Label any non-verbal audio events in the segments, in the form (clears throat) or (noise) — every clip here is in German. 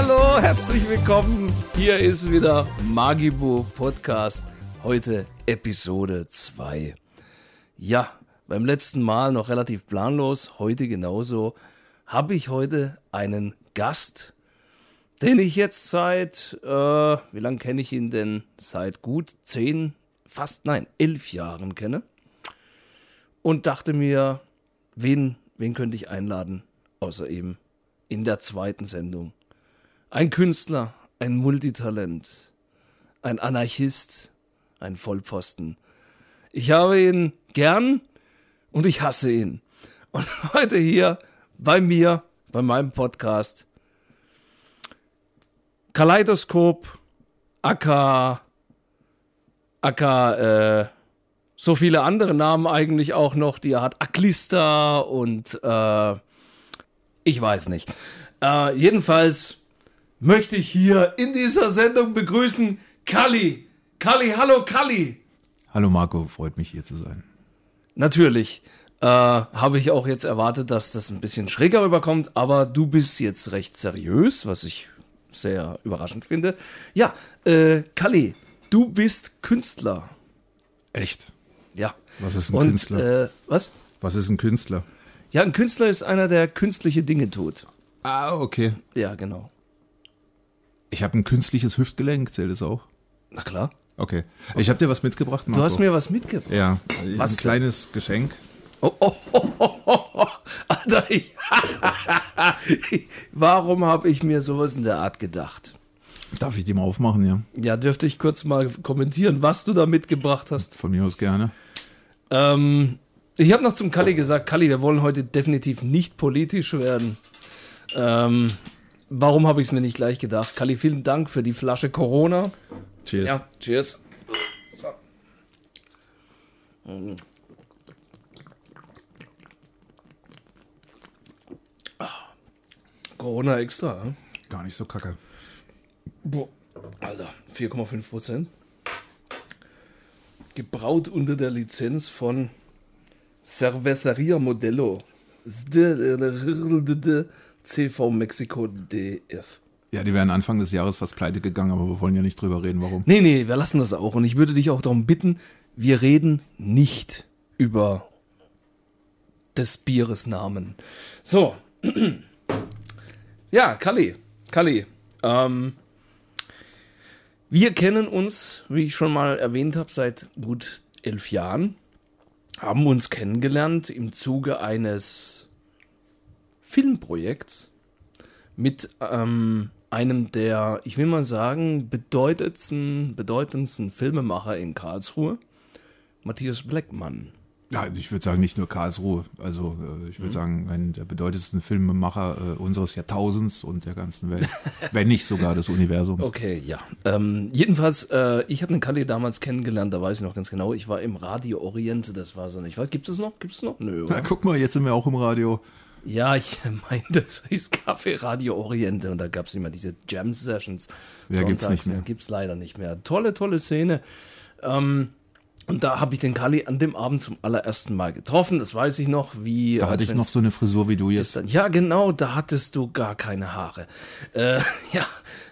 Herzlich willkommen. Hier ist wieder Magibu Podcast. Heute Episode 2. Ja, beim letzten Mal noch relativ planlos, heute genauso. Habe ich heute einen Gast, den ich jetzt seit, äh, wie lange kenne ich ihn denn? Seit gut zehn, fast nein, elf Jahren kenne. Und dachte mir, wen, wen könnte ich einladen, außer eben in der zweiten Sendung. Ein Künstler, ein Multitalent, ein Anarchist, ein Vollpfosten. Ich habe ihn gern und ich hasse ihn. Und (laughs) heute hier bei mir, bei meinem Podcast, Kaleidoskop, Akka, Akka, äh, so viele andere Namen eigentlich auch noch, die er hat. Aklista und äh, ich weiß nicht. Äh, jedenfalls möchte ich hier in dieser Sendung begrüßen Kalli. Kalli, hallo Kalli. Hallo Marco, freut mich hier zu sein. Natürlich. Äh, habe ich auch jetzt erwartet, dass das ein bisschen schräger rüberkommt, aber du bist jetzt recht seriös, was ich sehr überraschend finde. Ja, äh, Kalli, du bist Künstler. Echt? Ja. Was ist ein Und, Künstler? Äh, was? Was ist ein Künstler? Ja, ein Künstler ist einer, der künstliche Dinge tut. Ah, okay. Ja, genau. Ich habe ein künstliches Hüftgelenk, zählt es auch? Na klar. Okay. Ich habe dir was mitgebracht, Marco. Du hast mir was mitgebracht. ja, Was denn? ein kleines Geschenk. Oh, oh, oh, oh, oh, oh. Alter, ich, (laughs) warum habe ich mir sowas in der Art gedacht? Darf ich die mal aufmachen, ja? Ja, dürfte ich kurz mal kommentieren, was du da mitgebracht hast. Von mir aus gerne. Ähm, ich habe noch zum Kalli gesagt, Kalli, wir wollen heute definitiv nicht politisch werden. Ähm, warum habe ich es mir nicht gleich gedacht? Kalli, vielen Dank für die Flasche Corona. Cheers. cheers. Corona extra, hm? Gar nicht so kacke. Boah, Alter, 4,5 Prozent. Gebraut unter der Lizenz von Cerveceria Modelo. CV Mexico DF. Ja, die wären Anfang des Jahres fast pleite gegangen, aber wir wollen ja nicht drüber reden, warum. Nee, nee, wir lassen das auch. Und ich würde dich auch darum bitten, wir reden nicht über des Bieres Namen. So. (clears throat) Ja, Kalli. Kalli. Ähm, wir kennen uns, wie ich schon mal erwähnt habe, seit gut elf Jahren. Haben uns kennengelernt im Zuge eines Filmprojekts mit ähm, einem der, ich will mal sagen, bedeutendsten, bedeutendsten Filmemacher in Karlsruhe, Matthias Bleckmann. Ja, ich würde sagen, nicht nur Karlsruhe. Also, äh, ich würde sagen, einen der bedeutendsten Filmemacher äh, unseres Jahrtausends und der ganzen (laughs) Welt. Wenn nicht sogar des Universums. Okay, ja. Ähm, jedenfalls, äh, ich habe den Kalle damals kennengelernt, da weiß ich noch ganz genau, ich war im Radio Oriente, das war so nicht. Gibt es noch? Gibt es noch? Nö. Na, Oder? guck mal, jetzt sind wir auch im Radio. Ja, ich (laughs) meine, das hieß Café Radio Oriente und da gab es immer diese Jam Sessions. Ja, gibt's nicht mehr. ne? Gibt's leider nicht mehr. Tolle, tolle Szene. Ähm, und da habe ich den Kali an dem Abend zum allerersten Mal getroffen. Das weiß ich noch, wie. Da hatte ich noch so eine Frisur wie du jetzt. Dann, ja, genau, da hattest du gar keine Haare. Äh, (laughs) ja,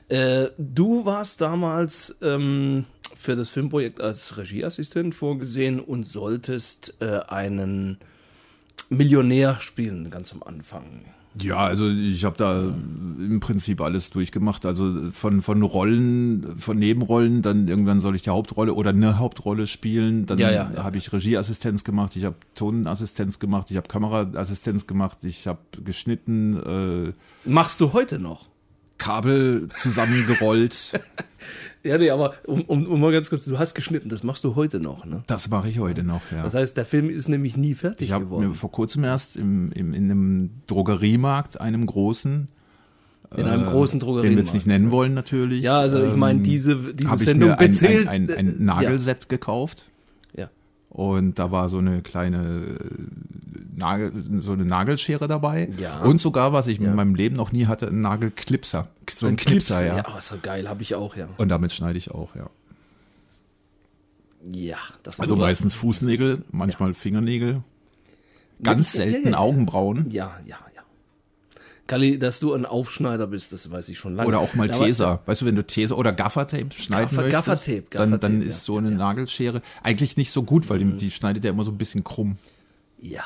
äh, du warst damals ähm, für das Filmprojekt als Regieassistent vorgesehen und solltest äh, einen Millionär spielen, ganz am Anfang. Ja, also ich habe da im Prinzip alles durchgemacht. Also von, von Rollen, von Nebenrollen, dann irgendwann soll ich die Hauptrolle oder eine Hauptrolle spielen. Dann Ja, ja, ja. habe ich Regieassistenz gemacht, ich habe Tonassistenz gemacht, ich habe Kameraassistenz gemacht, ich habe geschnitten, äh, Machst du heute noch? Kabel (laughs) zusammengerollt. Ja, nee, aber um, um, um mal ganz kurz, du hast geschnitten, das machst du heute noch, ne? das mache ich heute noch, ja. Das heißt, der Film ist nämlich nie fertig Ich habe mir geworden. vor kurzem erst im, im, in einem Drogeriemarkt, einem großen, In einem großen äh, den wir jetzt Drogeriemarkt. nicht nennen wollen natürlich. ja, also ich meine, ähm, diese, diese habe ich Sendung mir ein, bezählt. ein, ein, ein äh, Nagelset gekauft Ja, und da war so eine kleine äh, Nagel, so eine Nagelschere dabei Ja. und sogar was ich in meinem Leben noch nie hatte, ein Nagelklipser, so ein, Klipser, Clips, ja. ja. oh, so geil, habe ich auch, ja. Und damit schneide ich auch, ja. Ja, das Also nur- meistens Fußnägel, manchmal Fingernägel, ganz Ja, ja, selten ja. Augenbrauen. Ja, ja, ja. Kalli, dass du ein Aufschneider bist, das weiß ich schon lange. Oder auch mal Teser. Weißt du, wenn du Teser oder Gaffertape schneiden Also, Gaffer- möchtest, Gaffertape, dann, dann Gaffertape, ist ja. Mhm. so eine Nagelschere eigentlich nicht so gut, weil die, die schneidet ja immer so ein bisschen krumm. Ja.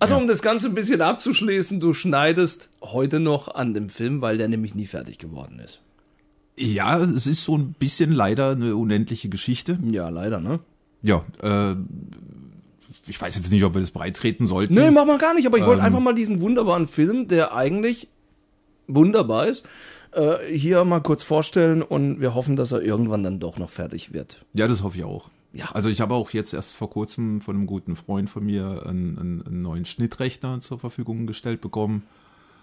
Also, um das Ganze ein bisschen abzuschließen, du schneidest heute noch an dem Film, weil der nämlich nie fertig geworden ist. Ja, es ist so ein bisschen leider eine unendliche Geschichte. Ja, leider, ne? Ja, äh, ich weiß jetzt nicht, ob wir das beitreten sollten. Nee, mach mal gar nicht, aber ich wollte einfach mal diesen wunderbaren Film, der eigentlich wunderbar ist, äh, hier mal kurz vorstellen und wir hoffen, dass er irgendwann dann doch noch fertig wird. Ja, das hoffe ich auch. Ja. Also ich habe auch jetzt erst vor kurzem von einem guten Freund von mir einen, einen, einen neuen Schnittrechner zur Verfügung gestellt bekommen.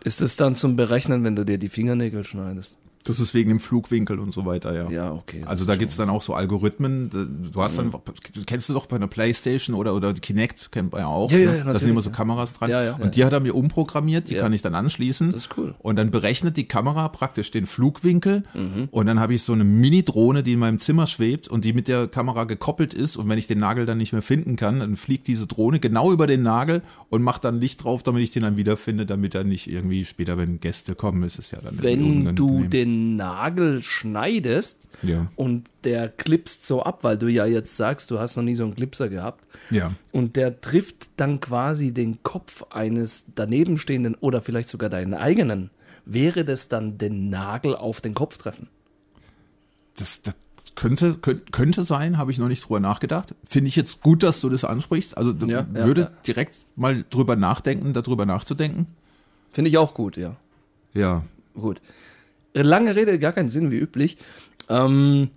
Ist es dann zum Berechnen, wenn du dir die Fingernägel schneidest? Das ist wegen dem Flugwinkel und so weiter, ja. Ja, okay. Also da gibt's dann auch so Algorithmen. Du hast Mhm. dann, kennst du doch bei einer Playstation oder, oder die Kinect, kennt man ja auch. Ja, ja, ne? Da natürlich, sind immer so ja. Kameras dran. Ja, ja, und ja. die hat er mir umprogrammiert, die Ja. kann ich dann anschließen. Das ist cool. Und dann berechnet die Kamera praktisch den Flugwinkel. Mhm. Und dann habe ich so eine Mini-Drohne, die in meinem Zimmer schwebt und die mit der Kamera gekoppelt ist. Und wenn ich den Nagel dann nicht mehr finden kann, dann fliegt diese Drohne genau über den Nagel und macht dann Licht drauf, damit ich den dann wiederfinde, damit er nicht irgendwie später, wenn Gäste kommen, ist es ja dann irgendwie wenn du unangenehm. den Nagel schneidest Ja. und der klipst so ab, weil du ja jetzt sagst, du hast noch nie so einen Clipser gehabt. Ja. Und der trifft dann quasi den Kopf eines danebenstehenden oder vielleicht sogar deinen eigenen. Wäre das dann den Nagel auf den Kopf treffen? Das, das könnte, könnte, könnte sein, habe ich noch nicht drüber nachgedacht. Finde ich jetzt gut, dass du das ansprichst. Also d- Ja, ja, würde ja. direkt mal drüber nachdenken, darüber nachzudenken. Finde ich auch gut, ja. Ja. Gut. Äh, Lange Rede, gar keinen Sinn, wie üblich. Ähm,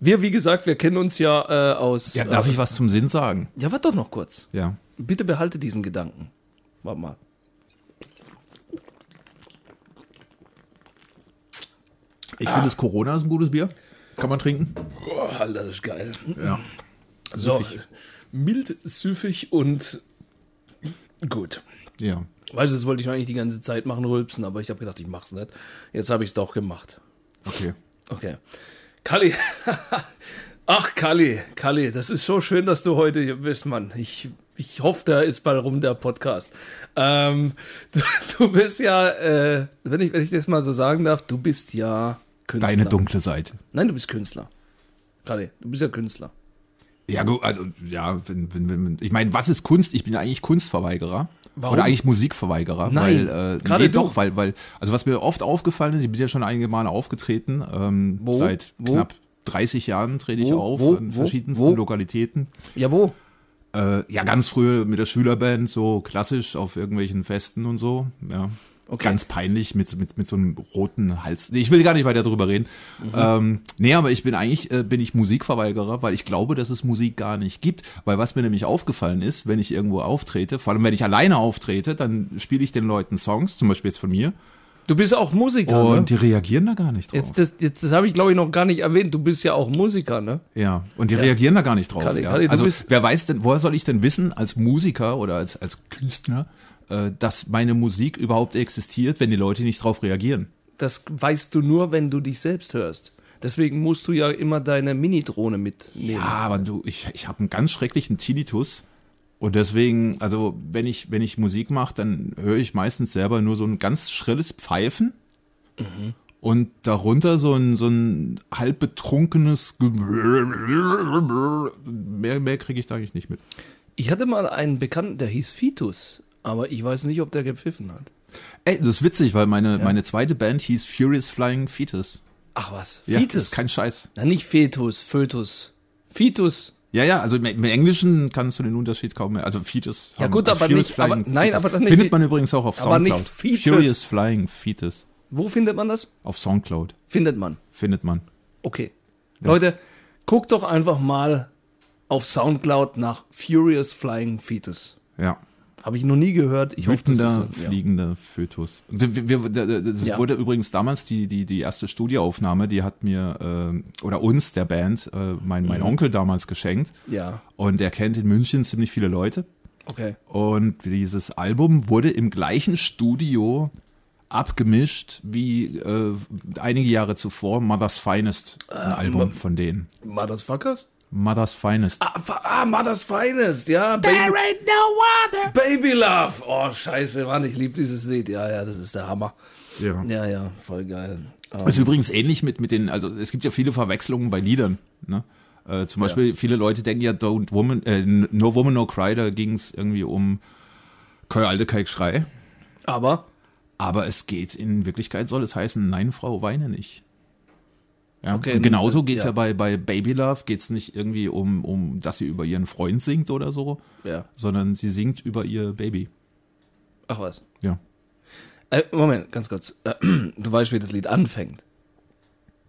wir, wie gesagt, wir kennen uns ja äh, aus. Ja, darf äh, ich was zum Sinn sagen? Ja, warte doch noch kurz. Ja. Bitte behalte diesen Gedanken. Warte mal. Ich finde, das Corona ist ein gutes Bier. Kann man trinken? Oh, Alter, das ist geil. Ja. So, Süffig. mild, süffig und gut. Ja. Weißt du, das wollte ich eigentlich die ganze Zeit machen, rülpsen, aber ich habe gedacht, ich mach's nicht. Jetzt habe ich es doch gemacht. Okay. Okay. Kalli. (laughs) Ach, Kalli, Kalli, das ist so schön, dass du heute hier bist, Mann. Ich, ich hoffe, da ist bald rum der Podcast. Ähm, du, (laughs) du bist ja, äh, wenn, ich, wenn ich das mal so sagen darf, du bist ja Künstler. Deine dunkle Seite. Nein, du bist Künstler. Kalli, du bist ja Künstler. Ja, gut, also, ja, wenn, wenn, wenn, ich meine, was ist Kunst? Ich bin ja eigentlich Kunstverweigerer. Warum? Oder eigentlich Musikverweigerer. Nein, weil, äh, gerade nee, du. doch, weil, weil, also was mir oft aufgefallen ist, ich bin ja schon einige Male aufgetreten, ähm, Wo? seit Wo? knapp 30 Jahren trete ich Wo? auf, Wo? in Wo? verschiedensten Wo? Lokalitäten. Ja, wo? Äh, ja, ganz früh mit der Schülerband, so klassisch auf irgendwelchen Festen und so, ja. Okay. Ganz peinlich mit, mit, mit so einem roten Hals. Nee, ich will gar nicht weiter drüber reden. Mhm. Ähm, nee, aber ich bin eigentlich, äh, bin ich Musikverweigerer, weil ich glaube, dass es Musik gar nicht gibt. Weil was mir nämlich aufgefallen ist, wenn ich irgendwo auftrete, vor allem wenn ich alleine auftrete, dann spiele ich den Leuten Songs, zum Beispiel jetzt von mir, Du bist auch Musiker, ne? und die reagieren da gar nicht drauf. Jetzt, das, jetzt, das habe ich, glaube ich, noch gar nicht erwähnt. Du bist ja auch Musiker, ne? Ja, und die reagieren da gar nicht drauf. Kalli, ja. Kalli, du also bist- wer weiß denn, woher soll ich denn wissen als Musiker oder als, als Künstler, äh, dass meine Musik überhaupt existiert, wenn die Leute nicht drauf reagieren? Das weißt du nur, wenn du dich selbst hörst. Deswegen musst du ja immer deine Mini-Drohne mitnehmen. Ja, aber du, ich, ich habe einen ganz schrecklichen Tinnitus. Und deswegen, also wenn ich, wenn ich Musik mache, dann höre ich meistens selber nur so ein ganz schrilles Pfeifen. Mhm. Und darunter so ein, so ein halb betrunkenes. Ge- Mehr, mehr kriege ich da eigentlich nicht mit. Ich hatte mal einen Bekannten, der hieß Fitus, aber ich weiß nicht, ob der gepfiffen hat. Ey, das ist witzig, weil meine, meine zweite Band hieß Furious Flying Fetus. Ach was, Ja, Fitus. das ist kein Scheiß. Na, nicht Fetus, Fötus. Fitus. Ja, ja, also im, im Englischen kannst du den Unterschied kaum mehr. Also Fetus. Ja, haben- gut, also aber Furious nicht- aber- Flying nein, Fetus. aber dann nicht- Findet man übrigens auch auf aber nicht Soundcloud. Fetus. Furious Flying Fetus. Wo findet man das? Auf Soundcloud Findet man. findet man. Okay. Leute, guckt doch einfach mal auf Soundcloud nach Furious Flying Fetus. Ja. Habe ich noch nie gehört. Ich hoffe, das Wütender, ist ja. fliegender Fötus. Und Wir, wir, da- da- das Ja. wurde übrigens damals die, die, die erste Studioaufnahme, die hat mir, äh, oder uns, der Band, äh, mein, mein Onkel damals geschenkt. Mhm. Ja, Und er kennt in München ziemlich viele Leute. okay. Und dieses Album wurde im gleichen Studio abgemischt wie äh, einige Jahre zuvor Mother's Finest, ein Album von denen. Motherfuckers? Mother's Finest. Ah, fa- ah Mother's Finest, ja. Baby, There ain't no water! Baby Love. Oh, scheiße, Mann, ich liebe dieses Lied. Ja, ja, das ist der Hammer. Ja. Ja, ja, voll geil. Ah, Ist übrigens ähnlich mit, mit den, also es gibt ja viele Verwechslungen bei Liedern. Ne? Äh, zum Beispiel, viele Leute denken ja, Don't Woman, äh, No Woman, No Cry, da ging es irgendwie um Keu alte Kalk Schrei. Aber, Aber es geht in Wirklichkeit, soll es heißen, nein, Frau, weine nicht. Ja, Okay, und genauso geht es ja. ja. bei, bei Baby Love, geht es nicht irgendwie um, um, dass sie über ihren Freund singt oder so, ja, sondern sie singt über ihr Baby. ach was. Ja. Äh, Moment, ganz kurz. Äh, Du weißt, wie das Lied anfängt.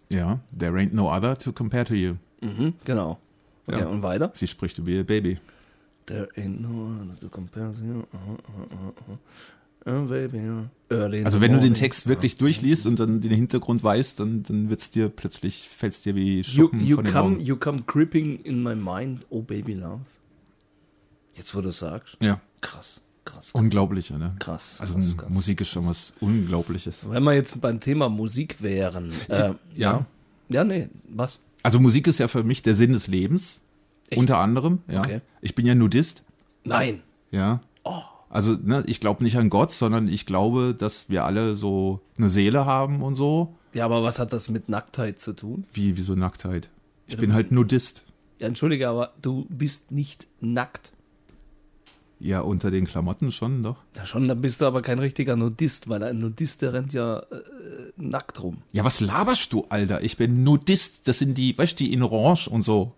Ja, there ain't no other to compare to you. Mhm, genau. Okay, Ja. und weiter? Sie spricht über ihr Baby. There ain't no one to compare to you. Uh-huh, uh-huh, uh-huh. Oh, baby, uh, early in Also the wenn du den morning. Text wirklich durchliest und dann den Hintergrund weißt, dann, dann wird's dir plötzlich, fällt's dir wie You, Schuppen you, von den come, Augen. you come creeping in my mind, oh baby love. Jetzt, wo du sagst. Ja, Krass, krass, unglaublich, ne? krass. Also krass, krass. Musik ist schon was Unglaubliches. Wenn wir jetzt beim Thema Musik wären. Äh, ja. Ja, nee, was? Also Musik ist ja für mich der Sinn des Lebens, unter anderem. Ja. Okay. Oh. Ich bin ja Nudist, Nein. ja. Also ne, ich glaube nicht an Gott, sondern ich glaube, dass wir alle so eine Seele haben und so, Ja, aber was hat das mit Nacktheit zu tun? wie, wie so Nacktheit. Ich bin halt Nudist, Ja, entschuldige, aber du bist nicht nackt. ja, unter den Klamotten schon, doch. Ja, schon, dann bist du aber kein richtiger Nudist, weil ein Nudist, der rennt ja äh, nackt rum. Ja, was laberst du, Alter? Ich bin Nudist. Das sind die, weißt du, die in Orange und so.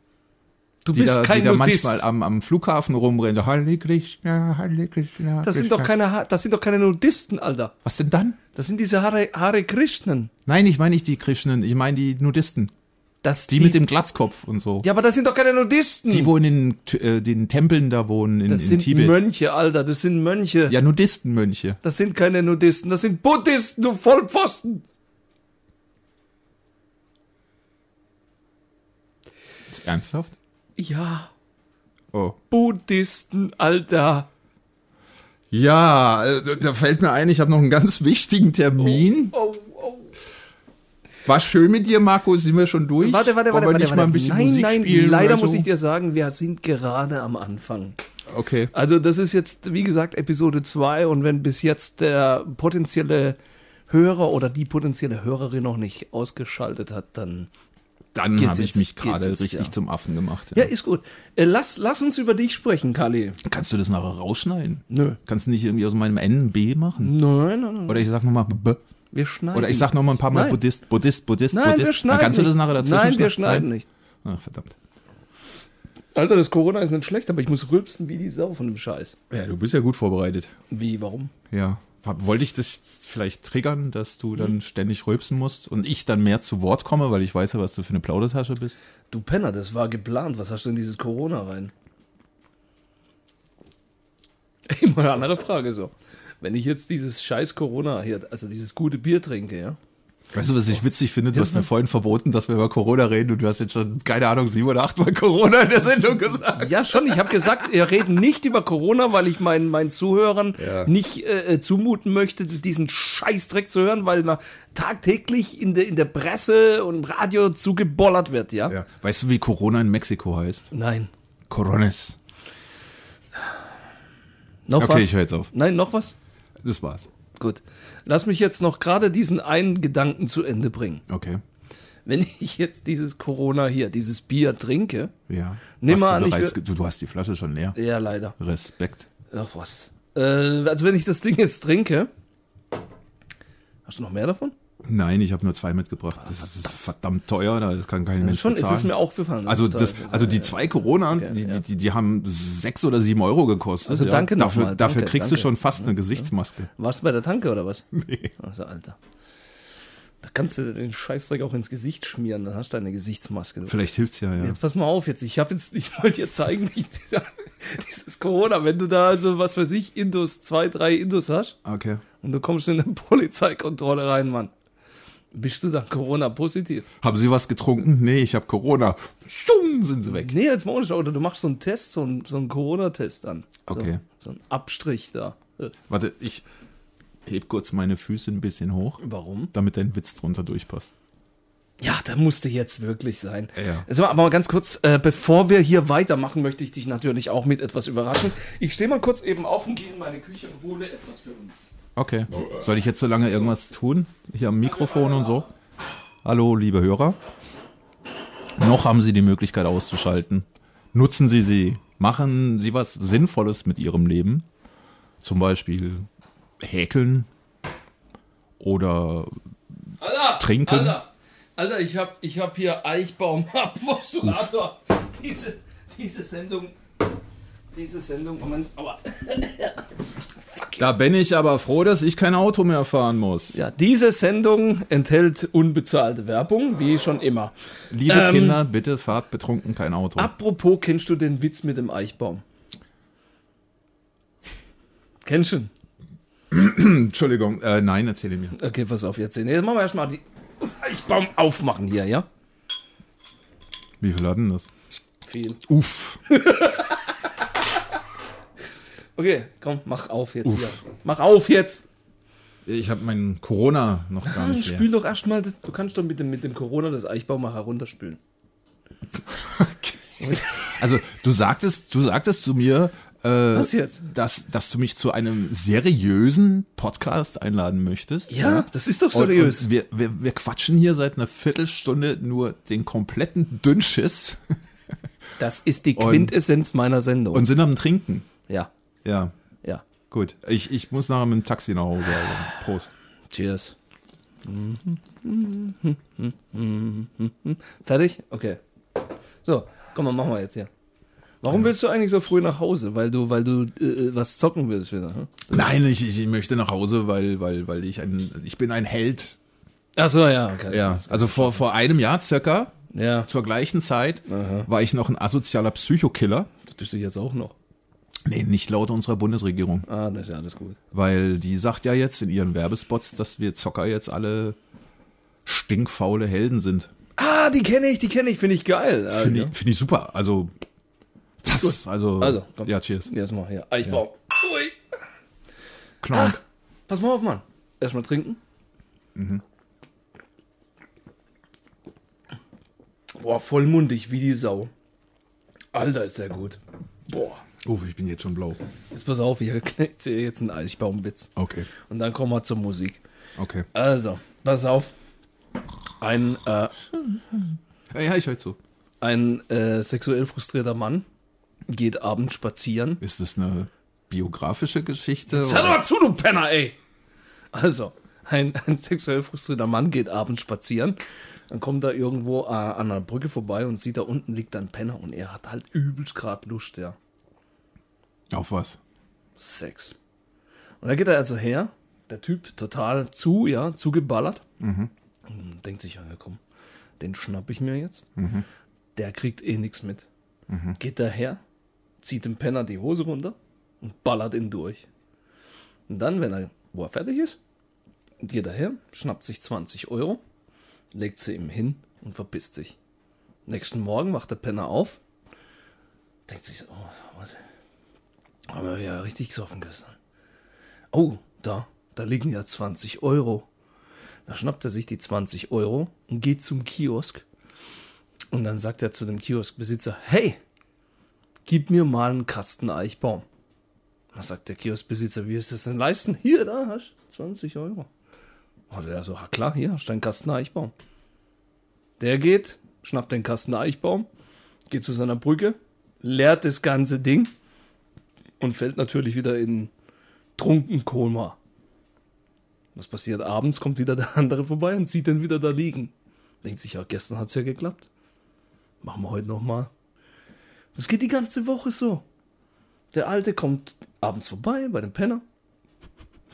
Du Die bist da, kein die da Nudist. manchmal am, am Flughafen rumrennen. So, Hare Krishna, Hare Krishna. Das sind Krishna." doch keine, Ha- das sind doch keine Nudisten, Alter. Was denn dann? Das sind diese Hare, Hare Krishnen. Nein, ich meine nicht die Krishnen, ich meine die Nudisten. Das, Die, mit dem Glatzkopf und so. ja, aber das sind doch keine Nudisten. Die, wo in den, T- äh, den Tempeln da wohnen, in, Hm. das in sind Tibet. Mönche, Alter. Das sind Mönche. ja, Nudistenmönche. Das sind keine Nudisten. Das sind Buddhisten, du Vollpfosten. Ist ernsthaft? Ja, Oh. Buddhisten, Alter. Ja, äh, da- da fällt mir ein, ich habe noch einen ganz wichtigen Termin. Oh, oh. War schön mit dir, Marco, sind wir schon durch? Warte, warte, Wollen warte, wir warte. nicht mal ein warte. bisschen Nein, Musik nein, spielen leider oder muss so? ich dir sagen, wir sind gerade am Anfang. Okay. Also das ist jetzt, wie gesagt, Episode 2 und wenn bis jetzt der potenzielle Hörer oder die potenzielle Hörerin noch nicht ausgeschaltet hat, dann... Dann Geht's habe ich jetzt- mich geht's gerade jetzt, richtig ja. zum Affen gemacht. Ja, ist gut. Äh, lass, lass uns über dich sprechen, Kali. Kannst du das nachher rausschneiden? Nö. Kannst du nicht irgendwie aus meinem N ein B machen? Nein, nein, nein. Oder ich sag nochmal B. Wir schneiden. Oder ich sag nochmal ein paar Mal Nein. Buddhist, Buddhist, Buddhist, Nein, Buddhist. wir schneiden Dann kannst du das nicht. nachher dazwischen Nein, wir schneiden nicht. Ah, verdammt. Alter, das Corona ist nicht schlecht, aber ich muss rülpsen wie die Sau von dem Scheiß. Ja, du bist ja gut vorbereitet. Wie, warum? Ja. Hab- Wollte ich das jetzt vielleicht triggern, dass du dann ständig rülpsen musst und ich dann mehr zu Wort komme, weil ich weiß ja, was du für eine Plaudertasche bist? Du Penner, das war geplant. Was hast du in dieses Corona rein? (laughs) Immer eine andere Frage so. Wenn ich jetzt dieses scheiß Corona hier, also dieses gute Bier trinke, ja? Weißt du, was ich witzig finde? Du hast mir vorhin verboten, dass wir über Corona reden und du hast jetzt schon, keine Ahnung, sieben oder acht Mal Corona in der Sendung gesagt. Ja, schon. Ich habe gesagt, wir reden nicht über Corona, weil ich meinen, meinen Zuhörern nicht äh, äh, zumuten möchte, diesen Scheißdreck zu hören, weil man tagtäglich in der, in der Presse und im Radio zugebollert wird, ja? Ja. Weißt du, wie Corona in Mexiko heißt? Nein. Corones. Noch Okay, was? ich hör jetzt auf. Nein, noch was? Das war's. Gut. Lass mich jetzt noch gerade diesen einen Gedanken zu Ende bringen. Okay. wenn ich jetzt dieses Corona hier, dieses Bier trinke, Ja. Nimm Hast mal du, an, ich bereits wür- ge- du, du hast die Flasche schon leer. ja leider, Respekt. ach was, äh, also wenn ich das Ding jetzt trinke, hast du noch mehr davon? Nein, ich habe nur zwei mitgebracht. Das ist verdammt teuer, da- das kann kein Mensch Schon ist bezahlen. es mir aufgefallen. dass also, es da das, ist. also die zwei Corona, die, die, die, die haben sechs oder sieben Euro gekostet. Also danke ja. Dafür, nochmal, dafür danke, kriegst danke. du schon fast eine Gesichtsmaske. Warst du bei der Tanke oder was? Nee. Also Alter, da kannst du den Scheißdreck auch ins Gesicht schmieren, dann hast du eine Gesichtsmaske. Du. Vielleicht hilft's ja, ja. Jetzt pass mal auf, jetzt ich habe jetzt, ich wollte dir zeigen, wie (laughs) dieses Corona, wenn du da also was weiß ich, Indus, zwei, drei Indus hast. Okay. Und du kommst in eine (laughs) Polizeikontrolle rein, Mann. Bist du dann Corona-positiv? Haben Sie was getrunken? Nee, ich habe Corona. Schum, sind sie weg. Nee, jetzt mal ohne Scheiß. Oder du machst so einen Test, so einen, so einen Corona-Test an. Okay. So, so einen Abstrich da. Äh, Warte, ich heb kurz meine Füße ein bisschen hoch, Warum? damit dein Witz drunter durchpasst. Ja, da musste jetzt wirklich sein. Ja. Also, aber mal ganz kurz, äh, bevor wir hier weitermachen, möchte ich dich natürlich auch mit etwas überraschen. Ich stehe mal kurz eben auf und gehe in meine Küche und hole etwas für uns. Okay. Soll ich jetzt so lange irgendwas tun? Hier am Mikrofon und so? Hallo, liebe Hörer. Noch haben Sie die Möglichkeit auszuschalten. Nutzen Sie sie. Machen Sie was Sinnvolles mit Ihrem Leben. Zum Beispiel häkeln oder Alter! Trinken. Alter, Alter ich habe ich hab hier Eichbaum Postulator. (laughs) Diese, diese Sendung. Diese Sendung. Moment, aber. Da bin ich aber froh, dass ich kein Auto mehr fahren muss. Ja, diese Sendung enthält unbezahlte Werbung, wie schon immer. Liebe Kinder, bitte fahrt betrunken kein Auto. Apropos, kennst du den Witz mit dem Eichbaum? Kennst du? ihn? Entschuldigung, äh, nein, erzähle mir. Okay, pass auf, jetzt sehen. Jetzt machen wir erstmal die das Eichbaum aufmachen hier, ja? Wie viel hat denn das? Viel. Uff. Okay, komm, mach auf jetzt Uff. hier. Mach auf jetzt! Ich habe mein Corona noch (laughs) gar nicht leer. Spül doch erstmal, das- du kannst doch mit dem, mit dem Corona das Eichbaum mal (laughs) herunterspülen. Also du sagtest, du sagtest zu mir, äh, Was jetzt? dass, dass du mich zu einem seriösen Podcast einladen möchtest. Ja, das ist doch Und- seriös. Und wir, wir, wir quatschen hier seit einer Viertelstunde nur den kompletten Dünnschiss das ist die Quintessenz meiner Sendung. und sind am Trinken. ja, Ja, ja. gut. Ich, ich muss nachher mit dem Taxi nach Hause. Also. Prost. Cheers. Fertig? Okay. So, komm, dann machen wir jetzt hier. Warum willst du eigentlich so früh nach Hause? Weil du, weil du äh, was zocken willst wieder. Hm? Nein, ich, ich ich möchte nach Hause, weil, weil, weil ich ein, ich bin ein Held. Ach so, ja, okay. Ja, also vor, vor einem Jahr circa, Ja, zur gleichen Zeit, war ich noch ein asozialer Psychokiller. das bist du jetzt auch noch. Nee, nicht laut unserer Bundesregierung. Ah, das ist ja alles gut. Weil die sagt ja jetzt in ihren Werbespots, dass wir Zocker jetzt alle stinkfaule Helden sind. Ah, die kenne ich, die kenne ich, finde ich geil. Alter. Finde ich, find ich super. Also, das, also, Also, komm. ja, cheers. Jetzt mal hier. Eichbaum. Ui. Klonk. Pass mal auf, Mann. Erstmal trinken. Boah, vollmundig wie die Sau. Alter, ist der gut. Boah. Uff, ich bin jetzt schon blau. Jetzt pass auf, hier ich (laughs) sehe jetzt einen Eichbaumwitz. Okay, Und dann kommen wir zur Musik. okay. Also, pass auf. Ein, äh, Ja, ja ich höre zu. ein äh, sexuell frustrierter Mann geht abends spazieren Ist das eine biografische Geschichte? Jetzt hör oder? doch mal zu, du Penner, ey! Also, ein, ein sexuell frustrierter Mann geht abends spazieren, dann kommt er irgendwo äh, an einer Brücke vorbei und sieht, da unten liegt ein Penner und er hat halt übelst grad Lust, ja. Auf was? Sex. Und dann geht er also her, der Typ total zu, ja, zugeballert. Und denkt sich, ja, komm, den schnapp ich mir jetzt. Der kriegt eh nichts mit. Geht daher, zieht dem Penner die Hose runter und ballert ihn durch. Und dann, wenn er, wo er fertig ist, geht er her, schnappt sich 20 Euro, legt sie ihm hin und verpisst sich. Nächsten Morgen wacht der Penner auf, denkt sich, so, oh, was, haben wir ja richtig gesoffen gestern. Oh, da, da liegen ja 20 Euro. Da schnappt er sich die 20 Euro und geht zum Kiosk. Und dann sagt er zu dem Kioskbesitzer, hey, gib mir mal einen Kasten Eichbaum. Da sagt der Kioskbesitzer, wie ist das denn leisten? Hier, da hast du 20 Euro. Und er so, "Ah, klar, hier hast du einen Kasten Eichbaum. Der geht, schnappt den Kasten Eichbaum, geht zu seiner Brücke, leert das ganze Ding und fällt natürlich wieder in Trunkenkoma. Was passiert? Abends kommt wieder der (laughs) andere vorbei und sieht den wieder da liegen. Denkt sich, ja, gestern hat's ja geklappt. Machen wir heute nochmal. Das geht die ganze Woche so. Der Alte kommt abends vorbei bei dem Penner,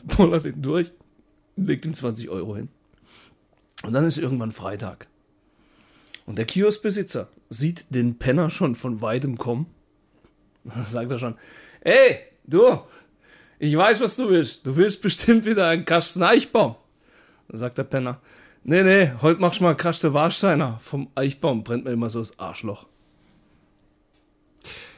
(laughs) bollert ihn durch, legt ihm 20 Euro hin. Und dann ist irgendwann Freitag. Und der Kioskbesitzer sieht den Penner schon von weitem kommen dann (laughs) sagt er schon, ey, du, ich weiß, was du willst. Du willst bestimmt wieder einen Kasten Eichbaum. Dann sagt der Penner, nee, nee, heute machst du mal Kasten Warsteiner. Vom Eichbaum brennt mir immer so das Arschloch.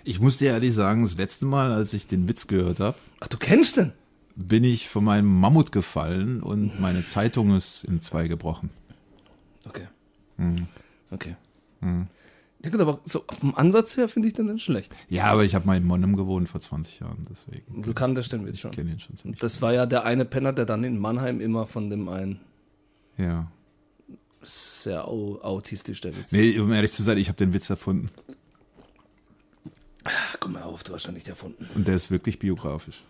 Ich muss dir ehrlich sagen, das letzte Mal, als ich den Witz gehört habe, Ach, du kennst den? bin ich von meinem Mammut gefallen und meine Zeitung ist in zwei gebrochen. Okay. Mhm. Okay. Ja gut, aber so vom Ansatz her finde ich den nicht schlecht. Ja, aber ich habe mal in Monnem gewohnt vor 20 Jahren, deswegen Du kanntest den Witz schon. kenne ihn schon ziemlich. Das war ja der eine Penner, der dann in Mannheim immer von dem einen Ja. sehr au autistisch der Witz. Nee, um ehrlich zu sein, ich habe den Witz erfunden Ach, komm mal auf, du hast ja nicht erfunden. und der ist wirklich biografisch.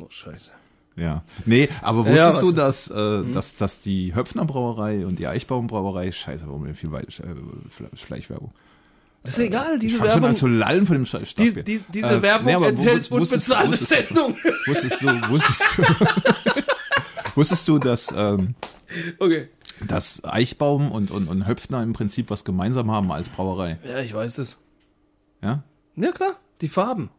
Oh, scheiße. Ja. Nee, aber Ja, wusstest was- Mhm. du, dass, äh, dass, dass die Höpfner Brauerei und die Eichbaum Brauerei, scheiße, warum denn viel Wei- äh, Fle- Schleichwerbung? Das ist egal, Ich diese fang schon Werbung. an zu lallen von dem Äh, Scheiß. dies- dies- diese Werbung enthält unbezahlte Sendung. Wusstest du, wusstest du, wusstest du, (laughs) dass, ähm, (laughs) Okay. dass Eichbaum und, und, und Höpfner im Prinzip was gemeinsam haben als Brauerei? Ja, ich weiß es. Ja? Ja klar, die Farben.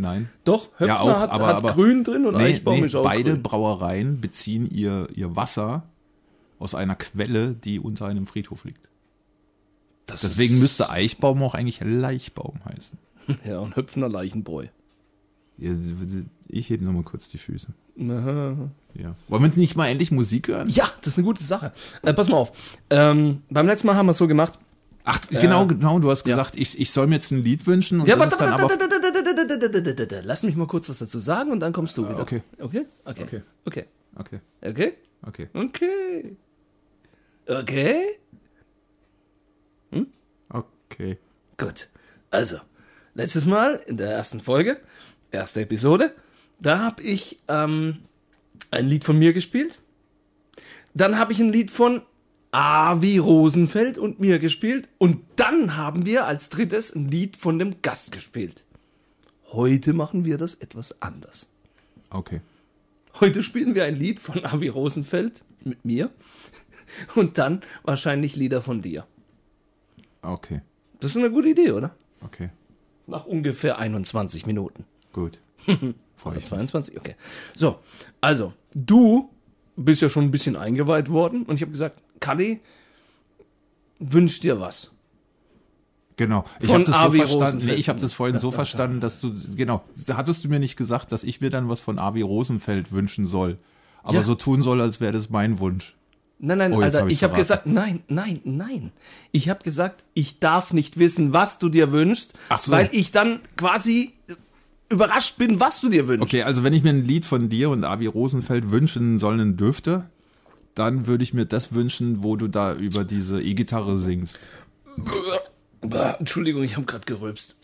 Nein? Doch, Höpfner Ja, auch, hat, aber- hat aber- grün drin und Eichbaum ist auch beide grün. Brauereien beziehen ihr, ihr Wasser aus einer Quelle, die unter einem Friedhof liegt. Das Deswegen ist- müsste Eichbaum auch eigentlich Leichbaum heißen. Ja, und Höpfner Leichenbräu. Ich hebe nochmal kurz die Füße. Aha. Ja. Wollen wir nicht mal endlich Musik hören? Ja, das ist eine gute Sache. Äh, pass mal auf. Ähm, beim letzten Mal haben wir es so gemacht. Ach, genau, genau, du hast gesagt, ich, ich soll mir jetzt ein Lied wünschen. Und Ja, das aber, ist dann aber lass mich mal kurz was dazu sagen und dann kommst du wieder. Ah, okay. Okay? Okay. Okay. Okay. Okay, Okay? okay, Okay. Okay? okay. Gut. Also, letztes Mal in der ersten Folge, erste Episode, da habe ich ähm, ein Lied von mir gespielt. Dann habe ich ein Lied von Avi Rosenfeld und mir gespielt. Und dann haben wir als drittes ein Lied von dem Gast gespielt. Heute machen wir das etwas anders. Okay. Heute spielen wir ein Lied von Avi Rosenfeld mit mir (laughs) und dann wahrscheinlich Lieder von dir. Okay. Das ist eine gute Idee, oder? Okay. Nach ungefähr 21 Minuten. Gut. Freu Oder ich. 22, okay. So, also, du bist ja schon ein bisschen eingeweiht worden und ich habe gesagt, Kalli, wünsch dir was. Genau. Ich Von habe das so A.W. verstanden. Nee, Rosenfeld. ich habe das (laughs) vorhin so verstanden, dass du genau, da hattest du mir nicht gesagt, dass ich mir dann was von Avi Rosenfeld wünschen soll, aber Ja. so tun soll, als wäre das mein Wunsch. Nein, nein, Oh, jetzt Alter, hab ich's ich habe verraten. gesagt, nein, nein, nein. Ich habe gesagt, ich darf nicht wissen, was du dir wünschst, Ach so. weil ich dann quasi überrascht bin, was du dir wünschst. Okay, also wenn ich mir ein Lied von dir und Avi Rosenfeld wünschen sollen dürfte, dann würde ich mir das wünschen, wo du da über diese E-Gitarre singst. Bah, Entschuldigung, ich habe gerade gerülpst.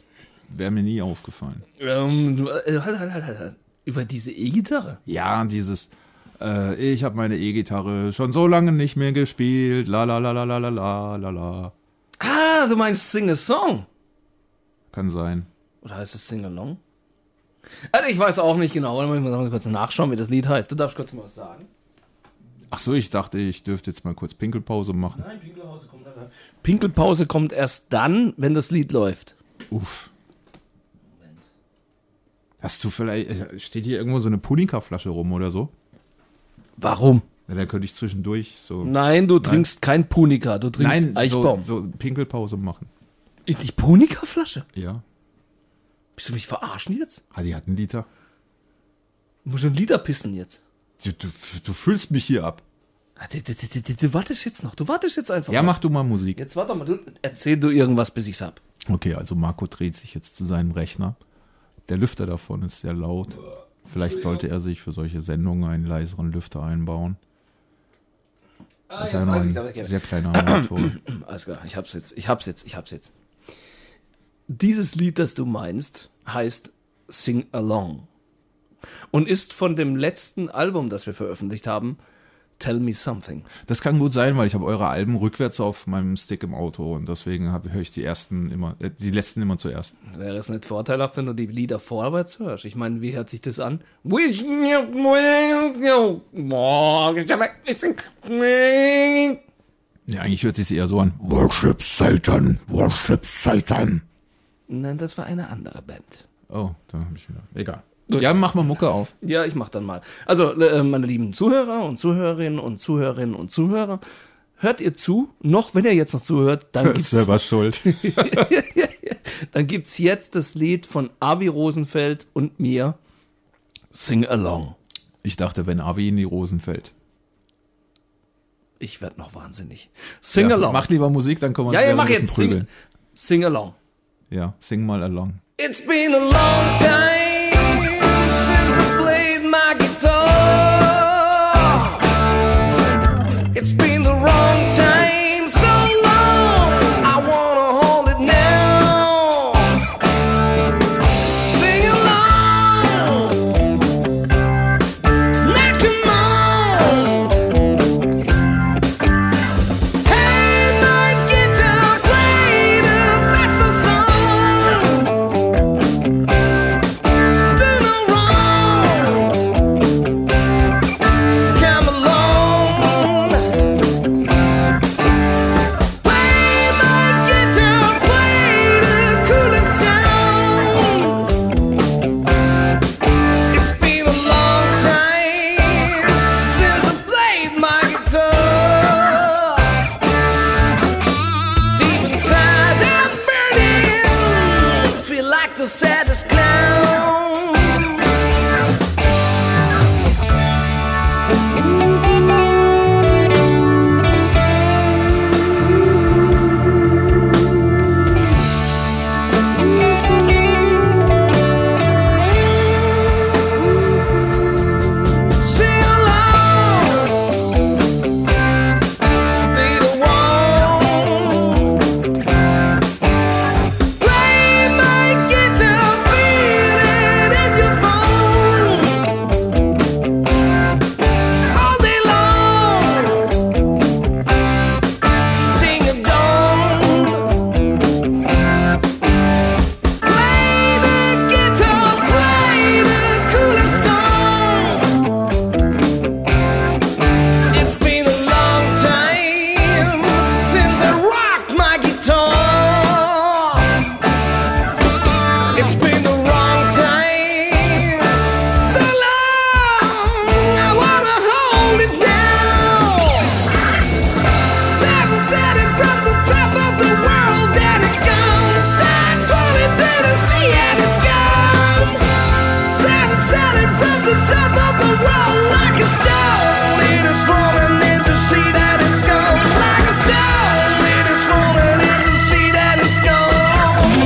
Wäre mir nie aufgefallen. Ähm, äh, halt, halt, halt, halt, halt. Über diese E-Gitarre? Ja, dieses äh, ich habe meine E-Gitarre schon so lange nicht mehr gespielt. La la la la la la la la la. Ah, du meinst Sing a Song? Kann sein. Oder heißt es Sing Along? Also ich weiß auch nicht genau, aber ich muss mal kurz nachschauen, wie das Lied heißt. Du darfst kurz mal was sagen. Ach so, ich dachte, ich dürfte jetzt mal kurz Pinkelpause machen. Nein, Pinkelpause kommt Pinkelpause kommt erst dann, wenn das Lied läuft. Uff. Hast du vielleicht äh, steht hier irgendwo so eine Punika-Flasche rum oder so? Warum? Ja, dann könnte ich zwischendurch so Nein, du trinkst kein Punika, du trinkst Nein, so, Eichbaum. so Pinkelpause machen. In die Punika-Flasche? Ja. Bist du mich verarschen jetzt? Ah, die hat einen Liter. Du musst schon Lieder pissen jetzt. Du, du, du füllst mich hier ab. Ah, Du, du, du, du, du wartest jetzt noch, du wartest jetzt einfach. Ja, mal. mach du mal Musik. Jetzt warte mal, du, erzähl du irgendwas, bis ich's hab. Okay, also Marco dreht sich jetzt zu seinem Rechner. Der Lüfter davon ist sehr laut. Vielleicht sollte er sich für solche Sendungen einen leiseren Lüfter einbauen. Ah, Das ist ja noch ein sehr kleiner Monitor. Alles klar, ich hab's jetzt, ich hab's jetzt, ich hab's jetzt. Dieses Lied, das du meinst, heißt Sing Along und ist von dem letzten Album, das wir veröffentlicht haben, Tell Me Something. Das kann gut sein, weil ich habe eure Alben rückwärts auf meinem Stick im Auto und deswegen hab- höre ich die ersten immer, äh, die letzten immer zuerst. Wäre es nicht vorteilhaft, wenn du die Lieder vorwärts hörst? Ich meine, wie hört sich das an? Ja, Ja, eigentlich hört sich eher so an. Worship Satan, Worship Satan. Nein, das war eine andere Band. Oh, da habe ich wieder. Egal. Ja, mach mal Mucke auf. Ja, ich mach dann mal. Also, äh, meine lieben Zuhörer und Zuhörerinnen und Zuhörerinnen und Zuhörer, hört ihr zu, noch wenn ihr jetzt noch zuhört, dann gibt's, Selber (laughs) schuld. dann gibt's jetzt das Lied von Avi Rosenfeld und mir Sing Along. Ich dachte, wenn Avi in die Rosen fällt. Ich werde noch wahnsinnig. Sing along. Mach lieber Musik, dann kommen wir ja, uns ja, wieder mach ein bisschen jetzt. Sing, prügeln. sing along. Ja, sing mal along. It's been a long time since I played my guitar. It's been the wrong time, so long. I wanna hold it now. Sing along. Now come on. Hey, my guitar, play the best of songs. Do no wrong. Come along. Play my guitar, play the coolest sound. It's been a long time since I played my guitar. Deep inside I'm burning Feel like the saddest clown Sing along be the one. Play my guitar, feel it in your bones. All day long. Ding a dong. Play the guitar, play the coolest song. It's been a long time since I rocked my guitar. It's been the wrong time. So long, I wanna hold it now. Seven said it from the top of the world that it's gone. Side twenty Tennessee and it's gone. Seven said it from the top of the world like a stone. It is falling in the sea that it's gone. Like a stone. It is falling in the sea that it's gone.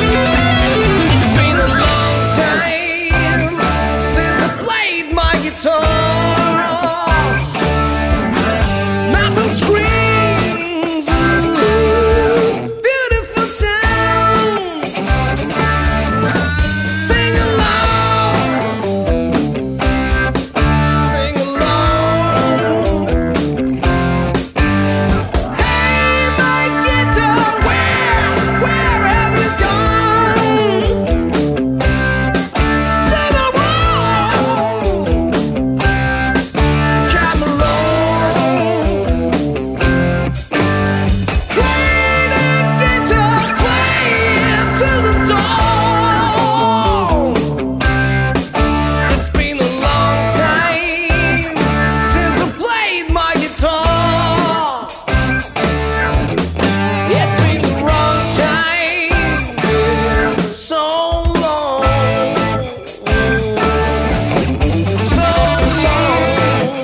It's been a long time since I played my guitar. Nothing screams, ooh, beautiful sound. Sing along, sing along. Hey, my guitar, where, where have you gone? Then I won't come along. Play the guitar, play it till the dawn. It's been a long time since I played my guitar. It's been the wrong time yeah, so long, so long.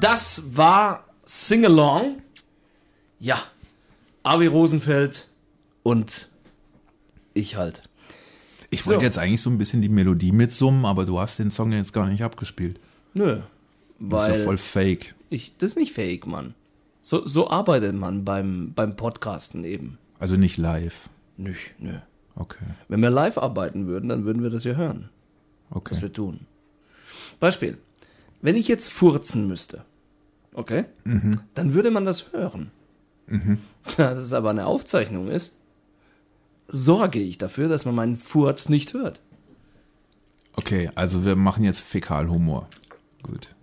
Das war Sing Along. Ja, Avi Rosenfeld und ich halt. Ich So. wollte jetzt eigentlich so ein bisschen die Melodie mitsummen, aber du hast den Song jetzt gar nicht abgespielt. Nö. Das ist Weil ja voll fake. ich, das ist nicht fähig, Mann. So, so arbeitet man beim, beim Podcasten eben. Also nicht live. Nö, nö. Okay. Wenn wir live arbeiten würden, dann würden wir das ja hören, was Okay. wir tun. Beispiel. Wenn ich jetzt furzen müsste, Okay. Dann würde man das hören. (laughs) Da es aber eine Aufzeichnung ist, sorge ich dafür, dass man meinen Furz nicht hört. Okay, also wir machen jetzt Fäkalhumor. Gut.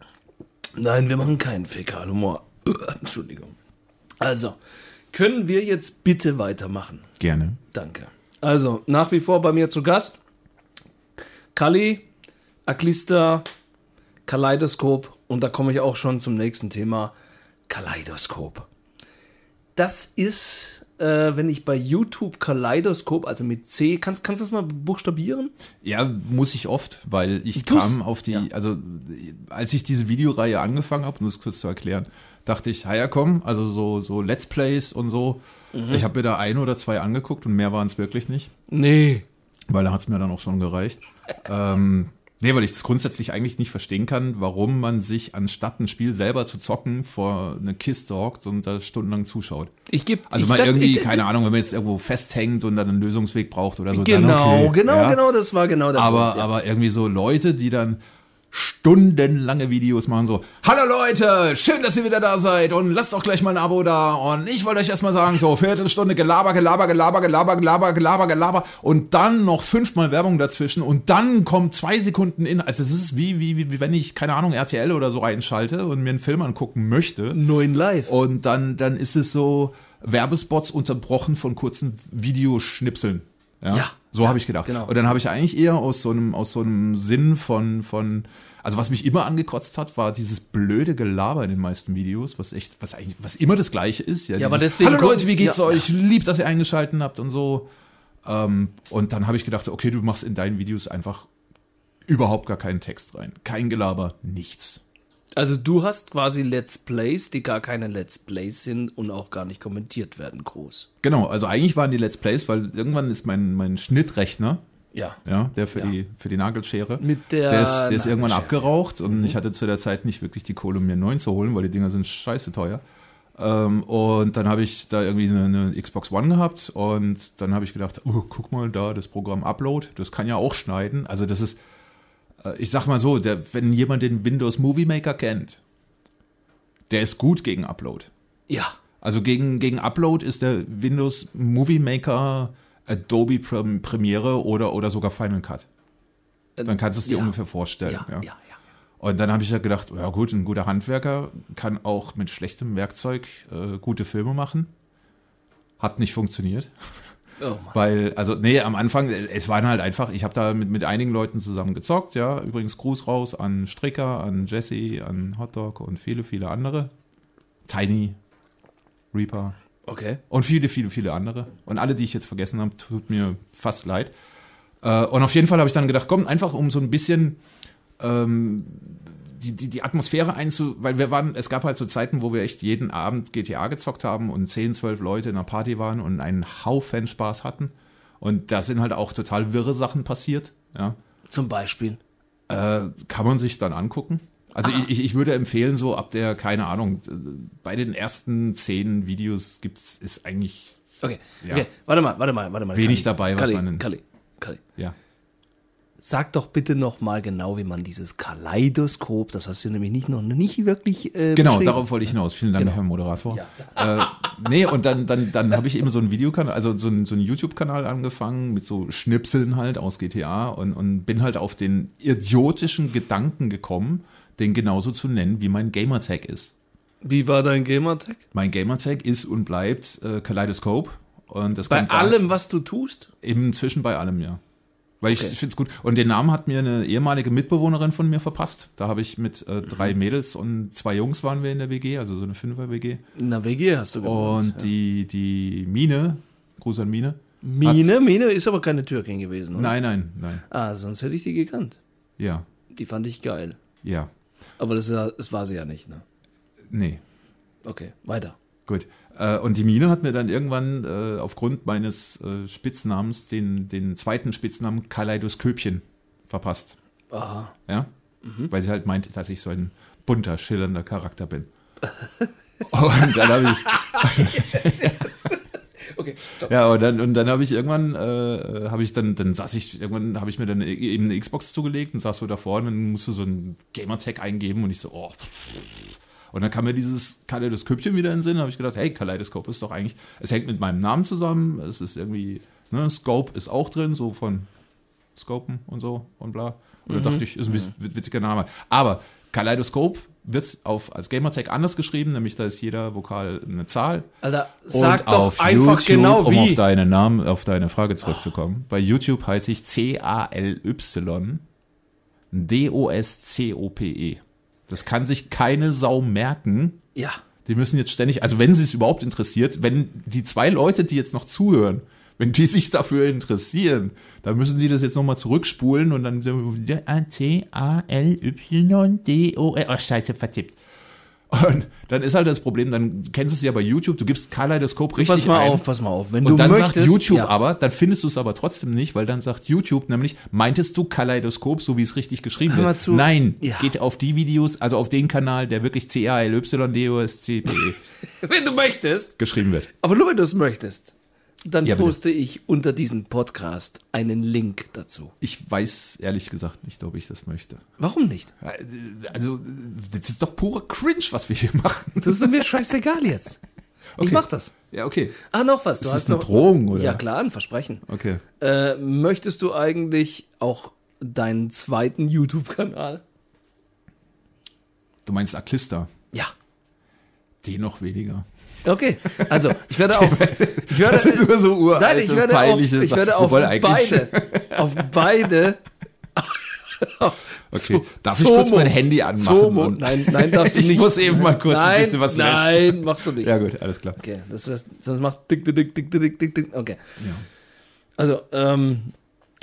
Nein, wir machen keinen Fäkalhumor. (laughs) Entschuldigung. Also, können wir jetzt bitte weitermachen? Gerne. Danke. Also, nach wie vor bei mir zu Gast Kali, Aklista, Kaleidoskop. Und da komme ich auch schon zum nächsten Thema: Kaleidoskop. Das ist, äh, wenn ich bei YouTube Kaleidoskop, also mit C, kannst, kannst du das mal buchstabieren? Ja, muss ich oft, weil ich tust- kam auf die, ja. also als ich diese Videoreihe angefangen habe, um das kurz zu erklären, dachte ich, ja komm, also so, so Let's Plays und so. Ich habe mir da ein oder zwei angeguckt und mehr waren es wirklich nicht. Nee. weil da hat es mir dann auch schon (laughs) gereicht. ähm, nee, weil ich es grundsätzlich eigentlich nicht verstehen kann, warum man sich anstatt ein Spiel selber zu zocken vor eine Kiste hockt und da stundenlang zuschaut. Ich gebe Also mal irgendwie, keine Ahnung, wenn man jetzt irgendwo festhängt und dann einen Lösungsweg braucht oder so. Genau, dann okay, genau, ja. genau, das war genau der Aber, Punkt, ja. aber irgendwie so Leute, die dann stundenlange Videos machen, so, hallo Leute, schön, dass ihr wieder da seid und lasst doch gleich mal ein Abo da und ich wollte euch erstmal sagen, so, Viertelstunde Gelaber, Gelaber, Gelaber, Gelaber, Gelaber, Gelaber, Gelaber und dann noch fünfmal Werbung dazwischen und dann kommt zwei Sekunden in, also es ist wie, wie, wie, wie wenn ich, keine Ahnung, RTL oder so einschalte und mir einen Film angucken möchte Neuen Live. und dann, dann ist es so Werbespots unterbrochen von kurzen Videoschnipseln. Ja. Ja. So habe ich gedacht. genau. Und dann habe ich eigentlich eher aus so einem, aus so einem Sinn von, von, also was mich immer angekotzt hat, war dieses blöde Gelaber in den meisten Videos, was echt, was eigentlich, was immer das Gleiche ist. Ja, dieses, aber deswegen Hallo Leute, wie gucken- geht's ja, euch? Lieb, dass ihr eingeschalten habt und so. Ähm, und dann habe ich gedacht, so, okay, du machst in deinen Videos einfach überhaupt gar keinen Text rein. Kein Gelaber, nichts. Also du hast quasi Let's Plays, die gar keine Let's Plays sind und auch gar nicht kommentiert werden, groß. Genau, also eigentlich waren die Let's Plays, weil irgendwann ist mein, mein Schnittrechner, Ja. ja, der für, Die, für die Nagelschere, Mit der der, ist, der ist irgendwann Nagelschere. Mhm. abgeraucht und ich hatte zu der Zeit nicht wirklich die Kohle, um mir einen neuen zu holen, weil die Dinger sind scheiße teuer. Ähm, und dann habe ich da irgendwie eine, eine Xbox One gehabt und dann habe ich gedacht, oh, guck mal da, das Programm Upload, das kann ja auch schneiden. Also das ist, äh, ich sag mal so, der, wenn jemand den Windows Movie Maker kennt, der ist gut gegen Upload. Ja. Also gegen, gegen Upload ist der Windows Movie Maker Adobe Prem- Premiere oder, oder sogar Final Cut. Dann kannst du es dir Äh, ja. ungefähr vorstellen. Ja, ja, ja. Und dann habe ich ja gedacht, ja gut, ein guter Handwerker kann auch mit schlechtem Werkzeug äh, gute Filme machen. Hat nicht funktioniert. Oh Mann. Weil, also, nee, am Anfang, äh, es waren halt einfach, ich habe da mit, mit einigen Leuten zusammen gezockt, ja. Übrigens Gruß raus an Stricker, an Jesse, an Hotdog und viele, viele andere. Tiny, Reaper, Okay. und viele, viele, viele andere. Und alle, die ich jetzt vergessen habe, tut mir fast leid. Äh, und auf jeden Fall habe ich dann gedacht, komm, einfach um so ein bisschen ähm, die, die, die Atmosphäre einzu... Weil wir waren, es gab halt so Zeiten, wo wir echt jeden Abend GTA gezockt haben und 10, 12 Leute in einer Party waren und einen Haufen Spaß hatten. Und da sind halt auch total wirre Sachen passiert. Ja Zum Beispiel. kann man sich dann angucken. Also ich, ich, ich würde empfehlen, so ab der, keine Ahnung, äh, bei den ersten zehn Videos gibt's, ist eigentlich, Okay. Ja. okay. Warte mal, warte mal, warte mal. Wenig dabei, was Kalli, man denn- Kalli, Kalli. ja. Sag doch bitte nochmal genau, wie man dieses Kaleidoskop, das hast du nämlich nicht noch nicht wirklich äh, Genau, beschrieben. darauf wollte ich hinaus. Vielen Genau. Dank, Herr Moderator. Äh, nee, und dann, dann, dann habe ich eben so einen Videokanal, also so einen, so einen YouTube-Kanal angefangen mit so Schnipseln halt aus GTA und, und bin halt auf den idiotischen Gedanken gekommen, den genauso zu nennen, wie mein Gamertag ist. Wie war dein Gamertag? Mein Gamertag ist und bleibt äh, Kaleidoscope. Und das Bei kommt da- allem, was du tust? Inzwischen bei allem, ja. Weil ich Okay. finde es gut. Und den Namen hat mir eine ehemalige Mitbewohnerin von mir verpasst. Da habe ich mit äh, drei Mhm. Mädels und zwei Jungs waren wir in der WG, also so eine Fünfer-WG. Na, WG hast du gewohnt. Und die, die Mine, Gruß an Mine. Mine, Mine ist aber keine Türkin gewesen, oder? Nein, nein, nein. Ah, sonst hätte ich die gekannt. Ja, Die fand ich geil. ja. Aber das, ist ja- das war sie ja nicht, ne? Nee. Okay, weiter. Gut. Äh, Und die Mine hat mir dann irgendwann äh, aufgrund meines äh, Spitznamens den, den zweiten Spitznamen Kaleidoskopchen verpasst. Aha. Ja? Weil sie halt meint, dass ich so ein bunter, schillernder Charakter bin. (laughs) und dann habe ich, Okay, stopp. ja, und dann, und dann habe ich irgendwann, äh, habe ich dann, dann saß ich, irgendwann habe ich mir dann e-, eben eine Xbox zugelegt und saß so davor und dann musst du so ein Gamertag eingeben und ich so, oh, pff, Und dann kam mir dieses Kaleidoskopchen wieder in den Sinn. Da habe ich gedacht, hey, Kaleidoskop ist doch eigentlich, es hängt mit meinem Namen zusammen. Es ist irgendwie, ne, Scope ist auch drin, so von Scopen und so und bla. Und dann dachte ich, ist ein witz- witziger Name. Aber Kaleidoskop wird auf, als Gamertag anders geschrieben, nämlich da ist jeder Vokal eine Zahl. Alter, sag Und doch einfach YouTube, genau Um auf wie. deinen Namen, auf deine Frage zurückzukommen. Bei YouTube heiße ich C-A-L-Y D-O-S-C-O-P-E. E. Das kann sich keine Sau merken. Ja. Die müssen jetzt ständig, also wenn sie es überhaupt interessiert, wenn die zwei Leute, die jetzt noch zuhören, wenn die (laughs) sich dafür interessieren, dann müssen die das jetzt nochmal zurückspulen und dann wieder C-A-L-Y-D-O-S. Oh, scheiße, vertippt. Und dann ist halt das Problem, dann kennst du es ja bei YouTube, du gibst Kaleidoskop richtig Pass mal ein. auf, pass mal auf. Wenn Und du dann möchtest. sagt YouTube ja. aber, dann findest du es aber trotzdem nicht, weil dann sagt YouTube nämlich, meintest du Kaleidoskop, so wie es richtig geschrieben Hör mal wird? zu. Nein, Ja. geht auf die Videos, also auf den Kanal, der (laughs) wirklich C-A-L-Y-D-O-S-C-P-E Wenn du möchtest. E geschrieben wird. Aber nur wenn du es möchtest, dann Ja, bitte. poste ich unter diesen Podcast einen Link dazu. Ich weiß ehrlich gesagt nicht, ob ich das möchte. Warum nicht? Also, das ist doch pure Cringe, was wir hier machen. Das ist mir scheißegal jetzt. Ich Okay. mach das. Ja, okay. Ah, noch was. Du Ist hast das eine noch, Drohung, oder? Ja, klar, ein Versprechen. Okay. Äh, möchtest du eigentlich auch deinen zweiten YouTube-Kanal? Du meinst Aklista. Ja. Den noch weniger. Okay, also ich werde auf, ich werde, Das sind nur so uralte, nein, ich werde auf, peinliche ich werde Sachen. auf Wobei eigentlich- beide, auf beide. (laughs) Okay. Zo- Darf ich kurz Zomo. mein Handy anmachen? Zomo. und- Nein, nein, darfst du (laughs) Ich nicht. muss eben mal kurz ein nein, bisschen was Nein, machst du nicht. (laughs) Ja, gut, alles klar. Okay, das wär's, sonst machst du dick, dick, dick, dick, dick, dick, dick. Okay. Also, ähm,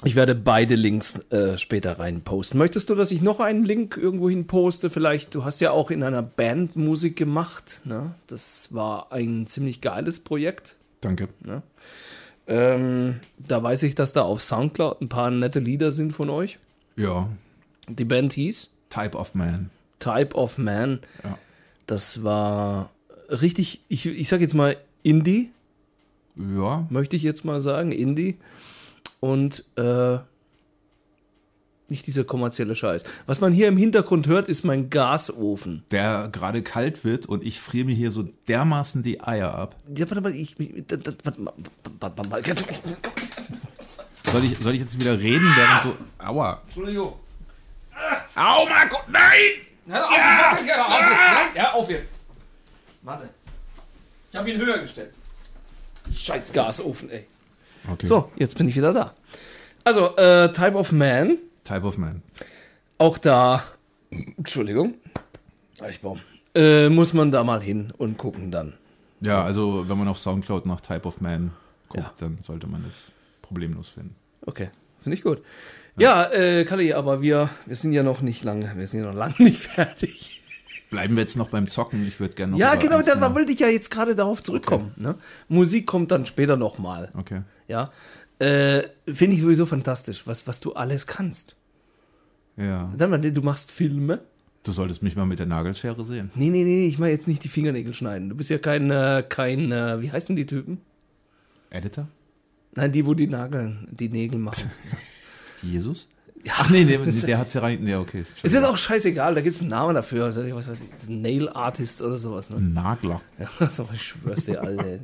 ich werde beide Links äh, später rein posten. Möchtest du, dass ich noch einen Link irgendwo hin poste? Vielleicht, du hast ja auch in einer Band Musik gemacht. Ne? Das war ein ziemlich geiles Projekt. Danke. Ähm, da weiß ich, dass da auf Soundcloud ein paar nette Lieder sind von euch. Ja, Die Band hieß Type of Man. Type of Man. Ja. Das war richtig, ich, ich sag jetzt mal Indie. Ja, möchte ich jetzt mal sagen, Indie. Und äh, nicht dieser kommerzielle Scheiß. Was man hier im Hintergrund hört, ist mein Gasofen. der gerade kalt wird und ich friere mir hier so dermaßen die Eier ab. Ja, warte mal, ich. ich da- da- warte mal, warte mal, warte mal. Soll ich, soll ich jetzt wieder reden, während du. Aua. Entschuldigung. Ah. Au, Marco! Nein! Ah. Hör auf, ja! warte, hör auf jetzt. Nein, hör auf jetzt. Warte. Ich habe ihn höher gestellt. Scheiß Gasofen, ey. Okay. So, jetzt bin ich wieder da. Also, äh, Type of Man. Type of Man. auch da, Entschuldigung, Eichbaum, äh, muss man da mal hin und gucken dann. Ja, also wenn man auf Soundcloud nach Type of Man guckt, Ja. dann sollte man das problemlos finden. Okay, finde ich gut. Ja, äh, Kalli, aber wir, wir sind ja noch nicht lange, wir sind ja noch lange (laughs) nicht fertig. Bleiben wir jetzt noch beim Zocken. Ich würde gerne noch. Ja, über genau, eins da mehr- wollte ich ja jetzt gerade darauf zurückkommen. Ne? Musik kommt dann später nochmal. Okay. Ja, äh, finde ich sowieso fantastisch, was, was du alles kannst. Ja. Dann, mal, du machst Filme. Du solltest mich mal mit der Nagelschere sehen. Nee, nee, nee, ich meine jetzt nicht die Fingernägel schneiden. Du bist ja kein, äh, kein äh, wie heißen die Typen? Editor? Nein, die, wo die Nageln, die Nägel machen. Jesus? Ach (laughs) nee, der, der hat (laughs) ja rein. Ja, okay. Es ist auch scheißegal, da gibt es einen Namen dafür. Also, was weiß ich, Nail Artist oder sowas. Ne? Nagler. Ja, (laughs) also, ich schwör's dir, Alter.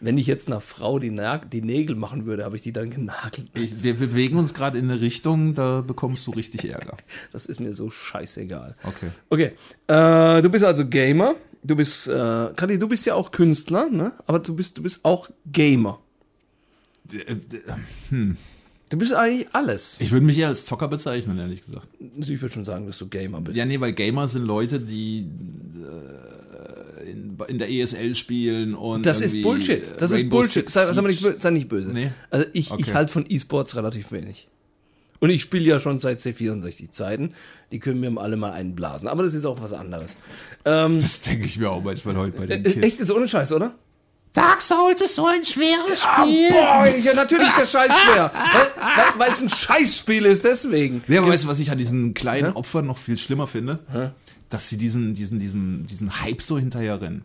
Wenn ich jetzt einer Frau die, Nag die Nägel machen würde, habe ich die dann genagelt. Ich, wir bewegen uns gerade in eine Richtung, da bekommst du richtig (laughs) Ärger. Das ist mir so scheißegal. Okay. Okay, äh, du bist also Gamer. Du bist, äh, Kadi, du bist ja auch Künstler, ne? Aber du bist, du bist auch Gamer. Du bist eigentlich alles. Ich würde mich eher als Zocker bezeichnen, ehrlich gesagt. Ich, würde schon sagen, dass du Gamer bist. Ja, nee, weil Gamer sind Leute, die äh, in, in der ESL spielen und. Das ist irgendwie, Bullshit. äh, Das ist Rainbow Bullshit. Six Sei, sei, mal nicht, Siege- bö- sei nicht böse. Nee. Also ich, ich Okay. halte von E-Sports relativ wenig. Und ich spiele ja schon seit C64 Zeiten. Die können mir alle mal einen blasen. Aber das ist auch was anderes. Ähm, Das denke ich mir auch manchmal heute (laughs) bei den äh, Kids. echt ist ohne Scheiß, oder? Dark Souls ist so ein schweres Spiel. Boah, ja, natürlich ist der Scheiß schwer. Weil- Weil es ein Scheißspiel ist, deswegen. Ja, aber weißt du, was ich an diesen kleinen Opfern noch viel schlimmer finde? Dass sie diesen, diesen, diesen, diesen Hype so hinterherrennen.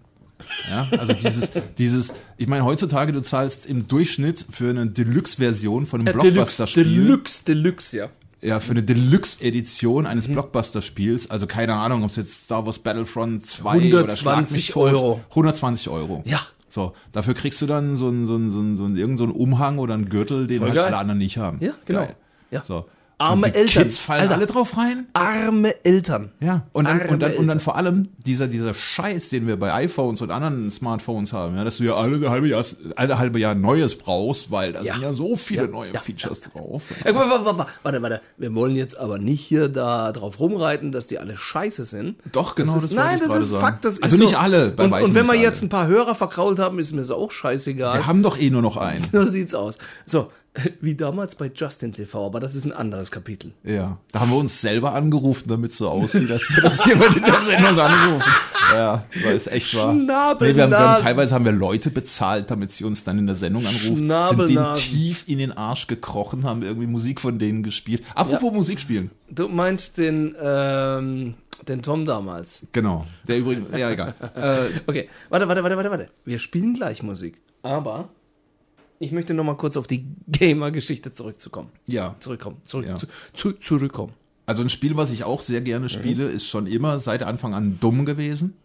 Ja, also dieses, (laughs) dieses, ich meine, heutzutage, du zahlst im Durchschnitt für eine Deluxe-Version von einem Äh, Deluxe, Blockbuster-Spiel Deluxe, Deluxe, ja. Ja, für eine Deluxe-Edition eines Mhm. Blockbuster-Spiels, also keine Ahnung, ob es jetzt Star Wars Battlefront 2 oder Schlag 120 mich tot. Euro. 120 Euro. Ja. So, dafür kriegst du dann so einen, so einen, so einen, so einen, irgend so einen Umhang oder einen Gürtel, den Voll halt geil. alle anderen nicht haben. Ja, genau. Geil. Ja. So. Arme Und die Eltern. Kids fallen Alter. alle drauf rein. Arme Eltern. Ja, und dann, Arme und, dann, und Eltern. dann vor allem dieser, dieser Scheiß, den wir bei iPhones und anderen Smartphones haben, ja, dass du ja alle halbe Jahr, alle halbe Jahr Neues brauchst, weil da Ja. sind ja so viele Ja, neue ja, Features drauf. Ja, guck mal, Äh, warte, warte, warte, warte. Wir wollen jetzt aber nicht hier da drauf rumreiten, dass die alle scheiße sind. Doch, genau, Das das ist, wollte nein, ich das gerade ist sagen. Fakt. Das ist Also so. nicht alle, bei Und, weitem und wenn wir nicht jetzt alle. ein paar Hörer verkrault haben, ist mir das auch scheißegal. Wir haben doch eh nur noch einen. (laughs) So sieht's aus. So, (laughs) wie damals bei Justin TV, aber das ist ein anderes Kapitel. Ja. Da haben wir uns selber angerufen, damit so aussieht, als würde uns jemand in der Sendung anrufen. Ja, weil es echt war. Schnabelnasen. wir haben, wir haben, teilweise haben wir Leute bezahlt, damit sie uns dann in der Sendung anrufen. Sind denen Schnabelnasen. tief in den Arsch gekrochen, haben irgendwie Musik von denen gespielt. Apropos Musik spielen. Du meinst den, ähm, den Tom damals. Genau. Der übrigens, ja, egal. Äh, Okay, warte, warte, warte, warte, warte. Wir spielen gleich Musik. Aber ich möchte nochmal kurz auf die (laughs) Gamer-Geschichte zurückzukommen. ja. Zurückkommen, zurück, Ja. zu, zu, zurückkommen. Also ein Spiel, was ich auch sehr gerne spiele, ist schon immer seit Anfang an dumm gewesen.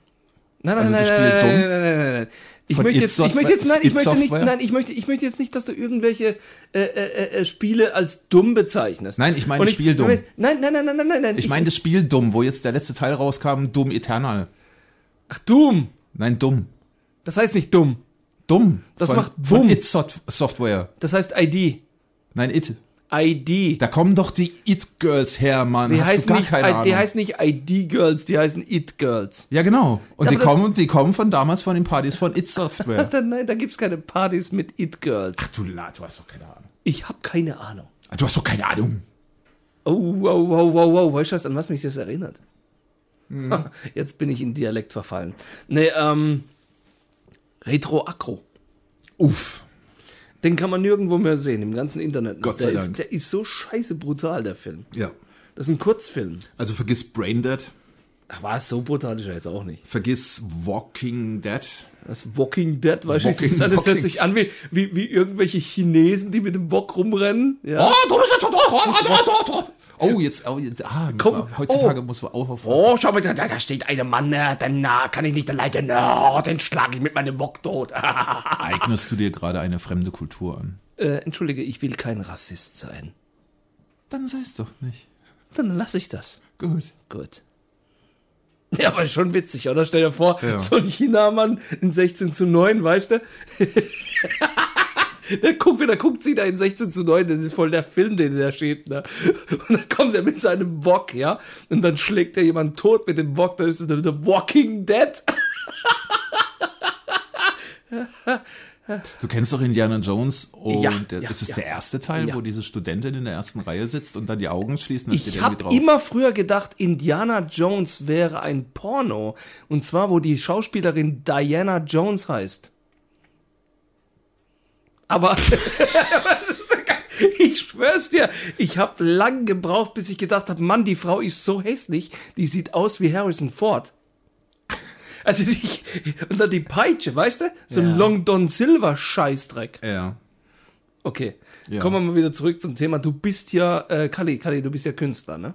Nein, nein, Also nein, die nein, Spiele nein, nein, dumm? nein, nein, nein. Ich Von möchte It jetzt, ich möchte Software- jetzt, nein, ich It möchte nicht, Software? nein, ich möchte, ich möchte jetzt nicht, dass du irgendwelche äh, äh, äh, Spiele als dumm bezeichnest. Nein, ich meine Und Spiel dumm. Nein, nein, nein, nein, nein, nein, nein. Ich meine das Spiel dumm, wo jetzt der letzte Teil rauskam, dumm Eternal. ach, dumm. Nein, dumm. Das heißt nicht dumm. Dumm. Das von, macht von Wumm. It Sof- Software. Das heißt ID. Nein, It. ID. Da kommen doch die It-Girls her, Mann. Die Hast du heißen, gar nicht, keine Ahnung. die heißen nicht ID Girls, die heißen It Girls. ja, genau. Und Ja, die, aber das- kommen, die kommen von damals von den Partys von (laughs) It Software. Dann, nein, da gibt's keine Partys mit It Girls. du, La- du hast doch keine Ahnung. Ich hab keine Ahnung. Du hast doch keine Ahnung. Oh, wow, wow, wow, wow, weißt du, was, an was mich das erinnert? Ha, Jetzt bin ich in Dialekt verfallen. Nee, ähm, Retro-Akro. Uff. Den kann man nirgendwo mehr sehen, im ganzen Internet. Gott der sei ist, Dank. Der ist so scheiße brutal, der Film. Ja. Das ist ein Kurzfilm. Also vergiss Braindead, Ach, war es so brutal, ist er jetzt auch nicht. vergiss Walking Dead. Das Walking Dead, weißt du, Walking- das alles hört Walking- sich an wie, wie, wie irgendwelche Chinesen, die mit dem Bock rumrennen. Ja. Oh, du bist ja tot, oh, oh, oh, oh, oh, oh. Oh, jetzt, oh, jetzt ah, Komm, heutzutage oh. muss man auch auf. Oh, schau mal, da, da steht ein Mann, äh, den äh, kann ich nicht leiden. Oh, den schlage ich mit meinem Wok tot. (laughs) Eignest du dir gerade eine fremde Kultur an? Äh, entschuldige, ich will kein Rassist sein. Dann sei es doch nicht. Dann lasse ich das. Gut. Gut. Ja, aber schon witzig, oder? Stell dir vor, Ja. so ein Chinamann in 16 zu 9, weißt du? (laughs) Der guckt wieder, guckt sie da in 16 zu 9, das ist voll der Film, den der schiebt, ne? Und dann kommt er mit seinem Wok, ja? Und dann schlägt er jemanden tot mit dem Wok, da ist der, der Walking Dead. Du kennst doch Indiana Jones und Ja, der, ja, ist es ja. der erste Teil, Ja. wo diese Studentin in der ersten Reihe sitzt und dann die Augen schließt und dann Ich habe immer früher gedacht, Indiana Jones wäre ein Porno. Und zwar, wo die Schauspielerin Diana Jones heißt. Aber (laughs) Das ist so geil. ich schwör's dir, ich habe lang gebraucht, bis ich gedacht habe, Mann, die Frau ist so hässlich, die sieht aus wie Harrison Ford. (laughs) Also ich, und dann die Peitsche, weißt du? So ein Ja. Long Don Silver Scheißdreck. Ja. Okay, Ja. kommen wir mal wieder zurück zum Thema. Du bist ja, äh, Kalli, Kalli, du bist ja Künstler, ne?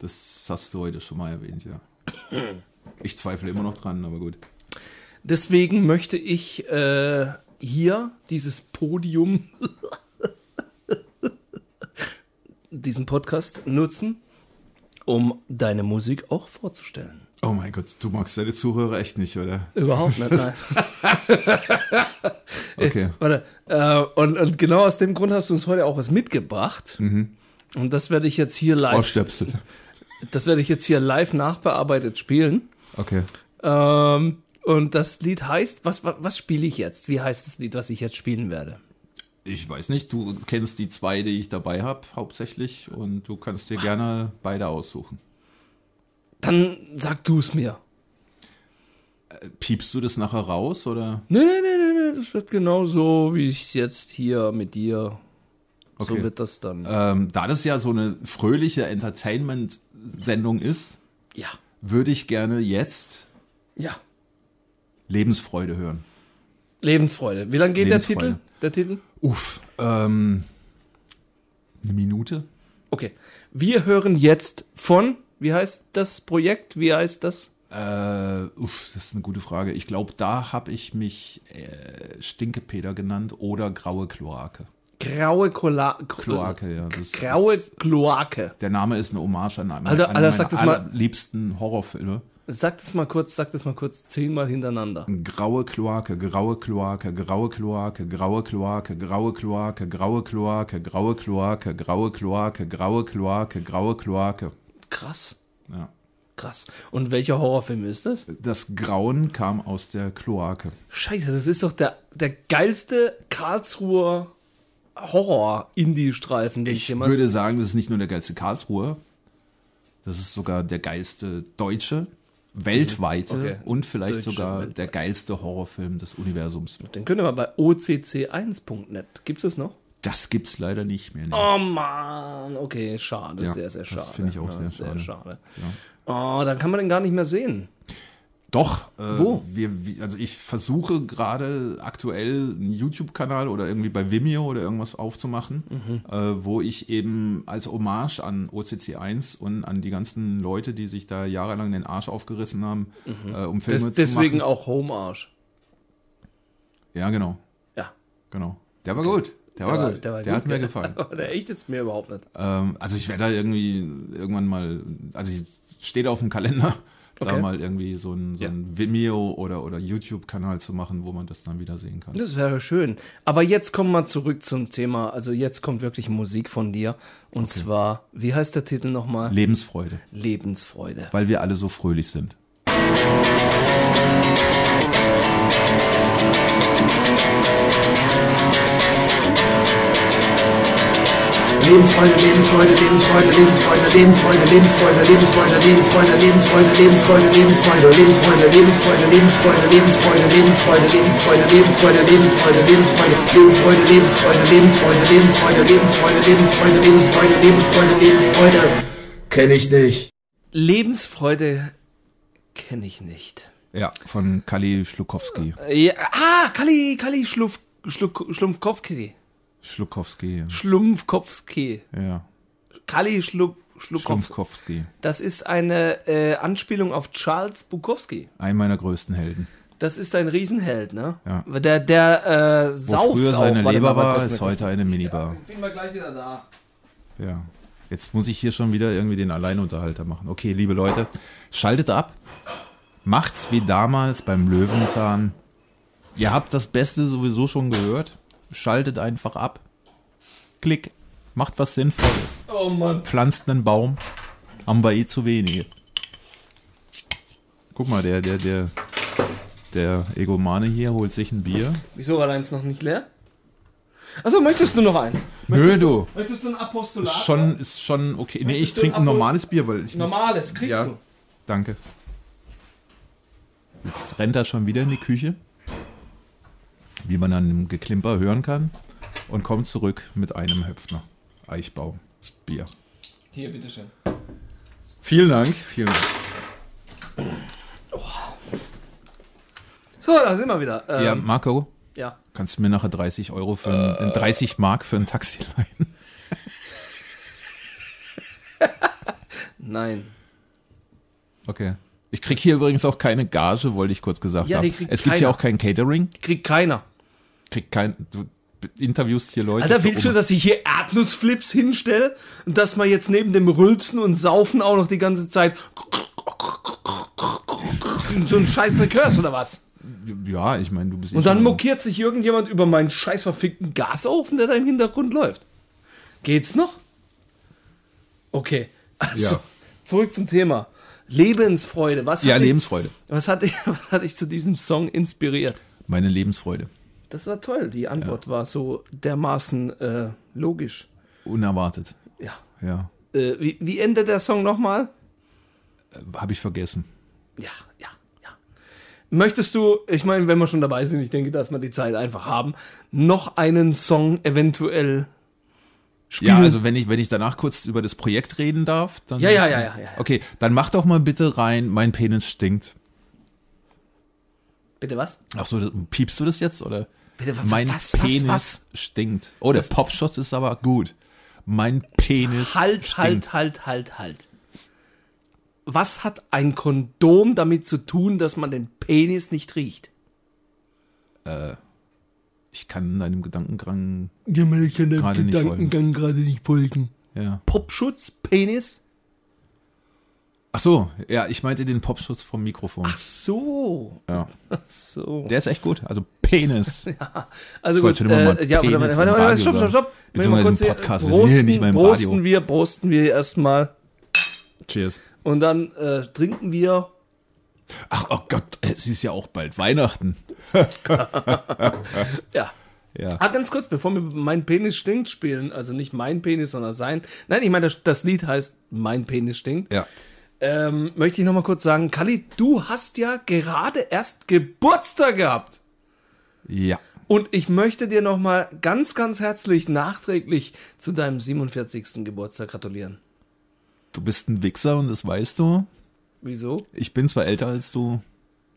Das hast du heute schon mal erwähnt, (coughs) ja. Ich zweifle immer noch dran, aber gut. Deswegen möchte ich äh, hier dieses Podium, (laughs) diesen Podcast nutzen, um deine Musik auch vorzustellen. Oh mein Gott, du magst deine Zuhörer echt nicht, (laughs) oder? Überhaupt nicht, nein. Okay. Warte, äh, und, und genau aus dem Grund hast du uns heute auch was mitgebracht. Und das werde ich jetzt hier Oh, live, Ohrstöpsel. das werde ich jetzt hier live nachbearbeitet spielen. Okay. Ähm, und das Lied heißt, was, was, was spiele ich jetzt? Wie heißt das Lied, was ich jetzt spielen werde? Ich weiß nicht, du kennst die zwei, die ich dabei habe, hauptsächlich, und du kannst dir gerne beide aussuchen. Dann sag du es mir. Piepst du das nachher raus, oder? Nee, nee, nee, nee, nee, das wird genau so, wie ich es jetzt hier mit dir. So Okay. wird das dann. Ähm, da das ja so eine fröhliche Entertainment-Sendung ist, ja. würde ich gerne jetzt Ja. Lebensfreude hören. Lebensfreude. Wie lange geht der Lebensfreude. Titel? Der Titel? Uff, ähm, eine Minute? Okay. Wir hören jetzt von, wie heißt das Projekt? Wie heißt das? Äh, uff, das ist eine gute Frage. Ich glaube, da habe ich mich äh, Stinkepeter genannt oder graue Kloake. Graue Kola Klo- Kloake, ja. Das Graue Ist, Kloake. der Name ist eine Hommage an einen Alter, an Alter, sag das mal. liebsten Horrorfilme. Sag das mal kurz, sag das mal kurz zehnmal hintereinander. Hm. Graue Kloake, graue Kloake, graue Kloake, graue Kloake, graue Kloake, graue Kloake, graue Kloake, graue Kloake, graue Kloake, graue Kloake. Krass. Ja. Krass. Und welcher Horrorfilm ist das? Das Grauen kam aus der Kloake. Scheiße, das ist doch der, der geilste Karlsruher Horror-Indie-Streifen, den ich Ich jemals. würde sagen, das ist nicht nur der geilste Karlsruher, das ist sogar der geilste deutsche, weltweite Mhm. Okay. und vielleicht Deutsche, sogar weltweit. der geilste Horrorfilm des Universums. Den können wir bei occ1.net. Gibt's das noch? Das gibt's leider nicht mehr. ne? Oh Mann, okay, schade, Ja, sehr, sehr das schade. finde ich auch sehr schade. Oh, dann kann man den gar nicht mehr sehen. Doch. Äh, Wo? Wir, wie- also ich versuche gerade aktuell einen YouTube-Kanal oder irgendwie bei Vimeo oder irgendwas aufzumachen, Mhm. äh, wo ich eben als Hommage an OCC1 und an die ganzen Leute, die sich da jahrelang den Arsch aufgerissen haben, äh, um Filme Mhm. Des, zu deswegen machen. auch Homearsch. Ja, genau. Ja. (laughs) Genau. Der war gut. Der, war gut. Der, hat mir ja. gefallen. Aber der echt jetzt mir überhaupt nicht. ähm, also ich werde da irgendwie irgendwann mal, also ich steht auf dem Kalender, da Okay. mal irgendwie so ein, so Ja. ein Vimeo oder, oder YouTube-Kanal zu machen, wo man das dann wieder sehen kann. Das wäre schön. Aber jetzt kommen wir zurück zum Thema. Also jetzt kommt wirklich Musik von dir. Und zwar, wie heißt der Titel nochmal? Lebensfreude, Lebensfreude. weil wir alle so fröhlich sind. Lebensfreude, Lebensfreude, Lebensfreude, Lebensfreude, Lebensfreude, Lebensfreude, Lebensfreude, Lebensfreude, Lebensfreude, Lebensfreude, Lebensfreude, Lebensfreude, Lebensfreude, Lebensfreude, Lebensfreude, Lebensfreude, Lebensfreude, Lebensfreude, Lebensfreude, Lebensfreude, Lebensfreude, Lebensfreude, Lebensfreude, Lebensfreude, Lebensfreude, Lebensfreude, Lebensfreude, Lebensfreude, Lebensfreude. Kenn ich nicht. Lebensfreude kenne ich nicht. Ja, von Kali Schlukowski. Ja, ah, Kali, Kali Schluff, Schluck, Schlumpfkowski. Schlukowski, Schlumpfkowski. ja. Kali Schlupp, Schluckowski. Schlumpfkowski. Das ist eine äh, Anspielung auf Charles Bukowski. Ein meiner größten Helden. Das ist ein Riesenheld, ne? Ja. Der, der äh, Wo sauft früher auch. seine Warte Leber mal, warte, war, kurz, ist kurz. heute eine Minibar. Bin mal gleich wieder da. Ja. Jetzt muss ich hier schon wieder irgendwie den Alleinunterhalter machen. Okay, liebe Leute, schaltet ab. Macht's wie damals beim Löwenzahn. Ihr habt das Beste sowieso schon gehört. Schaltet einfach ab. Klick. Macht was Sinnvolles. Oh Mann. Pflanzt einen Baum. Haben wir eh zu wenige. Guck mal, der, der, der, der Egomane hier holt sich ein Bier. Wieso war deins noch nicht leer? Achso, möchtest du noch eins? Nö, du. Möchtest du ein Apostolat? Ist schon, ist schon okay. Nee, ich Möchtest du trinke ein Apfel- normales Bier, weil ich muss- Normales, kriegst Ja. du. Danke. Jetzt rennt er schon wieder in die Küche, wie man an dem Geklimper hören kann, und kommt zurück mit einem Höpfner. Eichbaum. Bier. Hier, bitteschön. Vielen Dank. Vielen Dank. So, da sind wir wieder. Ähm, ja, Marco, ja. kannst du mir nachher 30 Euro für ein, 30 Mark für ein Taxi leihen? Nein. Okay. Ich krieg hier übrigens auch keine Gage, wollte ich kurz gesagt Ja, die haben. kriegt Es gibt hier keiner. auch kein Catering. Kriegt keiner. Kriegt kein. Du interviewst hier Leute. Alter, für um- willst du, dass ich hier Erdnussflips hinstelle und dass man jetzt neben dem Rülpsen und Saufen auch noch die ganze Zeit so einen scheiß Rekörs oder was? Ja, ich meine, du bist. eh Und dann Ingenieur. mokiert sich irgendjemand über meinen scheiß verfickten Gasofen, der da im Hintergrund läuft. Geht's noch? Okay. Also, Ja. zurück zum Thema. Lebensfreude. Was hat, Ja, dich, Lebensfreude. was, hat dich, (laughs) was hat dich zu diesem Song inspiriert? Meine Lebensfreude. Das war toll. Die Antwort war so dermaßen äh, logisch. Unerwartet. Ja. Ja. Äh, wie, wie endet der Song nochmal? Habe ich vergessen. Ja, ja, ja. Möchtest du, ich meine, wenn wir schon dabei sind, ich denke, dass wir die Zeit einfach haben, noch einen Song eventuell spielen? Ja, also wenn ich, wenn ich danach kurz über das Projekt reden darf, dann. Ja, ja, ja, ja, ja. Okay, dann mach doch mal bitte rein, mein Penis stinkt. Bitte was? Ach so, das- piepst du das jetzt oder? Bitte, wa- wa- mein was, was, Penis was? stinkt. Oh, der Popschutz ist aber gut. mein Penis. Halt, stinkt. halt, halt, halt, halt. Was hat ein Kondom damit zu tun, dass man den Penis nicht riecht? Ich kann deinem Gedankengang. Ja, man kann den Gerade nicht Gedankengang gerade nicht folgen. Ja. Popschutz, Penis? Ach so, ja, ich meinte den Popschutz vom Mikrofon. Ach so. Ja. Ach (laughs) so. Der ist echt gut. Also (laughs) Penis. Also Ich wollte gut, schon immer mal äh, ja, warte, Penis warte, warte, im warte, Radio stopp, stopp, sagen. stopp. Wenn wir mal Beziehungsweise kurz im hier Podcast, wir sind hier nicht mal im Radio. Prosten wir, prosten wir erstmal Cheers. und dann äh, trinken wir. Ach, oh Gott, es ist ja auch bald Weihnachten. Ja. Ja. Ah, ganz kurz, bevor wir Mein Penis stinkt spielen, also nicht mein Penis, sondern sein. Nein, ich meine, das, das Lied heißt Mein Penis stinkt. Ja. Ähm, möchte ich nochmal kurz sagen, Kali, du hast ja gerade erst Geburtstag gehabt. Ja. Und ich möchte dir nochmal ganz, ganz herzlich nachträglich zu deinem 47. Geburtstag gratulieren. Du bist ein Wichser und das weißt du. Wieso? Ich bin zwar älter als du,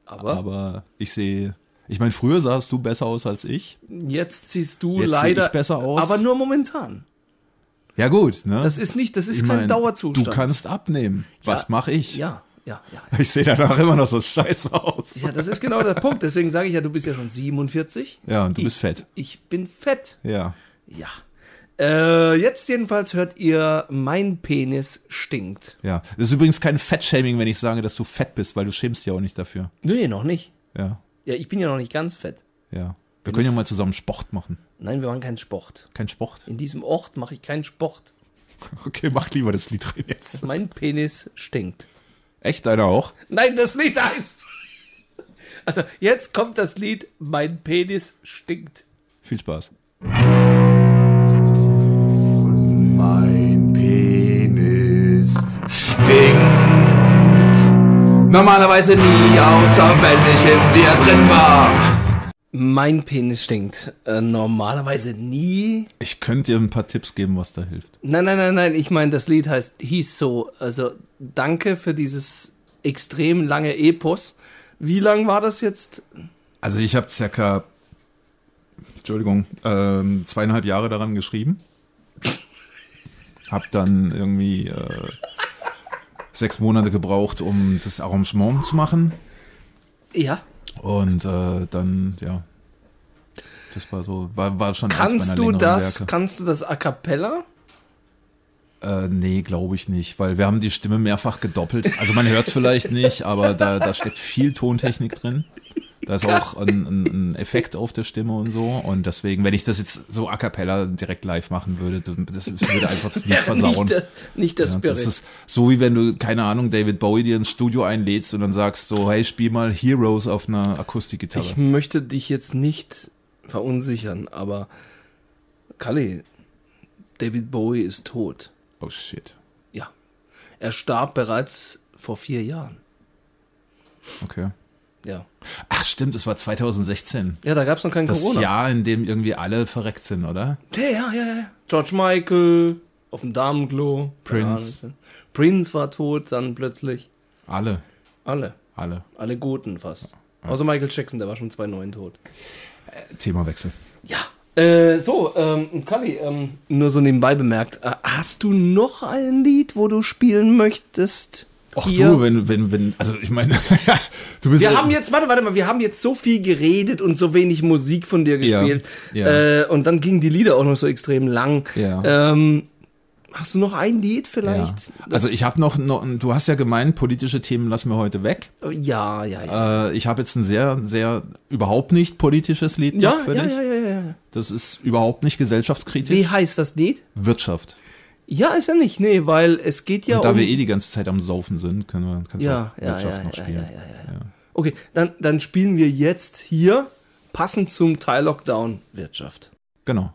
Aber, aber ich sehe. Ich meine, früher sahst du besser aus als ich. jetzt siehst du Jetzt seh leider ich besser aus. Aber nur momentan. Ja, gut, ne? Das ist nicht, das ist Ich kein mein, Dauerzustand. Du kannst abnehmen. Was mache ich? ja, ja, ja. Ich sehe danach immer noch so scheiße aus. Ja, das ist genau der Punkt. Deswegen sage ich ja, du bist ja schon 47. Ja, und du ich, bist fett. Ich bin fett. Ja. Ja. Äh, jetzt jedenfalls hört ihr, mein Penis stinkt. Ja. Das ist übrigens kein Fettshaming, wenn ich sage, dass du fett bist, weil du schämst ja auch nicht dafür. Nee, noch nicht. Ja. Ja, ich bin ja noch nicht ganz fett. Ja. Wir können ja mal zusammen Sport machen. Nein, wir machen keinen Sport. Kein Sport. In diesem Ort mache ich keinen Sport. (laughs) Okay, mach lieber das Lied rein jetzt. Mein Penis stinkt. Echt, deiner auch? Nein, das Lied heißt. Also, jetzt kommt das Lied Mein Penis stinkt. Viel Spaß. Mein Penis stinkt. Normalerweise nie, außer wenn ich in dir drin war. Mein Penis stinkt. Äh, normalerweise nie. Ich könnte dir ein paar Tipps geben, was da hilft. Nein, nein, nein, nein. Ich meine, das Lied heißt He's So. Also, danke für dieses extrem lange Epos. Wie lang war das jetzt? Also ich habe circa, Entschuldigung, ähm, zweieinhalb Jahre daran geschrieben. Hab dann irgendwie äh, sechs Monate gebraucht, um das Arrangement zu machen. Ja. Und äh, dann, ja, das war so, war, war schon eins meiner Kannst du längeren das? Werke. Kannst du das a cappella? Äh, nee, glaube ich nicht, weil wir haben die Stimme mehrfach gedoppelt. Also man hört es vielleicht nicht, aber da, da steckt viel Tontechnik drin. Da ist auch ein, ein, ein Effekt auf der Stimme und so. Und deswegen, wenn ich das jetzt so a cappella direkt live machen würde, das würde einfach (laughs) das Lied versauen. Nicht, der- nicht der Ja, Spirit. das ist so wie wenn du, keine Ahnung, David Bowie dir ins Studio einlädst und dann sagst so, hey, spiel mal Heroes auf einer Akustikgitarre. Ich möchte dich jetzt nicht verunsichern, aber Kali, David Bowie ist tot. Oh shit. Ja. Er starb bereits vor vier Jahren. Okay. Ja. Ach stimmt, es war 2016. Ja, da gab es noch kein Das Corona. Jahr, in dem irgendwie alle verreckt sind, oder? Ja, ja, ja, ja. George Michael, auf dem Damenklo. Prince. Ja, Prince war tot, dann plötzlich. Alle. Alle. Alle. Alle Guten fast. Außer Michael Jackson, der war schon 2009 tot. Themawechsel. Ja. Äh, so, ähm, Kali, ähm, nur so nebenbei bemerkt, äh, hast du noch ein Lied, wo du spielen möchtest? Ach Hier? du, wenn, wenn, wenn, also ich meine, (laughs) du bist Wir ja- haben jetzt, warte, warte mal, wir haben jetzt so viel geredet und so wenig Musik von dir Ja, gespielt. ja. Äh, und dann gingen die Lieder auch noch so extrem lang. Ja. Ähm, hast du noch ein Lied ja. vielleicht? Das- Also ich habe noch, noch, du hast ja gemeint, politische Themen lassen wir heute weg. oh, Ja, ja, ja. Äh, ich habe jetzt ein sehr, sehr überhaupt nicht politisches Lied noch Ja, für ja, dich. ja, ja, ja, ja. Das ist überhaupt nicht gesellschaftskritisch. Wie heißt das Lied? Wirtschaft. Ja, ist ja nicht, nee, weil es geht ja Und da um. wir eh die ganze Zeit am Saufen sind, können wir kannst du Ja, auch ja, Wirtschaft ja, noch ja, spielen. ja, Okay, dann, dann spielen wir jetzt hier passend zum Teil Lockdown Wirtschaft. Genau.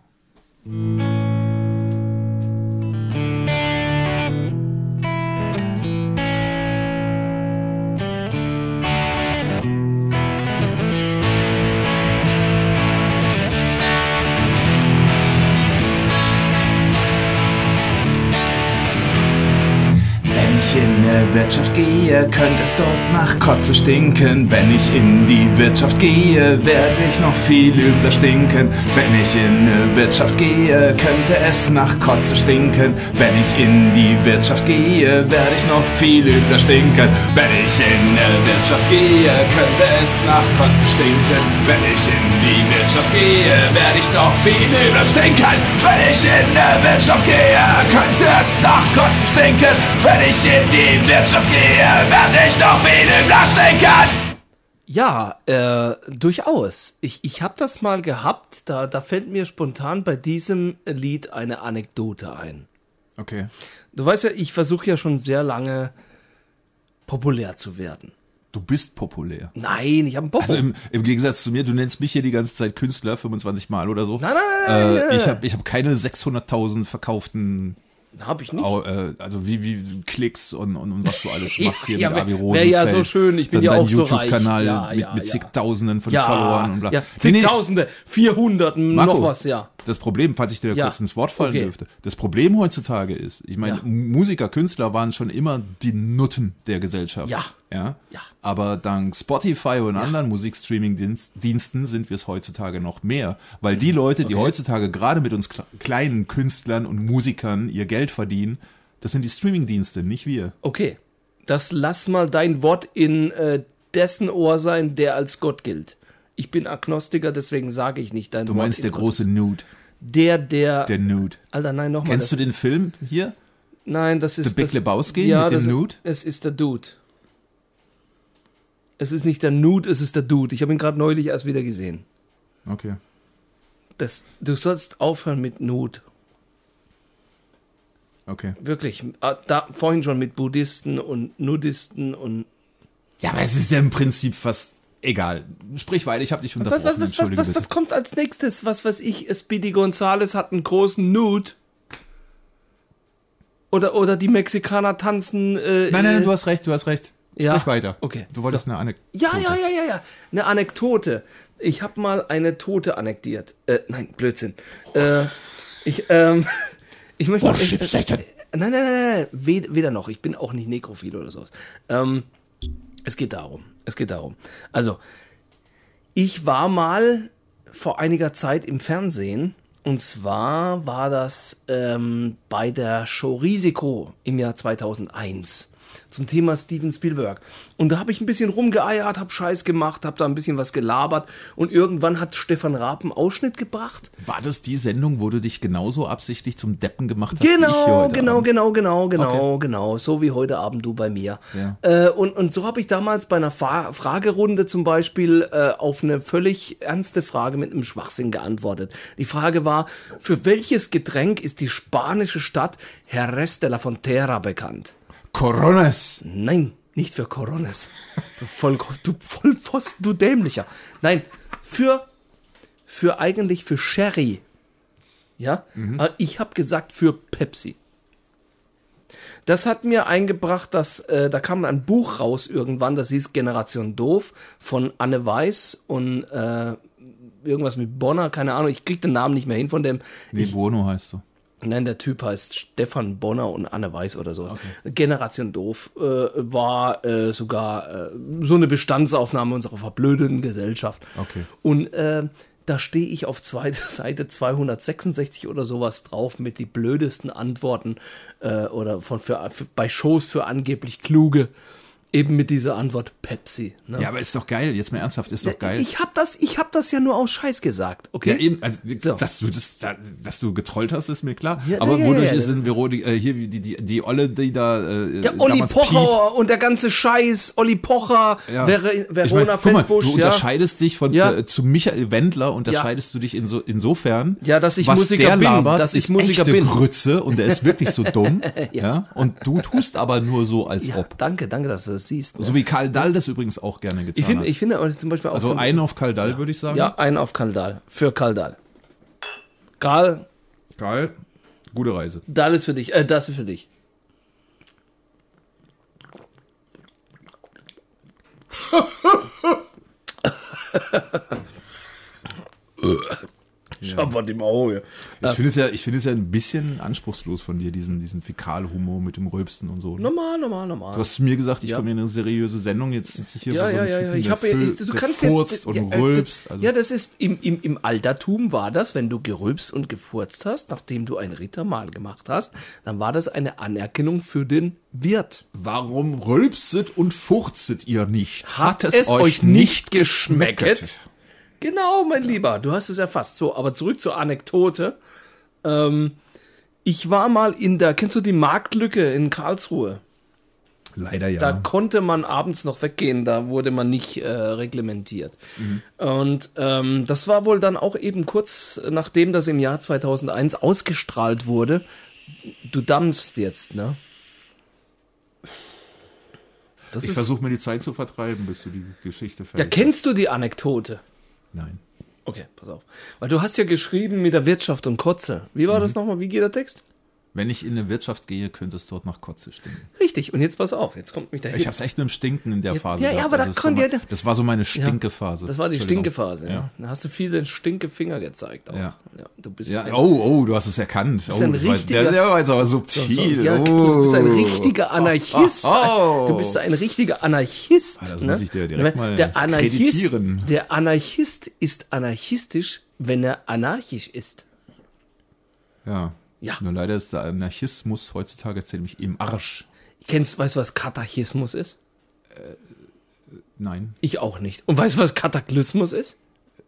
Wenn ich in ne Wirtschaft gehe, könnte es dort nach Kotze stinken. Wenn ich in die Wirtschaft gehe, werde ich noch viel übler stinken. Wenn ich in ne Wirtschaft gehe, könnte es nach Kotze stinken. Wenn ich in die Wirtschaft gehe, werde ich noch viel übler stinken. Wenn ich in ne Wirtschaft gehe, könnte es nach Kotze stinken. Wenn ich in die Wirtschaft gehe, werde ich noch viel übler stinken. Wenn ich in ne Wirtschaft gehe, könnte es nach Kotze stinken. Wenn ich in die Wirtschaft gehe, werde ich noch viel übler stinken. Ja, äh, durchaus. Ich, ich habe das mal gehabt, da, da fällt mir spontan bei diesem Lied eine Anekdote ein. Okay. Du weißt ja, ich versuche ja schon sehr lange populär zu werden. Du bist populär. Nein, ich habe einen Popo. Also im, im Gegensatz zu mir, du nennst mich hier die ganze Zeit Künstler 25 Mal oder so. Nein, nein, nein, nein, äh, ich nein. habe ich hab keine 600.000 verkauften habe ich nicht. Au, äh, also wie, wie Klicks und, und, und was du (laughs) alles Ja, machst hier ja, mit Avi wär- wär Rosenfeld. ja so schön, ich bin Dann ja dein auch so reich. YouTube-Kanal Ja, mit, ja, mit ja. zigtausenden von ja, Followern und bla. ja, Nee, nee, zigtausende, vierhundert, Marco, noch was, ja. Das Problem, falls ich dir da Ja, kurz ins Wort fallen okay. dürfte, das Problem heutzutage ist, ich meine, Ja. Musiker, Künstler waren schon immer die Nutten der Gesellschaft. Ja. ja? Ja. Aber dank Spotify und anderen Musikstreaming-Diensten sind wir es heutzutage noch mehr. Weil die Mhm. Leute, die heutzutage gerade mit uns kle- kleinen Künstlern und Musikern ihr Geld verdienen, das sind die Streaming-Dienste, nicht wir. Okay, das lass mal dein Wort in äh, dessen Ohr sein, der als Gott gilt. Ich bin Agnostiker, deswegen sage ich nicht dein Du Wort. meinst in der Gottes- große Nude. Der, der. Der Nude. Alter, nein, nochmal. Kennst du den Film hier? Nein, das ist. The Big das, Lebowski ja, mit dem das, Nude? Es ist der Dude. Es ist nicht der Nude, es ist der Dude. Ich habe ihn gerade neulich erst wieder gesehen. Okay. Das, du sollst aufhören mit Nude. Okay. Wirklich. Ah, Da, vorhin schon mit Buddhisten und Nudisten und. Ja, aber es ist ja im Prinzip fast egal. Sprich weiter, ich habe dich Was, unterbrochen. was, was, was, Entschuldige was, bitte. was kommt als nächstes? Was weiß ich? Speedy Gonzales hat einen großen Nude. Oder, oder die Mexikaner tanzen. Äh, nein, nein, äh, nein, du hast recht, du hast recht. Sprich Ja, weiter. okay. Du wolltest eine Anekdote. äh, Ja, ja, ja, ja, ja. Eine Anekdote. Ich habe mal eine Tote annektiert. Äh, nein, Blödsinn. Äh, ich, ähm, (laughs) ich möchte. ich, äh, Satan. nein, nein, nein, nein. Wed weder noch. Ich bin auch nicht nekrophil oder sowas. Ähm, es geht darum. Es geht darum. Also, ich war mal vor einiger Zeit im Fernsehen. Und zwar war das ähm, bei der Show Risiko im Jahr 2001 zum Thema Steven Spielberg. Und da habe ich ein bisschen rumgeeiert, habe Scheiß gemacht, habe da ein bisschen was gelabert. Und irgendwann hat Stefan Raab einen Ausschnitt gebracht. War das die Sendung, wo du dich genauso absichtlich zum Deppen gemacht hast? wie ich hier Genau, heute genau, Abend? genau, genau, genau, genau. So wie heute Abend du bei mir. Äh, und, und so habe ich damals bei einer Fa Fragerunde zum Beispiel äh, auf eine völlig ernste Frage mit einem Schwachsinn geantwortet. Die Frage war, für welches Getränk ist die spanische Stadt Jerez de la Frontera bekannt? Coronas. Nein, nicht für Coronas. Du, voll, du Vollpfosten, du Dämlicher. Nein, für, für eigentlich für Sherry. Ja, aber ich habe gesagt für Pepsi. Das hat mir eingebracht, dass äh, da kam ein Buch raus irgendwann, das hieß Generation Doof von Anne Weiß und äh, irgendwas mit Bonner, keine Ahnung, ich krieg den Namen nicht mehr hin von dem. Nee, Bono heißt du. Nein, der Typ heißt Stefan Bonner und Anne Weiß oder sowas. Generation Doof äh, war äh, sogar äh, so eine Bestandsaufnahme unserer verblödeten Gesellschaft. Okay. Und äh, da stehe ich auf zweiter (laughs) Seite 266 oder sowas drauf mit die blödesten Antworten äh, oder von für, für, bei Shows für angeblich kluge. Eben mit dieser Antwort Pepsi. Ne? Ja, aber ist doch geil. Jetzt mal ernsthaft, ist doch geil. Ich habe das, ich hab das ja nur aus Scheiß gesagt, okay? Ja, eben, also, So. dass, du das, da- dass du getrollt hast, ist mir klar. Ja, Aber ja, ja, wodurch ja. ist in Verodi, äh, hier die, die, die Olle, die da. Äh, Der Olli damals Piep- Pocher und der ganze Scheiß, Olli Pocher, Ja. Ver Verona ich mein, guck mal, Feldbusch, Du ja. unterscheidest dich von Ja. äh, zu Michael Wendler unterscheidest du dich inso, insofern, Ja, dass ich was Musiker der bin, labert, dass ich ist Musiker echte bin. Grütze und der ist wirklich (laughs) so dumm, ja. Und du tust aber nur so, als ja. ob. Danke, danke, dass du das siehst. ne? So wie Karl Dall das übrigens auch gerne getan ich finde, hat. ich finde auch zum Beispiel auch also zum, einen auf Karl Dall würde ich sagen. ja, einen auf Kaldal, für Kaldal. Karl, Karl, gute Reise. Dal ist für dich, äh, das ist für (laughs) dich. Schampert im Auge. Ich finde es ja, ich finde es ja ein bisschen anspruchslos von dir, diesen, diesen Fäkalhumor mit dem Rülpsten und so. Normal, normal, normal. Du hast mir gesagt, ich Ja. komme in eine seriöse Sendung, jetzt sitze ich hier ja, bei so ja, einem ja, ja. Typen, Ich der habe ja, ich- fü- du der kannst furzt jetzt, und ja, äh, rülpst. Also, ja, das ist im, im, im Altertum war das, wenn du gerülpst und gefurzt hast, nachdem du ein Rittermahl gemacht hast, dann war das eine Anerkennung für den Wirt. warum rülpset und furzet ihr nicht? geschmeckt? geschmeckt? Genau, mein Lieber, du hast es erfasst. So, aber zurück zur Anekdote. Ähm, ich war mal in der, kennst du die Marktlücke in Karlsruhe? Leider ja. Da konnte man abends noch weggehen, da wurde man nicht äh, reglementiert. Mhm. Und ähm, das war wohl dann auch eben kurz nachdem das im Jahr 2001 ausgestrahlt wurde. Du dampfst jetzt, ne? Das ich ist, versuche mir die Zeit zu vertreiben, bis du die Geschichte ja, fertig kennst du die Anekdote? Nein. Okay, pass auf. Weil du hast ja geschrieben mit der Wirtschaft und Kotze. Wie Mhm. war das nochmal? Wie geht der Text? Wenn ich in eine Wirtschaft gehe, könnte es dort nach Kotze stinken. Richtig, und jetzt pass auf, jetzt kommt mich der Ich habe es echt mit dem Stinken in der Phase. ja, ja, gehabt. aber da das, ist konnte so ja- mein, das war so meine Stinkephase. Das war die Entschuldigung. Stinkephase. Ja. Da hast du viel den Stinkefinger gezeigt. Auch. Ja. Du bist Ja, ein- oh, oh, du hast es erkannt. Oh, ein das war- richtiger- der, der war jetzt aber So, subtil. ja, oh. Du bist ein (laughs) richtiger Anarchist. Oh. Ah, Du bist ein richtiger Anarchist. das ne? muss ich dir direkt mal der Anarchist, kreditieren. der Anarchist ist anarchistisch, wenn er anarchisch ist. Ja. Ja. Nur leider ist der Anarchismus heutzutage ziemlich im Arsch. Kennst, weißt du, was Katachismus ist? Nein. Ich auch nicht. Und weißt du, was Kataklysmus ist?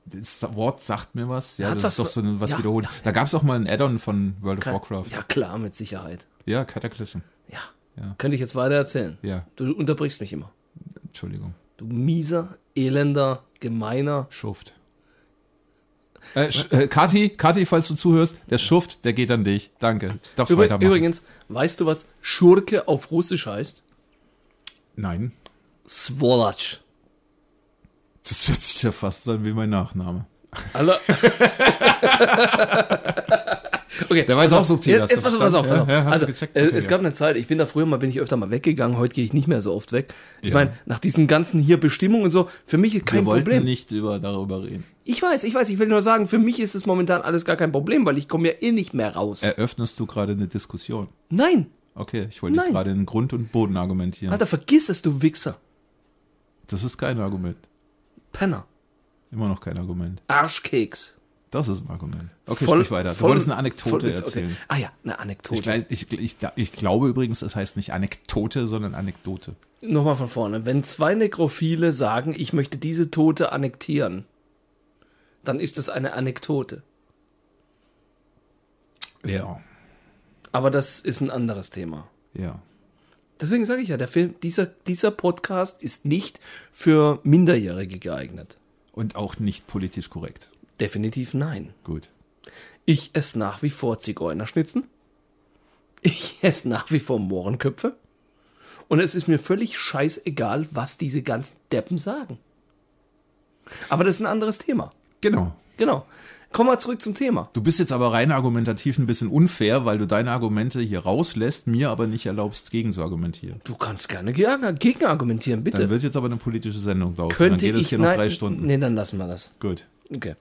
Das Wort sagt mir was. Ja, Hat das was ist doch so ein, was ja, wiederholt. Da gab es auch mal ein Add-on von World of Warcraft. Ja, klar, mit Sicherheit. Ja, Cataclysm. Ja. Ja. Könnte ich jetzt weiter erzählen. Ja. Du unterbrichst mich immer. Entschuldigung. Du mieser, elender, gemeiner. Schuft. Äh, Sch- äh, Kati, Kati, falls du zuhörst, der Schuft, der geht an dich. Danke. Darfst Übr- weitermachen. Übrigens, weißt du, was Schurke auf Russisch heißt? Nein. Swolach. Das hört sich ja fast an wie mein Nachname. Alle. (laughs) okay, Der war jetzt pass auch auf. subtil, Jetzt, hast du jetzt pass auf, pass auf. Pass verstanden? auf. Ja, ja, hast also, du gecheckt? äh, Okay, es ja. gab eine Zeit, ich bin da früher mal, bin ich öfter mal weggegangen, heute gehe ich nicht mehr so oft weg. Ich meine, nach diesen ganzen hier Bestimmungen und so, für mich ist Wir kein wollten Problem. nicht über, darüber reden. Ich weiß, ich weiß, ich will nur sagen, für mich ist es momentan alles gar kein Problem, weil ich komme ja eh nicht mehr raus. Äh. Eröffnest du gerade eine Diskussion? Nein, Okay, ich wollte Nein. dich gerade in Grund und Boden argumentieren. Alter, vergiss es, du Wichser. Das ist kein Argument. Penner. Immer noch kein Argument. Arschkeks. Das ist ein Argument. Okay, Voll- sprich weiter. Du voll- wolltest eine Anekdote voll- okay. erzählen. Ah ja, eine Anekdote. Ich, gleich- ich, ich, ich glaube übrigens, es heißt nicht Anekdote, sondern Anekdote. Nochmal von vorne. Wenn zwei Nekrophile sagen, ich möchte diese Tote annektieren, dann ist das eine Anekdote. Ja. Aber das ist ein anderes Thema. Ja. Deswegen sage ich ja, der Film, dieser, dieser Podcast ist nicht für Minderjährige geeignet. Und auch nicht politisch korrekt. Definitiv nein. Gut. Ich esse nach wie vor Zigeunerschnitzen. Ich (laughs) esse nach wie vor Mohrenköpfe. Und es ist mir völlig scheißegal, was diese ganzen Deppen sagen. Aber das ist ein anderes Thema. Genau. Genau. Kommen wir zurück zum Thema. Du bist jetzt aber rein argumentativ ein bisschen unfair, weil du deine Argumente hier rauslässt, mir aber nicht erlaubst, gegen zu argumentieren. Du kannst gerne gegen, gegen argumentieren, Dann bitte. wird jetzt aber eine politische Sendung draus. und dann Könnte geht es ich hier noch nein- drei Stunden. Nee, dann lassen wir das. Gut. Okay.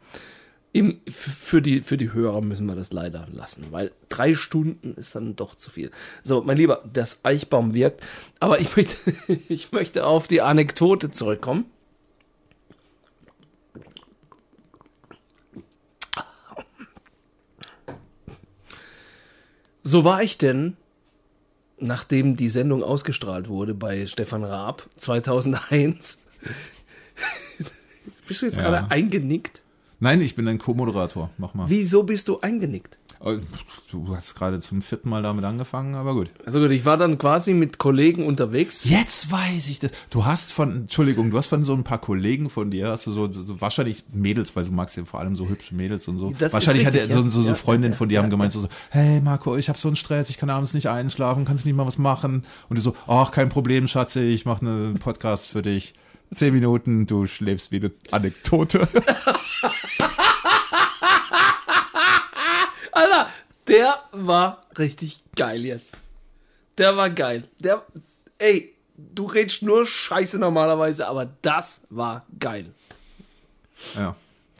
Im, f- für, die, für die Hörer müssen wir das leider lassen, weil drei Stunden ist dann doch zu viel. So, mein Lieber, das Eichbaum wirkt. Aber ich (laughs) möchte, ich möchte auf die Anekdote zurückkommen. So war ich denn, nachdem die Sendung ausgestrahlt wurde bei Stefan Raab 2001. Bist du jetzt gerade eingenickt? Nein, ich bin ein Co-Moderator. Mach mal. Wieso bist du eingenickt? Oh, Du hast gerade zum vierten Mal damit angefangen, aber gut. Also gut, ich war dann quasi mit Kollegen unterwegs. Jetzt weiß ich das. Du hast von, Entschuldigung, du hast von so ein paar Kollegen von dir, hast du so, so wahrscheinlich Mädels, weil du magst ja vor allem so hübsche Mädels und so. Das ist wahrscheinlich hat richtig, er so, ja. so, so Ja, Freundinnen von dir haben gemeint so, so, hey Marco, ich habe so einen Stress, ich kann abends nicht einschlafen, kannst nicht mal was machen. Und du so, ach, kein Problem, Schatzi, ich mache einen Podcast für dich. Zehn Minuten, du schläfst wie eine Anekdote. (laughs) Alter, der war richtig geil jetzt. Der war geil. Der, ey, du redest nur Scheiße normalerweise, aber das war geil. ja.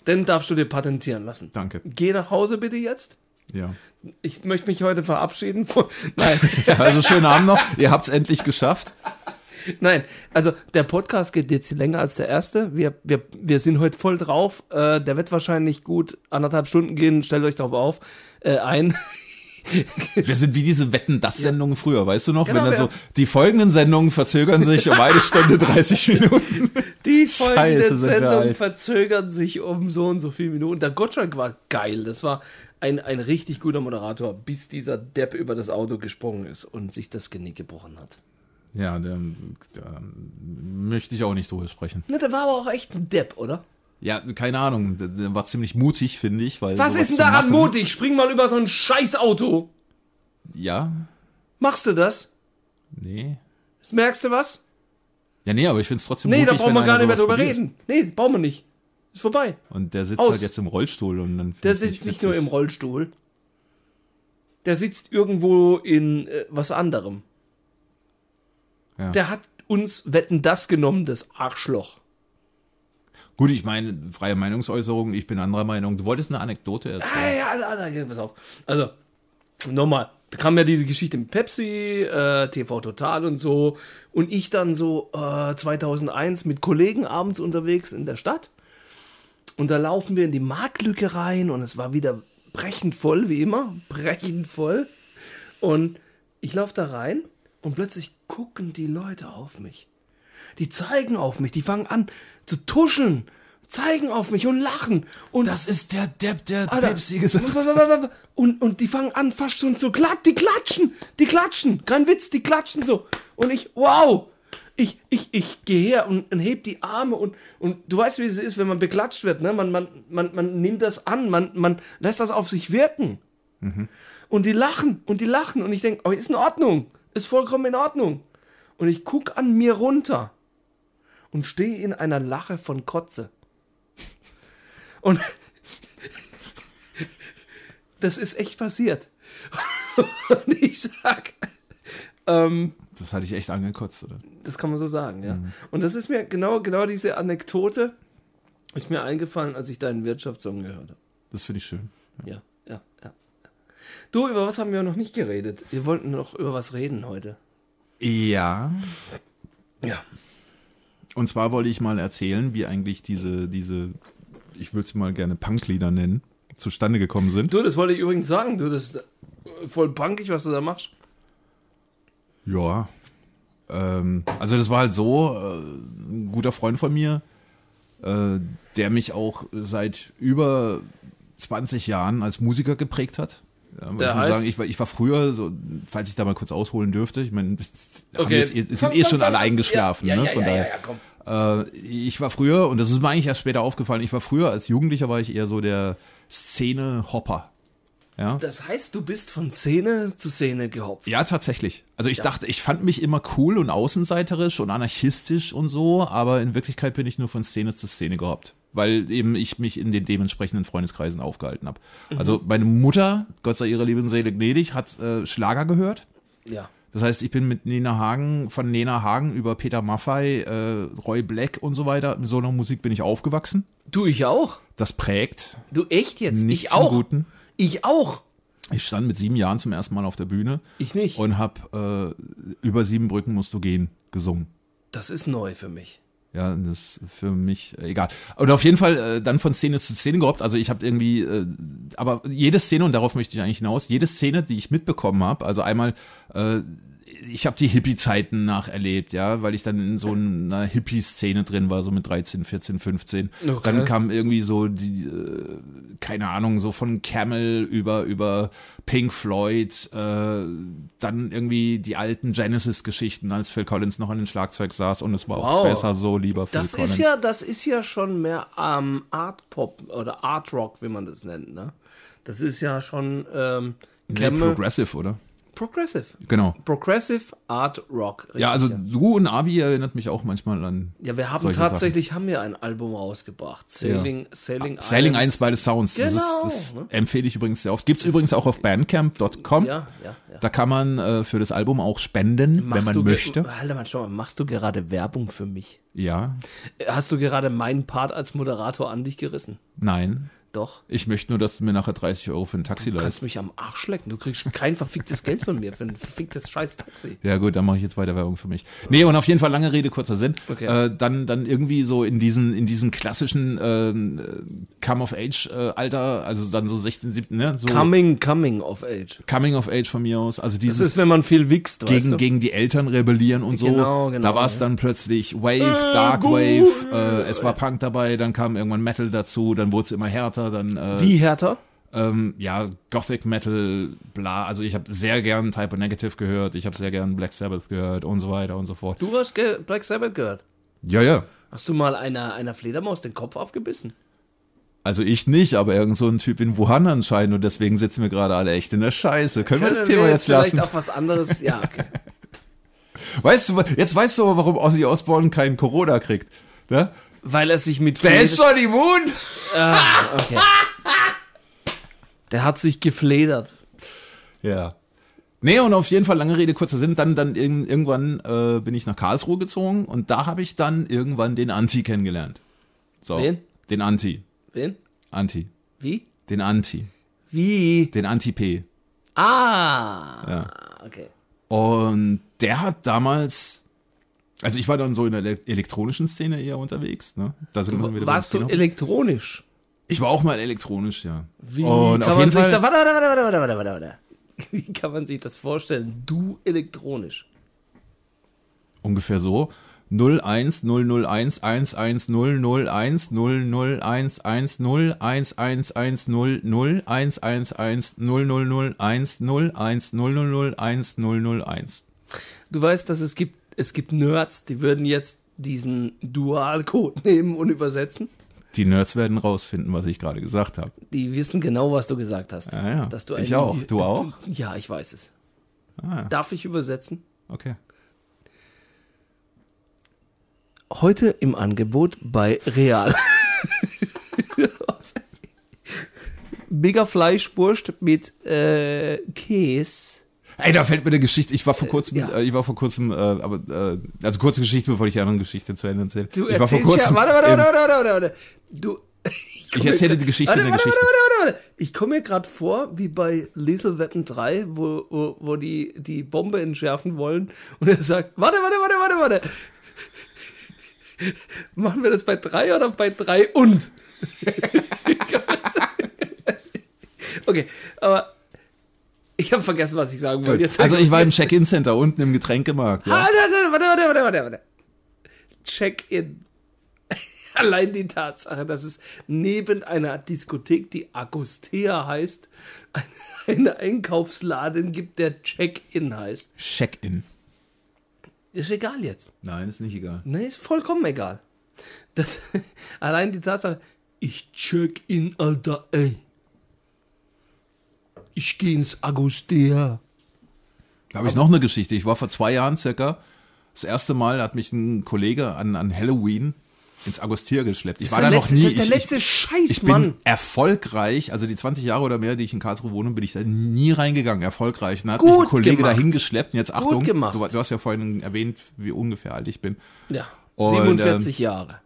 Den darfst du dir patentieren lassen. Danke. Geh nach Hause bitte jetzt. Ja. Ich möchte mich heute verabschieden von. (laughs) Nein, Also schönen Abend noch. Ihr habt es endlich geschafft. nein. Also der Podcast geht jetzt länger als der erste. Wir, wir, wir sind heute voll drauf. Äh, der wird wahrscheinlich gut anderthalb Stunden gehen. Stellt euch drauf auf. Äh, ein. Wir sind wie diese Wetten, das Sendungen früher, weißt du noch? Genau, Wenn dann ja. so die folgenden Sendungen verzögern sich um (laughs) eine Stunde 30 Minuten. Die Scheiße, folgenden sind wir Sendungen alt. verzögern sich um so und so viele Minuten. Der Gottschalk war geil. Das war ein, ein richtig guter Moderator, bis dieser Depp über das Auto gesprungen ist und sich das Genick gebrochen hat. Ja, da, da möchte ich auch nicht drüber sprechen. Ne, der war aber auch echt ein Depp, oder? Ja, keine Ahnung. Der- der War ziemlich mutig, finde ich. Weil Was sowas ist denn zu daran machen- ne? mutig? Spring mal über so ein Scheißauto. Ja, Machst du das? nee. Merkst du was? Ja, nee, aber ich finde es trotzdem Nee, mutig, da brauchen wenn wir gar einer nicht mehr sowas drüber probiert. reden. Nee, brauchen wir nicht. Ist vorbei. Und der sitzt Aus. halt jetzt im Rollstuhl und dann. Der find's sitzt nicht witzig. nur im Rollstuhl. Der sitzt irgendwo in äh, was anderem. Ja. Der hat uns Wetten das genommen, das Arschloch. Gut, ich meine, freie Meinungsäußerung, ich bin anderer Meinung. Du wolltest eine Anekdote erzählen. Ah, ja, Alter, Alter, pass auf. Also, nochmal. Da kam ja diese Geschichte mit Pepsi, äh, TV Total und so. Und ich dann so äh, 2001 mit Kollegen abends unterwegs in der Stadt. Und da laufen wir in die Marktlücke rein und es war wieder brechend voll, wie immer. (laughs) Brechend voll. Und ich laufe da rein und plötzlich gucken die Leute auf mich. Die zeigen auf mich, die fangen an zu tuscheln, zeigen auf mich und lachen. Und Das ist der Depp, der Alter. Pepsi gesagt hat. Und, und die fangen an, fast schon zu klatschen. Die klatschen, die klatschen. Kein Witz, die klatschen so. Und ich, wow. Ich, ich, ich gehe her und, und heb die Arme und, und du weißt, wie es ist, wenn man beklatscht wird. Ne? Man, man, man, man nimmt das an, man, man lässt das auf sich wirken. Mhm. Und die lachen und die lachen und ich denke, oh, ist in Ordnung. Ist vollkommen in Ordnung. Und ich guck an mir runter und stehe in einer Lache von Kotze. Und das ist echt passiert. (laughs) Und ich sag, ähm, Das hatte ich echt angekotzt, oder? das kann man so sagen, ja. Mhm. Und das ist mir genau, genau diese Anekdote, ist mir eingefallen, als ich deinen Wirtschaftssong gehört habe. Das finde ich schön. Ja, ja, ja. Du, über was haben wir noch nicht geredet? Wir wollten noch über was reden heute. Ja. Ja. Und zwar wollte ich mal erzählen, wie eigentlich diese, diese, ich würde sie mal gerne Punklieder nennen, zustande gekommen sind. Du, das wollte ich übrigens sagen. Du, das ist äh, voll punkig, was du da machst. Ja. Ähm, also das war halt so, äh, ein guter Freund von mir, äh, der mich auch seit über 20 Jahren als Musiker geprägt hat. Ja, weil Der ich muss heißt? sagen, ich war, ich war früher, so, falls ich da mal kurz ausholen dürfte, ich meine, (laughs) haben Okay. jetzt, sind Komm, eh komm, schon komm, alle komm. eingeschlafen. Ja, ja, ne? ja, Von ja, daher. ja, ja, komm. Äh, ich war früher, und das ist mir eigentlich erst später aufgefallen, ich war früher als Jugendlicher war ich eher so der Szene-Hopper. Ja? Das heißt, du bist von Szene zu Szene gehopft. ja, tatsächlich. Also ich dachte, ich fand mich immer cool und außenseiterisch und anarchistisch und so, aber in Wirklichkeit bin ich nur von Szene zu Szene gehoppt, weil eben ich mich in den dementsprechenden Freundeskreisen aufgehalten habe. Mhm. Also meine Mutter, Gott sei ihrer lieben Seele gnädig, hat äh, Schlager gehört. Ja. Das heißt, ich bin mit Nena Hagen, von Nena Hagen über Peter Maffei, äh, Roy Black und so weiter, in so einer Musik bin ich aufgewachsen. Du, ich auch. Das prägt. Du, echt jetzt? Nicht ich zum auch. Guten. Ich auch. Ich stand mit sieben Jahren zum ersten Mal auf der Bühne Ich nicht. und habe äh, über sieben Brücken musst du gehen gesungen. Das ist neu für mich. Ja, das ist für mich äh, egal. Und auf jeden Fall äh, dann von Szene zu Szene gehoppt. Also ich habe irgendwie, äh, aber jede Szene, und darauf möchte ich eigentlich hinaus, jede Szene, die ich mitbekommen habe, also einmal, äh, ich habe die Hippie-Zeiten nacherlebt, ja, weil ich dann in so einer Hippie-Szene drin war, so mit 13, 14, 15. Okay. Dann kam irgendwie so die, äh, keine Ahnung, so von Camel über, über Pink Floyd, äh, dann irgendwie die alten Genesis-Geschichten, als Phil Collins noch an den Schlagzeug saß und es war Wow. auch besser so, lieber Phil Das Collins. ist ja, das ist ja schon mehr ähm, Art Pop oder Art Rock, wie man das nennt, ne? Das ist ja schon ähm, Nee, Camel. Progressive, oder? Progressive. Genau. Progressive Art Rock. Richtig, Ja, also du und Avi erinnert mich auch manchmal an. Ja, wir haben solche tatsächlich haben wir ein Album rausgebracht. Sailing, Sailing, Sachen. Ah, Sailing 1 Islands. by the Sounds. Genau, Das, ist, das ne? empfehle ich übrigens sehr oft. Gibt's übrigens auch auf bandcamp.com. Ja, ja, ja. Da kann man äh, für das Album auch spenden, wenn Machst man du ge- möchte. Alter, Mann, schau mal, machst du gerade Werbung für mich? Ja, Hast du gerade meinen Part als Moderator an dich gerissen? nein. Doch. Ich möchte nur, dass du mir nachher 30 Euro für ein Taxi Du leistest. kannst mich am Arsch lecken. Du kriegst kein verficktes Geld von mir für ein verficktes scheiß Taxi. Ja gut, dann mache ich jetzt weiter Werbung für mich. Nee, und auf jeden Fall lange Rede, kurzer Sinn. Okay. Äh, dann, dann irgendwie so in diesen, in diesen klassischen ähm, äh, Come-of-Age-Alter, also dann so 16, 17, ne? So Coming, coming of age. Coming of Age von mir aus. Also Das dieses ist, wenn man viel wichst, weißt gegen, du? gegen die Eltern rebellieren und so. Genau, genau, Äh, da war es ja. dann plötzlich Wave, Dark Wave, äh, es war Punk dabei, dann kam irgendwann Metal dazu, dann wurde es immer härter, dann äh, Wie härter? Ähm, ja, Gothic Metal, bla. Also ich habe sehr gern Type O Negative gehört, ich habe sehr gern Black Sabbath gehört und so weiter und so fort. Du hast ge- Black Sabbath gehört. Ja, ja. Hast du mal einer, einer Fledermaus den Kopf abgebissen? Also ich nicht, aber irgend so ein Typ in Wuhan anscheinend und deswegen sitzen wir gerade alle echt in der Scheiße. Können wir das Können wir Thema jetzt vielleicht lassen? auf was anderes? Ja, okay. (laughs) Weißt du, jetzt weißt du aber, warum Ozzy Osbourne keinen Corona kriegt. Ne? Weil er sich mit Der Fleder- ist schon immun! Okay. Der hat sich gefledert. Ja. Nee, und auf jeden Fall, lange Rede, kurzer Sinn, dann, dann irg irgendwann äh, bin ich nach Karlsruhe gezogen und da habe ich dann irgendwann den Anti kennengelernt. So. Wen? Den Anti. Wen? Anti. Wie? Den Anti. Wie? Den Anti-P. Ah! Okay. Und der hat damals, also ich war dann so in der ele- elektronischen Szene eher unterwegs, ne? Da sind wir wieder beim Warst du Thema. elektronisch? Ich war auch mal elektronisch, ja. Wie Oh, und kann auf man jeden sich Fall, da. Warte, warte, warte, warte, warte, warte, warte. (laughs) Wie kann man sich das vorstellen? Du elektronisch. ungefähr so. 01 001 11 001 001 10 11 0 0 1 1 1 0 0 1 0 1 0 1 0 1 Du weißt, dass es gibt, es gibt Nerds, die würden jetzt diesen Dualcode (laughs) nehmen und übersetzen. Die Nerds werden rausfinden, was ich gerade gesagt habe. Die wissen genau, was du gesagt hast. Ja, Ah, ja. Dass du Ich ein- auch. Du auch? Ah. Ja, ich weiß es. Darf ich übersetzen? Okay. Heute im Angebot bei Real. (laughs) Mega Fleischwurst mit äh, Käse. Ey, da fällt mir eine Geschichte. Ich war vor kurzem, ja. äh, ich war vor kurzem, äh, aber äh, also kurze Geschichte, bevor ich die andere Geschichte zu Ende erzähle. Du ich war vor erzählst kurzem. Ja, warte, warte, im- warte, warte, warte, warte, warte. Du. Ich erzähle die Geschichte warte, in der warte, Geschichte. Warte, warte, warte. Ich komme mir gerade vor, wie bei Lethal Weapon 3, wo, wo, wo die die Bombe entschärfen wollen und er sagt, warte, warte, warte, warte, warte. Machen wir das bei 3 oder bei 3 und? (laughs) okay, aber ich habe vergessen, was ich sagen wollte. Jetzt- Also ich war im Check-in-Center unten im Getränkemarkt. Ja. Ah, warte, warte, warte, warte, warte, warte. Check-in. (laughs) Allein die Tatsache, dass es neben einer Diskothek, die Agostea heißt, ein- (laughs) einen Einkaufsladen gibt, der Check-in heißt. Check-in. Ist egal jetzt. Nein, ist nicht egal. Ne, ist vollkommen egal. Das, (laughs) allein die Tatsache, ich check in, Alter, ey. Ich geh ins Agostea. Da habe ich noch eine Geschichte. Ich war vor zwei Jahren circa. Das erste Mal hat mich ein Kollege an, an Halloween ins Agostier geschleppt. Ich war da der noch letzte- nie. das ist der ich, letzte ich, Scheiß, ich bin Mann. erfolgreich, also die 20 Jahre oder mehr, die ich in Karlsruhe wohne, bin ich da nie reingegangen. Erfolgreich. Und Da hat mich Gut ein Kollege gemacht. da hingeschleppt. Und jetzt Achtung, gemacht. Du, du hast ja vorhin erwähnt, wie ungefähr alt ich bin. Ja, Und, ähm, 47 Jahre.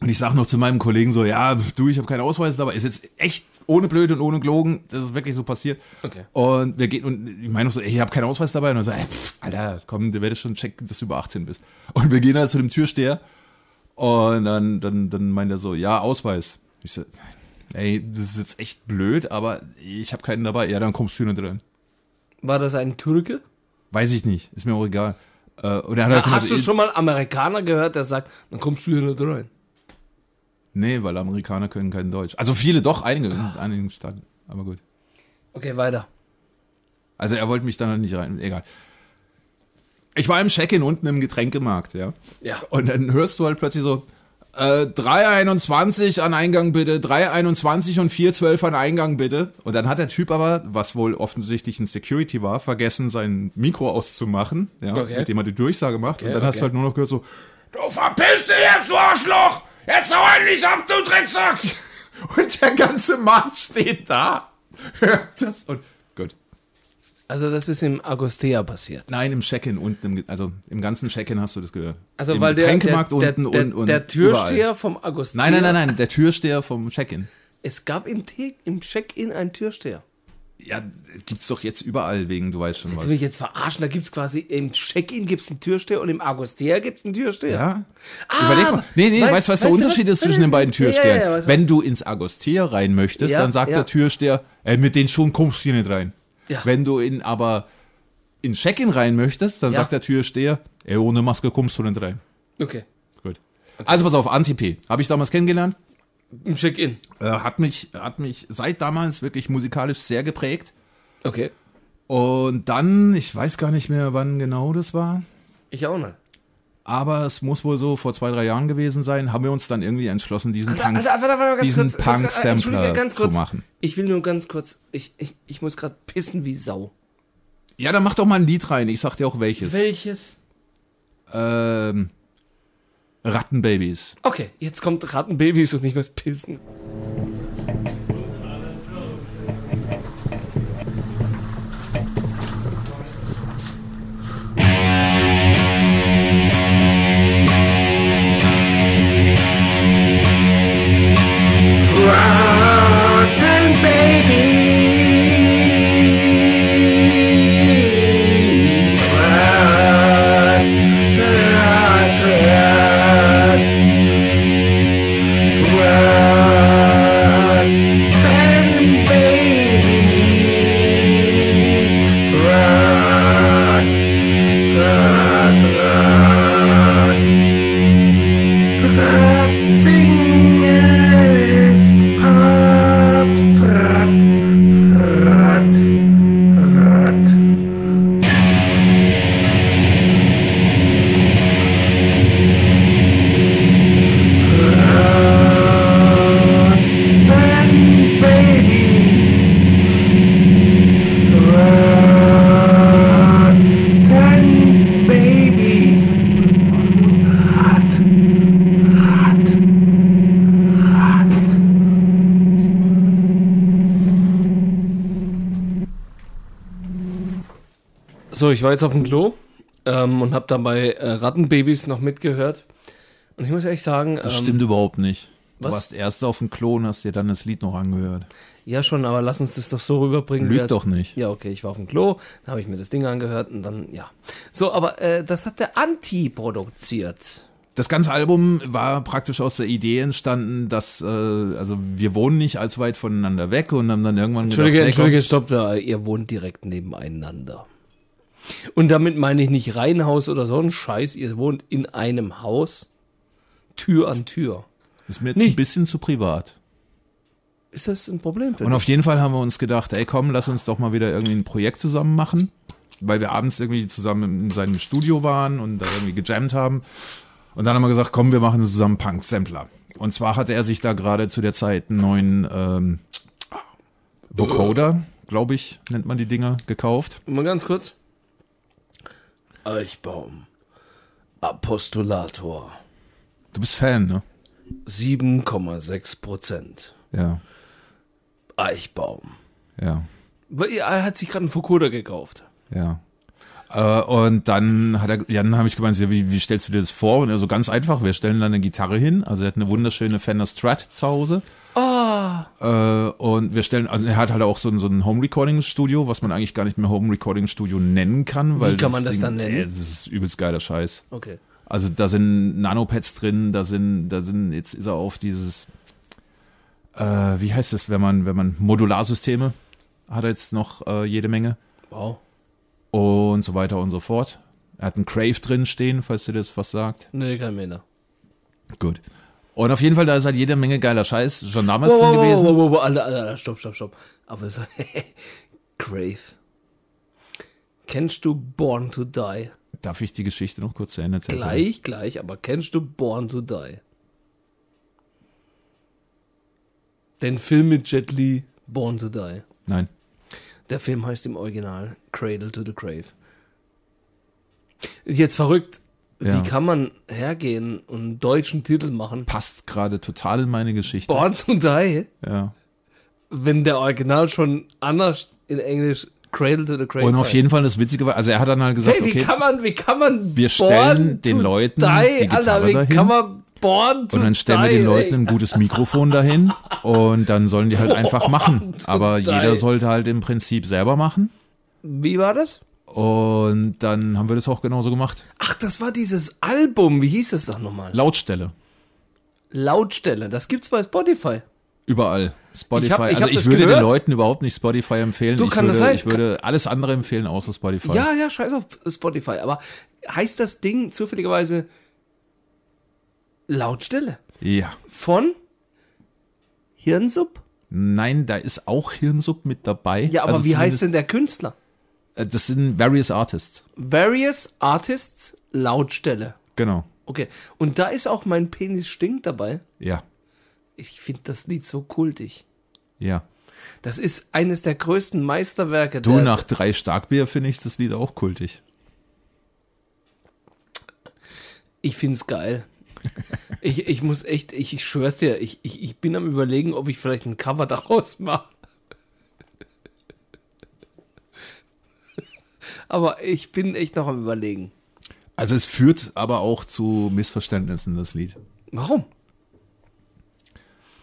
Und ich sage noch zu meinem Kollegen so, ja, pf, du, ich habe keinen Ausweis dabei. Ist jetzt echt ohne Blöd und ohne Glogen. Das ist wirklich so passiert. Okay. Und wir gehen und ich meine noch so, ey, ich habe keinen Ausweis dabei. Und dann sage ich, pf, Alter, komm, du werdest schon checken, dass du über 18 bist. Und wir gehen halt zu dem Türsteher. Und dann, dann, dann meint er so, ja, Ausweis. Ich so, ey, das ist jetzt echt blöd, aber ich habe keinen dabei. Ja, dann kommst du nicht rein. War das ein Türke? Weiß ich nicht, ist mir auch egal. Äh, Und er hat halt Da hast gemeint, so, du eh, schon mal Amerikaner gehört, der sagt, dann kommst du hier nicht rein. Nee, weil Amerikaner können kein Deutsch. Also viele doch, einige in Ah. einigen Staaten. Aber gut. Okay, weiter. Also er wollte mich dann halt nicht rein, egal. Ich war im Check-in unten im Getränkemarkt, ja. Ja. Und dann hörst du halt plötzlich so, Äh, 321 an Eingang bitte, 321 und 412 an Eingang bitte. Und dann hat der Typ aber, was wohl offensichtlich ein Security war, vergessen sein Mikro auszumachen, ja, Okay. mit dem er die Durchsage macht. und dann hast okay. du halt nur noch gehört so, Du verpiss dich jetzt, du Arschloch! Jetzt hau endlich ab, du Drecksack! (laughs) und der ganze Mann steht da, hört das und gut. Also das ist im Agostea passiert. Nein, im Check-in unten, im, also im ganzen Check-in hast du das gehört. Also Im weil der, der, Getränkemarkt der, unten der, und, und der überall. Türsteher vom Agostea. Nein, nein, nein, nein, der Türsteher vom Check-in. Es gab im, Te- im Check-in einen Türsteher. Ja, gibt's doch jetzt überall wegen, du weißt schon Jetzt will was. ich jetzt verarschen, da gibt es quasi im Check-in gibt es einen Türsteher und im Agostea gibt es einen Türsteher. Ja? Ah, Überleg mal. Nee, nee, wei- weißt du, was der weißt du Unterschied was? ist zwischen den beiden Ja, ja, ja, Türstehern? weiß- Wenn du ins Agostea rein möchtest, Ja, dann sagt ja. der Türsteher, ey, mit den Schuhen kommst du hier nicht rein. Ja. Wenn du in aber in Check-in rein möchtest, dann Ja. sagt der Türsteher, ey, ohne Maske kommst du nicht rein. Okay, Gut. Also pass auf, Antipi. Habe ich damals kennengelernt. im Check-in. Äh, hat, mich, hat mich seit damals wirklich musikalisch sehr geprägt. Okay, Und dann, ich weiß gar nicht mehr, wann genau das war. ich auch nicht. Aber es muss wohl so vor zwei, drei Jahren gewesen sein, haben wir uns dann irgendwie entschlossen, diesen Punk, Also, warte, warte, warte, diesen kurz, ganz kurz, äh, Entschuldige, Punk-Sampler ganz zu kurz. machen. Ich will nur ganz kurz, ich, ich, ich muss gerade pissen wie Sau. Ja, dann mach doch mal ein Lied rein, ich sag dir auch welches. Welches? Ähm, Rattenbabys. Okay, jetzt kommt Rattenbabys und nicht mehr das Pissen. Rotten babies. Rat, rat, rat. Rotten babies. Rat, rat, rat. Ratzinger ist Papst, Rat, Rat, Rat. Rattenbabys. Rattenbabys. Rat. Rat. Rat. So, ich war jetzt auf dem Klo ähm, und habe dabei äh, Rattenbabys noch mitgehört. Und ich muss ehrlich sagen, Das ähm, stimmt überhaupt nicht. Du was? warst erst auf dem Klon, hast dir dann das Lied noch angehört. ja schon, aber lass uns das doch so rüberbringen. Lüg wie als- doch nicht. Ja, okay, ich war auf dem Klo, dann habe ich mir das Ding angehört und dann, ja. So, aber äh, das hat der Anti produziert. Das ganze Album war praktisch aus der Idee entstanden, dass, äh, also wir wohnen nicht allzu weit voneinander weg und haben dann irgendwann Entschuldige, gedacht, ey, komm, Entschuldige, stopp da. Ihr wohnt direkt nebeneinander. Und damit meine ich nicht Reihenhaus oder so ein Scheiß. Ihr wohnt in einem Haus, Tür an Tür. ist mir jetzt Nicht. ein bisschen zu privat. Ist das ein Problem? für Und dich? auf jeden Fall haben wir uns gedacht, ey komm, lass uns doch mal wieder irgendwie ein Projekt zusammen machen, weil wir abends irgendwie zusammen in seinem Studio waren und da irgendwie gejammt haben. Und dann haben wir gesagt, komm, wir machen zusammen Punk-Sampler. Und zwar hatte er sich da gerade zu der Zeit einen neuen ähm, Vocoder, glaube ich, nennt man die Dinger, gekauft. Mal ganz kurz. Eichbaum. Apostolator. Du bist Fan, ne? 7,6 Prozent. Ja, Eichbaum. ja. Weil Er hat sich gerade einen Fukuda gekauft. Ja. Äh, Und dann hat er, ja, dann habe ich gemeint, so, wie, wie stellst du dir das vor? Und er so ganz einfach, wir stellen dann eine Gitarre hin. Also er hat eine wunderschöne Fender Strat zu Hause. Oh. Äh, Und wir stellen, also er hat halt auch so ein, so ein Home Recording Studio, was man eigentlich gar nicht mehr Home Recording Studio nennen kann. Weil Wie kann man das dann nennen? Äh, Das ist übelst geiler Scheiß. Okay. Also da sind Nanopads drin, da sind, da sind, jetzt ist er auf dieses, äh, wie heißt das, wenn man, wenn man Modularsysteme hat er jetzt noch äh, jede Menge Wow. und so weiter und so fort. Er hat einen Crave drin stehen, falls dir das was sagt. Nee, kein Männer. Gut. Und auf jeden Fall, da ist halt jede Menge geiler Scheiß schon damals Wow, wow, drin wow, gewesen. wow, wow, wow, alle, alle, alle, stopp, stopp, stopp. Aber so, (laughs) Grave. Kennst du Born to Die? Darf ich die Geschichte noch kurz zu Ende erzählen? Gleich, gleich, aber kennst du Born to Die? Den Film mit Jet Li, Born to Die. Nein. Der Film heißt im Original Cradle to the Grave. Ist Jetzt verrückt, Ja. wie kann man hergehen und einen deutschen Titel machen? Passt gerade total in meine Geschichte. Born to Die, Ja. wenn der Original schon anders in Englisch Cradle to the Grave Und auf heißt. jeden Fall das Witzige war, also er hat dann halt gesagt, Hey, wie okay, kann man, wie kann man Wir stellen den Leuten die die Alter, Gitarre wie dahin kann man Born to und dann stellen wir die, den ey. Leuten ein gutes Mikrofon dahin und dann sollen die halt einfach machen. Aber die. jeder sollte halt im Prinzip selber machen. Wie war das? Und dann haben wir das auch genauso gemacht. Ach, das war dieses Album, wie hieß das doch nochmal? Lautstelle. Lautstelle, das gibt's bei Spotify. Überall. Spotify. Ich hab- ich also hab ich das würde gehört. den Leuten überhaupt nicht Spotify empfehlen. Du, ich, kann würde, das sein? ich würde alles andere empfehlen, außer Spotify. Ja, ja, scheiß auf Spotify. Aber heißt das Ding zufälligerweise Lautstelle ja. von Hirnsub? Nein, da ist auch Hirnsupp mit dabei. Ja, aber Also wie heißt zumindest- denn der Künstler? äh, Das sind Various Artists. Various Artists Lautstelle. Genau. Okay, und da ist auch mein Penis stinkt dabei. Ja. Ich finde das Lied so kultig. Ja. Das ist eines der größten Meisterwerke Du, der, nach drei Starkbier finde ich das Lied auch kultig. Ich find's (laughs) geil. Ich, ich muss echt, ich, ich schwör's dir, ich, ich, ich bin am überlegen, ob ich vielleicht ein Cover daraus mache. (laughs) Aber ich bin echt noch am überlegen. Also es führt aber auch zu Missverständnissen, das Lied. Warum?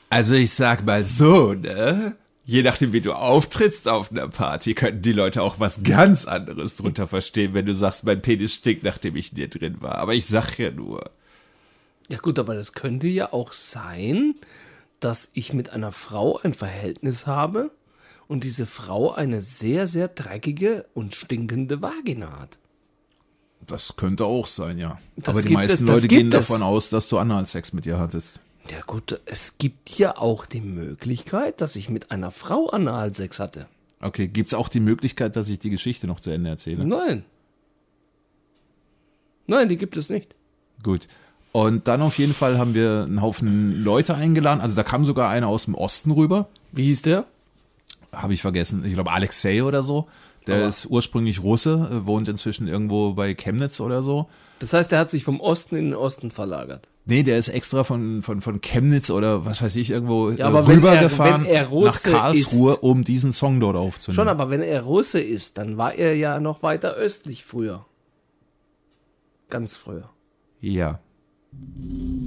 Also ich sag mal so, ne? Je nachdem, wie du auftrittst auf einer Party, könnten die Leute auch was ganz anderes drunter verstehen, wenn du sagst, mein Penis stinkt, nachdem ich in dir drin war. Aber ich sag ja nur. Ja gut, aber das könnte ja auch sein, dass ich mit einer Frau ein Verhältnis habe und diese Frau eine sehr, sehr dreckige und stinkende Vagina hat. Das könnte auch sein, ja. Das aber die gibt meisten es, das Leute gibt gehen es. davon aus, dass du Analsex mit ihr hattest. Ja gut, es gibt ja auch die Möglichkeit, dass ich mit einer Frau Analsex hatte. Okay, gibt's auch die Möglichkeit, dass ich die Geschichte noch zu Ende erzähle? Nein. Nein, die gibt es nicht. Gut. Und dann auf jeden Fall haben wir einen Haufen Leute eingeladen. Also da kam sogar einer aus dem Osten rüber. Wie hieß der? habe ich vergessen, ich glaube Alexei oder so. Der ist ursprünglich Russe, äh, wohnt inzwischen irgendwo bei Chemnitz oder so. Das heißt, er hat sich vom Osten in den Osten verlagert. Nee, der ist extra von, von, von Chemnitz oder was weiß ich irgendwo äh, aber wenn er- rübergefahren wenn er nach Russe Karlsruhe, ist- um diesen Song dort aufzunehmen. Schon, aber wenn er Russe ist, dann war er ja noch weiter östlich früher. Ganz früher. Ja.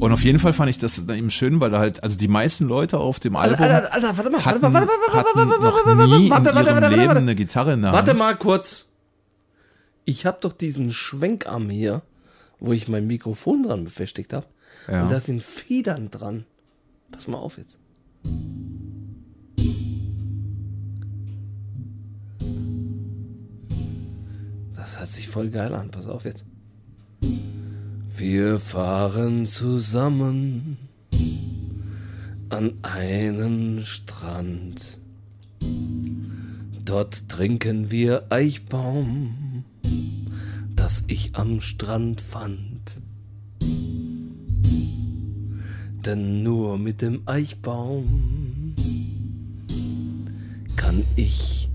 Und auf jeden Fall fand ich das eben schön, weil da halt, also die meisten Leute auf dem Album Also, Alter, Alter, Alter, warte mal, warte hatten, mal, warte mal, warte mal, hatten warte noch nie mal, warte mal, in warte ihrem mal, Leben warte mal. eine Gitarre in der Warte Hand. mal kurz. Ich habe doch diesen Schwenkarm hier, wo ich mein Mikrofon dran befestigt habe. Ja. Und da sind Federn dran. Pass mal auf jetzt. Das hört sich voll geil an. Pass auf jetzt. Wir fahren zusammen an einen Strand. Dort trinken wir Eichbaum, das ich am Strand fand. Denn nur mit dem Eichbaum kann ich.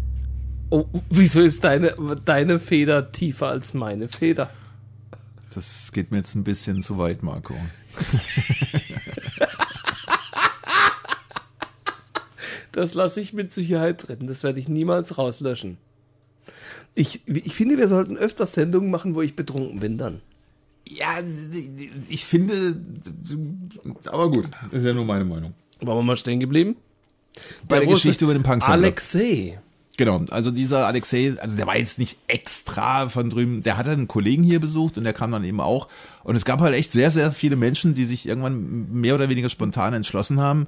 Oh, wieso ist deine, deine Feder tiefer als meine Feder? Das geht mir jetzt ein bisschen zu weit, Marco. Das lasse ich mit Sicherheit drin. Das werde ich niemals rauslöschen. Ich, ich finde, wir sollten öfters Sendungen machen, wo ich betrunken bin dann. Ja, ich finde, aber gut, ist ja nur meine Meinung. Waren wir mal stehen geblieben? Bei der Russe Geschichte über den Punksammler. Alexei. Genau, also dieser Alexei, also der war jetzt nicht extra von drüben, der hatte einen Kollegen hier besucht und der kam dann eben auch. Und es gab halt echt sehr, sehr viele Menschen, die sich irgendwann mehr oder weniger spontan entschlossen haben,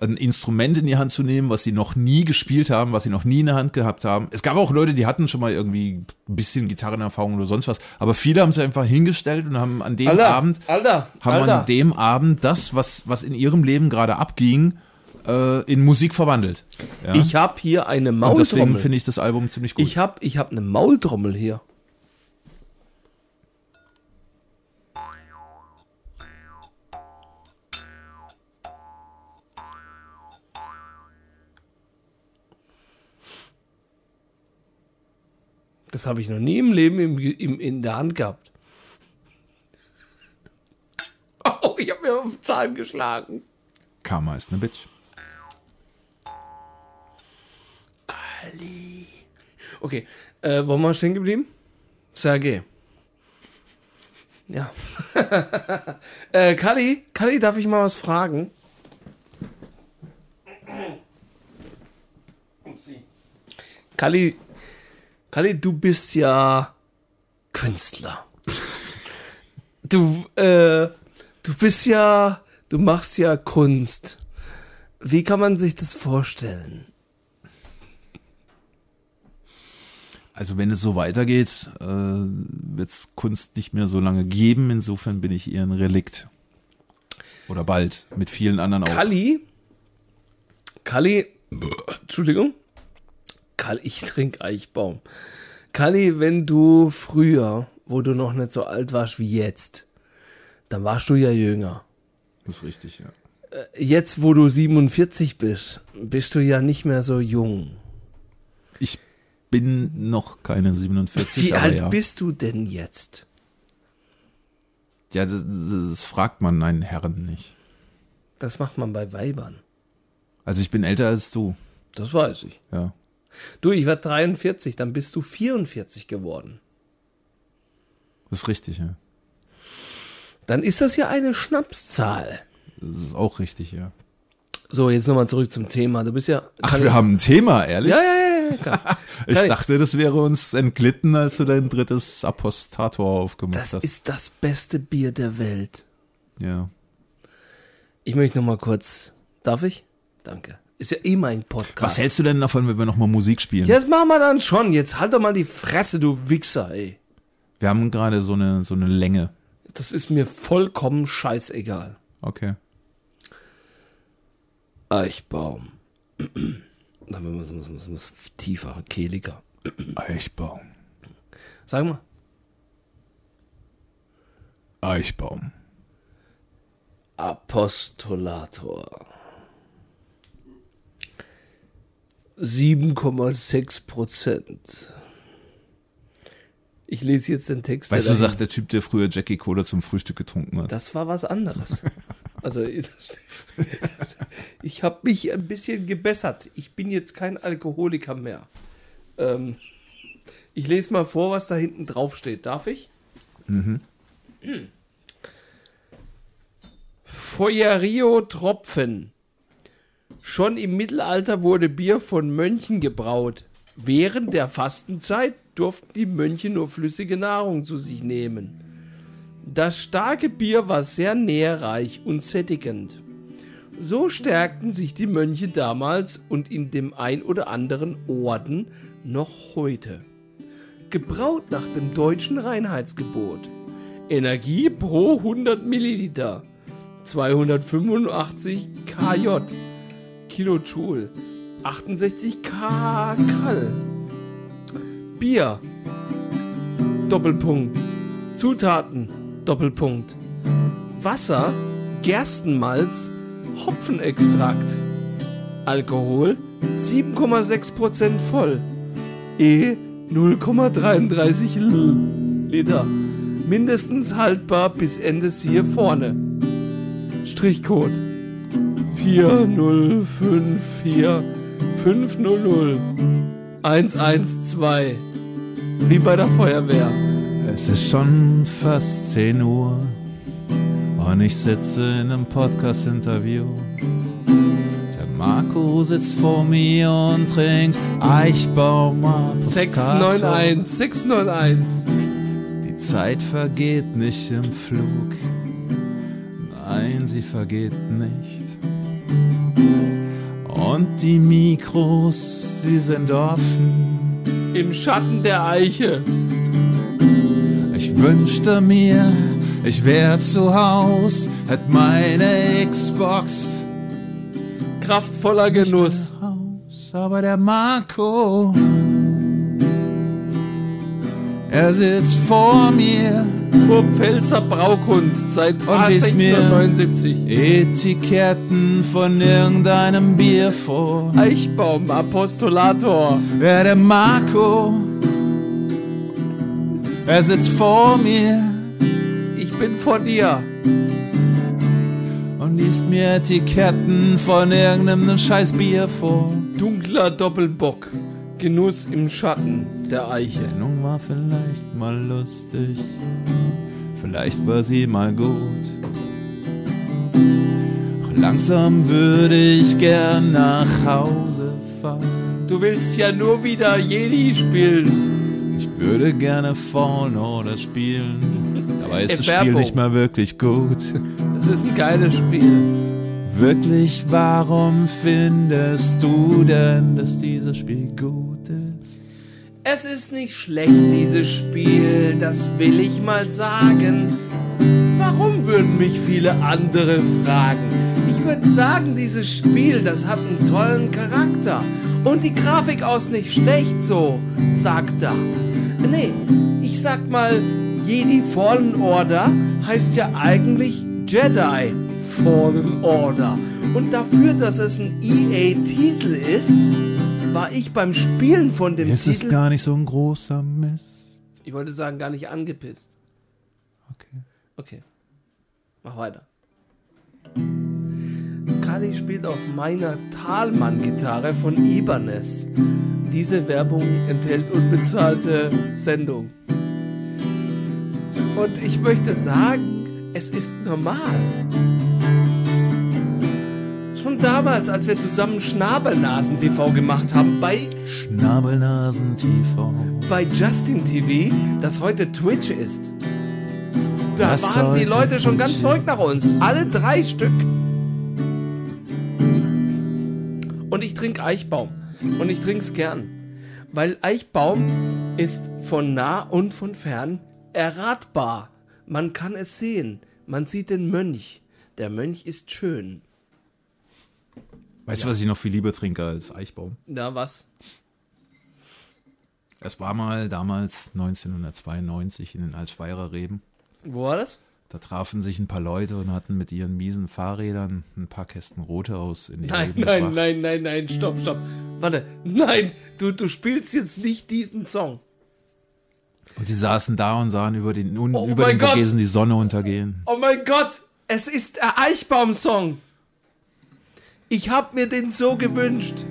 ein Instrument in die Hand zu nehmen, was sie noch nie gespielt haben, was sie noch nie in der Hand gehabt haben. Es gab auch Leute, die hatten schon mal irgendwie ein bisschen Gitarrenerfahrung oder sonst was, aber viele haben es einfach hingestellt und haben an dem Alter, Abend Alter, haben Alter. an dem Abend das, was, was in ihrem Leben gerade abging, äh, in Musik verwandelt. Ja? Ich habe hier eine und deswegen Maultrommel. finde ich das Album ziemlich gut. Ich habe ich hab eine Maultrommel hier. Das habe ich noch nie im Leben im, Ge- im, in der Hand gehabt. (laughs) Oh, ich habe mir auf den Zahn geschlagen. Karma ist eine Bitch. Okay, äh, wo waren wir stehen geblieben? Sergei. Ja. (laughs) äh, Kali, Kali, darf ich mal was fragen? Kali, Kali, du bist ja Künstler. Du, äh, du bist ja, du machst ja Kunst. Wie kann man sich das vorstellen? Also wenn es so weitergeht, äh, wird es Kunst nicht mehr so lange geben. Insofern bin ich eher ein Relikt. Oder bald, mit vielen anderen auch. Kalli. Kalli. Entschuldigung. Kalli, ich trinke Eichbaum. Kalli, wenn du früher, wo du noch nicht so alt warst wie jetzt, dann warst du ja jünger. Das ist richtig, ja. Jetzt, wo du 47 bist, bist du ja nicht mehr so jung. Ich bin noch keine 47, Wie aber alt ja. bist du denn jetzt? ja, das, das fragt man einen Herren nicht. Das macht man bei Weibern. Also ich bin älter als du, Das weiß ich. ja. Du, ich war 43, dann bist du 44 geworden. Das ist richtig, ja. Dann ist das ja eine Schnapszahl. Das ist auch richtig, ja. So, jetzt nochmal zurück zum Thema. Du bist ja. Ach, wir haben ein Thema, ehrlich? Ja, ja, ja, ja, klar. ich Kann ich- dachte, das wäre uns entglitten, als du dein drittes Apostator aufgemacht Das hast. ist das beste Bier der Welt. ja. Ich möchte noch mal kurz. Darf ich? Danke. Ist ja eh mein Podcast. Was hältst du denn davon, wenn wir nochmal Musik spielen? Jetzt machen wir dann schon. Jetzt halt doch mal die Fresse, du Wichser, ey. Wir haben gerade so eine, so eine Länge. Das ist mir vollkommen scheißegal. Okay. Eichbaum. (clears throat) Da muss muss, muss, muss tiefer, kehliger. Eichbaum. Sag mal. Eichbaum. Apostolator. 7,6 Prozent. Ich lese jetzt den Text. Weißt der du, dahin- sagt der Typ, der früher Jackie Cola zum Frühstück getrunken hat. Das war was anderes. Also ich- ich habe mich ein bisschen gebessert. Ich bin jetzt kein Alkoholiker mehr. Ähm, ich lese mal vor, was da hinten drauf steht. Darf ich? Hm. Feuerio-Tropfen. Schon im Mittelalter wurde Bier von Mönchen gebraut. Während der Fastenzeit durften die Mönche nur flüssige Nahrung zu sich nehmen. Das starke Bier war sehr nährreich und sättigend. So stärkten sich die Mönche damals und in dem ein oder anderen Orden noch heute. Gebraut nach dem deutschen Reinheitsgebot. Energie pro 100 Milliliter. 285 KJ. Kilojoule. 68 K. Kal. Bier. Doppelpunkt. Zutaten, Doppelpunkt. Wasser, Gerstenmalz, Hopfenextrakt. Alkohol 7,6% voll. E 0,33 L Liter. Mindestens haltbar bis Endes hier vorne. Strichcode 4054500 112. Wie bei der Feuerwehr. Es ist schon fast 10 Uhr und ich sitze in einem Podcast-Interview. Der Marco sitzt vor mir und trinkt Eichbaum 691, 691. Die Zeit vergeht nicht im Flug. Nein, sie vergeht nicht. Und die Mikros, sie sind offen. Im Schatten der Eiche. Ich wünschte mir, ich wär zu Haus, hätt meine Xbox Kraftvoller Genuss. Haus, aber der Marco, er sitzt vor mir, Kurpfälzer Braukunst seit ah, Und liest mir- 1679. Etiketten von irgendeinem Bier vor. Eichbaum Apostolator. Ja, der Marco, Er sitzt vor mir Ich bin vor dir. und liest mir Etiketten von irgendeinem Scheißbier vor. Dunkler Doppelbock. Genuss im Schatten der Eiche. Sendung war vielleicht mal lustig, vielleicht war sie mal gut. Doch Langsam würde ich gern nach Hause fahren. Du willst ja nur wieder Jedi spielen. Ich würde gerne Fallen Order spielen. Dabei ist das Spiel Erwerbung. nicht mal wirklich gut. Das ist ein geiles Spiel. Wirklich, warum findest du denn, dass dieses Spiel gut ist? Es ist nicht schlecht, dieses Spiel, das will ich mal sagen. Warum würden mich viele andere fragen? Ich würde sagen, dieses Spiel, das hat einen tollen Charakter. Und die Grafik aus nicht schlecht, so, sagt er. Nee, ich sag mal, Jedi Fallen Order heißt ja eigentlich Jedi Fallen Order. Und dafür, dass es ein EA-Titel ist, war ich beim Spielen von dem Es ist Titel. gar nicht so ein großer Mist. Ich wollte sagen, gar nicht angepisst. Okay. Okay. Mach weiter. Kali spielt auf meiner Talmann-Gitarre von Ibanez. Diese Werbung enthält unbezahlte Sendung. Und ich möchte sagen, es ist normal. Schon damals, als wir zusammen Schnabelnasen-TV gemacht haben, bei Schnabelnasen tiefer. bei Justin TV, das heute Twitch ist. Da Das waren die heute Leute schon ganz Twitch verrückt nach uns. Alle drei Stück. Und ich trinke Eichbaum. Und ich trink's gern. Weil Eichbaum ist von nah und von fern erratbar. Man kann es sehen. Man sieht den Mönch. Der Mönch ist schön. Weißt du, was ich noch viel lieber trinke als Eichbaum? Na was? Es war mal damals 1992 in den Altschweirer Reben. Wo war das? Da trafen sich ein paar Leute und hatten mit ihren miesen Fahrrädern ein paar Kästen Rote aus in die Nein, Reben nein, gebracht. nein, nein, nein, stopp, stopp. Warte, nein, du, du spielst jetzt nicht diesen Song. Und sie saßen da und sahen über den, un, Oh über mein den Gott! Vogesen die Sonne untergehen. Oh mein Gott, es ist der Eichbaum-Song. Ich hab mir den so gewünscht,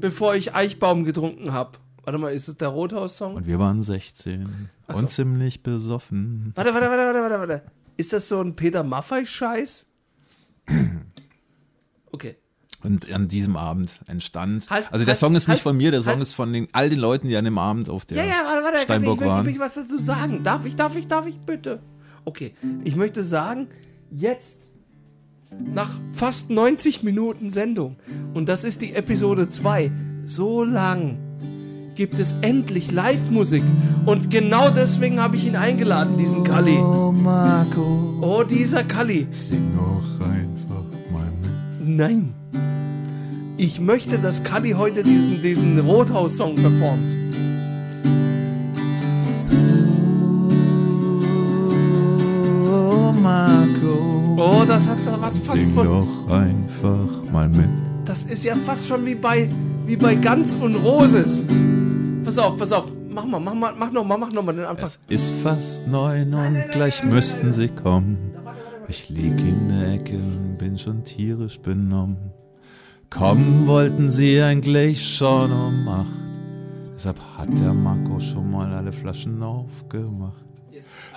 bevor ich Eichbaum getrunken hab. Warte mal, ist es der Rothaus-Song? Und wir waren 16 und ziemlich besoffen. Warte, warte, warte, warte, warte, warte. Ist das so ein Peter Maffei-Scheiß? Okay. Und an diesem Abend entstand. Halt, also der halt, Song ist halt, nicht von mir, der Song halt. ist von den, all den Leuten, die an dem Abend auf der Ja, ja, warte, warte, ich Steinburg will, ich waren. will was dazu sagen. Darf ich, darf ich, darf ich, bitte? Okay, ich möchte sagen, jetzt, nach fast 90 Minuten Sendung, und das ist die Episode 2, so lang gibt es endlich Live-Musik. Und genau deswegen habe ich ihn eingeladen, diesen Kalli. Oh Marco, Oh, dieser Kalli. sing auch einfach mal mit. Nein. Ich möchte, dass Kalli heute diesen, diesen Rothaus-Song performt. Oh Marco, Oh, das hat da was fast sing von... doch einfach mal mit. Das ist ja fast schon wie bei, wie bei Gans und Roses. Pass auf, pass auf. Mach mal, mach mal, mach noch mal, mach noch mal den Anfang. Es ist fast neun und gleich müssten sie kommen. Ich lieg in der Ecke und bin schon tierisch benommen. Kommen wollten sie eigentlich schon um acht. Deshalb hat der Marco schon mal alle Flaschen aufgemacht.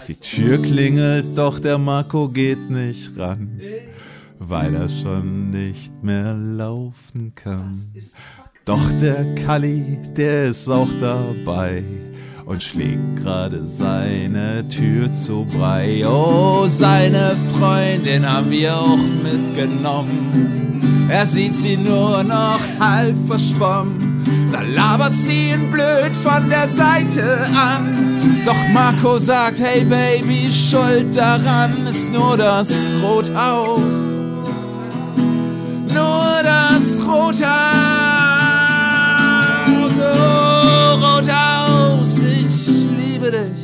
Die Tür klingelt, doch der Marco geht nicht ran, weil er schon nicht mehr laufen kann. Doch der Kalli, der ist auch dabei und schlägt gerade seine Tür zu Brei. Oh, seine Freundin haben wir auch mitgenommen. Er sieht sie nur noch halb verschwommen. Da labert sie ihn blöd von der Seite an. Doch Marco sagt, hey Baby, Schuld daran ist nur das Rothaus nur das Rothaus. Oh, Rothaus, ich liebe dich.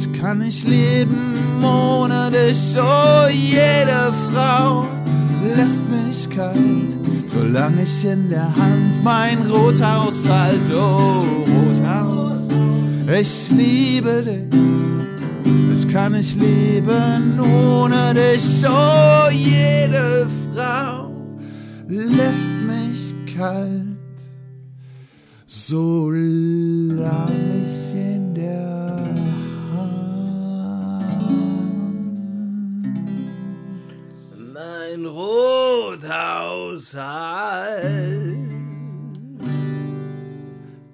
Ich kann nicht leben ohne dich. Oh, jede Frau lässt mich kalt, solange ich in der Hand mein Rothaus halte. Oh, Rothaus. Ich liebe dich. Ich kann nicht leben ohne dich. Oh, jede Frau lässt mich kalt, solange ich in der Hand. Mein Rothaushalt.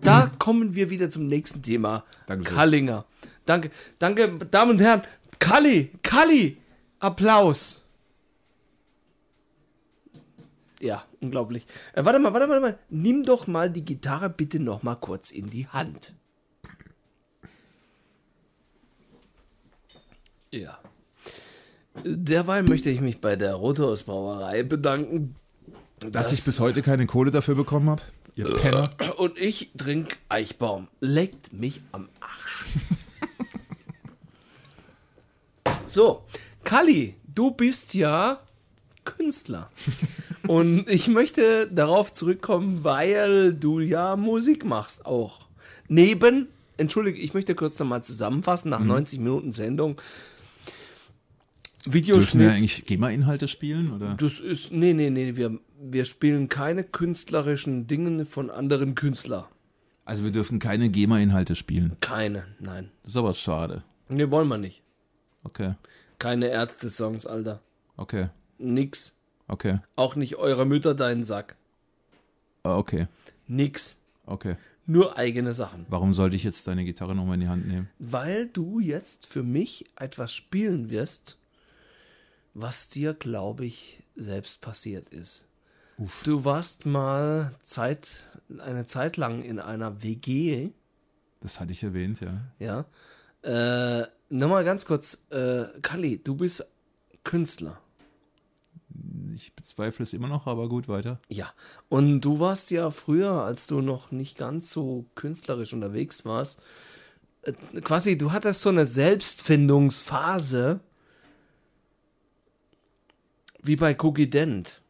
Da kommen wir wieder zum nächsten Thema. Dankeschön. Kallinger. Danke, danke, Damen und Herren. Kalli, Kalli, Applaus. Ja, unglaublich. Äh, warte mal, warte mal, warte mal. Nimm doch mal die Gitarre bitte noch mal kurz in die Hand. Ja. Derweil möchte ich mich bei der Rothaus Brauerei bedanken. Dass ich bis heute keine Kohle dafür bekommen habe. Ihr Penner. Und ich trink Eichbaum. Leckt mich am (laughs) Arsch. so, Kali, du bist ja Künstler. Und ich möchte darauf zurückkommen, weil du ja Musik machst auch. Neben, entschuldige, ich möchte kurz nochmal zusammenfassen, Mhm. nach 90 Minuten Sendung. Dürfen wir Videoschnitt. eigentlich GEMA-Inhalte spielen? Oder? Das ist. Nee, nee, nee, wir, wir spielen keine künstlerischen Dinge von anderen Künstlern. Also wir dürfen keine GEMA-Inhalte spielen. Keine, nein. Das ist aber schade. Nee, wollen wir nicht. Okay, Keine Ärzte-Songs, Alter. okay, Nix. okay, Auch nicht eurer Mütter deinen Sack. Ah, okay, Nix. okay. Nur eigene Sachen. Warum sollte ich jetzt deine Gitarre nochmal in die Hand nehmen? Weil du jetzt für mich etwas spielen wirst, was dir, glaube ich, selbst passiert ist. Du warst mal Zeit, eine Zeit lang in einer WG, Das hatte ich erwähnt, ja. ja. Äh, nochmal ganz kurz, äh, Kalli, du bist Künstler. Ich bezweifle es immer noch, aber gut, weiter. Ja, und du warst ja früher, als du noch nicht ganz so künstlerisch unterwegs warst, äh, quasi, du hattest so eine Selbstfindungsphase wie bei Cookie Dent.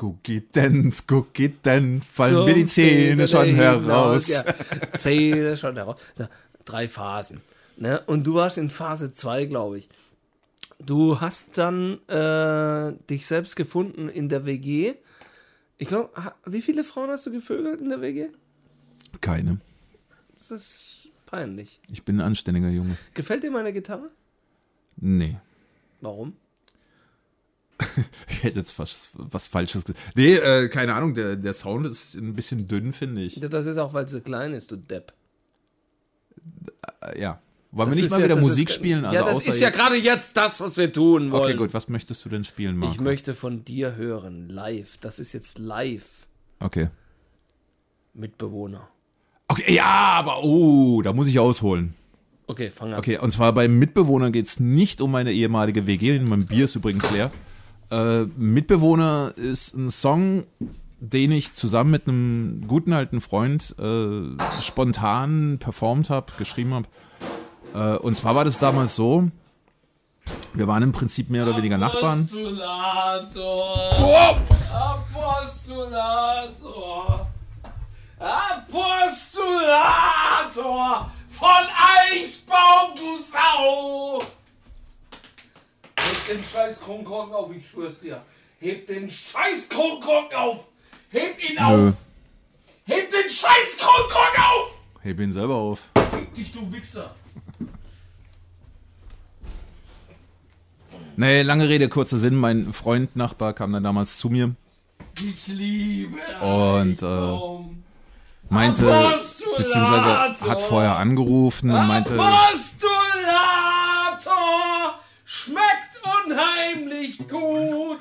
Cookie Dance, Cookie Dance, fallen Zum mir die Zähne Zähne schon heraus. Ja, (laughs) Zähne schon heraus. So, drei Phasen. Ne? Und du warst in Phase 2, glaube ich. Du hast dann äh, dich selbst gefunden in der WG. Ich glaube, wie viele Frauen hast du gevögelt in der WG? Keine. Das ist peinlich. Ich bin ein anständiger Junge. Gefällt dir meine Gitarre? Nee. Warum? Ich hätte jetzt fast was Falsches gesagt. Nee, äh, keine Ahnung, der, der Sound ist ein bisschen dünn, finde ich. Ja, Das ist auch, weil sie klein ist, du Depp. Äh, ja. Wollen Das wir nicht ist mal ja- wieder das Musik ist, spielen? Also ja, das außer ist ja jetzt- gerade jetzt das, was wir tun wollen. Okay, gut, was möchtest du denn spielen, Marco? Ich möchte von dir hören, live. Das ist jetzt live, okay. Mitbewohner. Okay, ja, aber oh, da muss ich ausholen. Okay, fang an. Okay, und zwar beim Mitbewohner geht es nicht um meine ehemalige WG, denn mein Bier ist übrigens leer. Äh, Mitbewohner ist ein Song, den ich zusammen mit einem guten alten Freund äh, spontan performt habe, geschrieben habe. Äh, und zwar war das damals so, wir waren im Prinzip mehr oder weniger Nachbarn. Apostolator. Apostolator. Apostolator von Eichbaum, du Sau! Heb den scheiß Kronkorken auf, ich schwör's dir. Heb den scheiß Kronkorken auf! Heb ihn Nö, auf! Heb den scheiß Kronkorken auf! heb ihn selber auf. Fick dich, du Wichser! Nee, lange Rede, kurzer Sinn. Mein Freund, Nachbar kam dann damals zu mir Ich liebe und äh, Eichbaum. meinte, Apostolator! beziehungsweise hat vorher angerufen und meinte, Apostolator schmeckt unheimlich gut.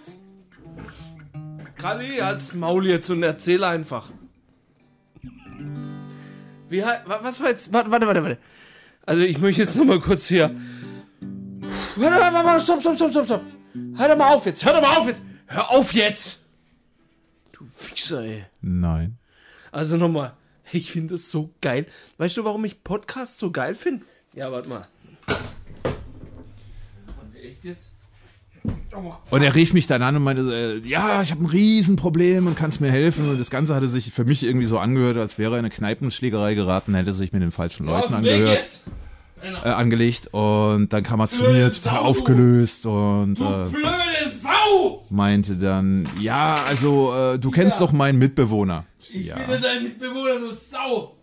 Kalli, als Maul jetzt und erzähl einfach. Wie hei- wa- was war jetzt? Warte, warte, warte, warte. Also ich möchte jetzt noch mal kurz hier. Warte, warte, warte, warte, stopp, stopp, stopp, stopp, stopp. Hör doch mal auf jetzt, hör doch mal auf jetzt. Hör auf jetzt. Du Fixer, ey. nein. Also nochmal, ich finde das so geil. Weißt du, warum ich Podcasts so geil finde? Ja, warte mal. Echt jetzt? Und er rief mich dann an und meinte, äh, ja, ich habe ein Riesenproblem und kannst mir helfen. Und das Ganze hatte sich für mich irgendwie so angehört, als wäre er in eine Kneipenschlägerei geraten, hätte sich mit den falschen Leuten angehört, äh, angelegt. Und dann kam er zu mir total aufgelöst und äh, Blöde Sau! meinte dann, ja, also äh, du kennst doch meinen Mitbewohner. Ich bin ja dein Mitbewohner, du Sau!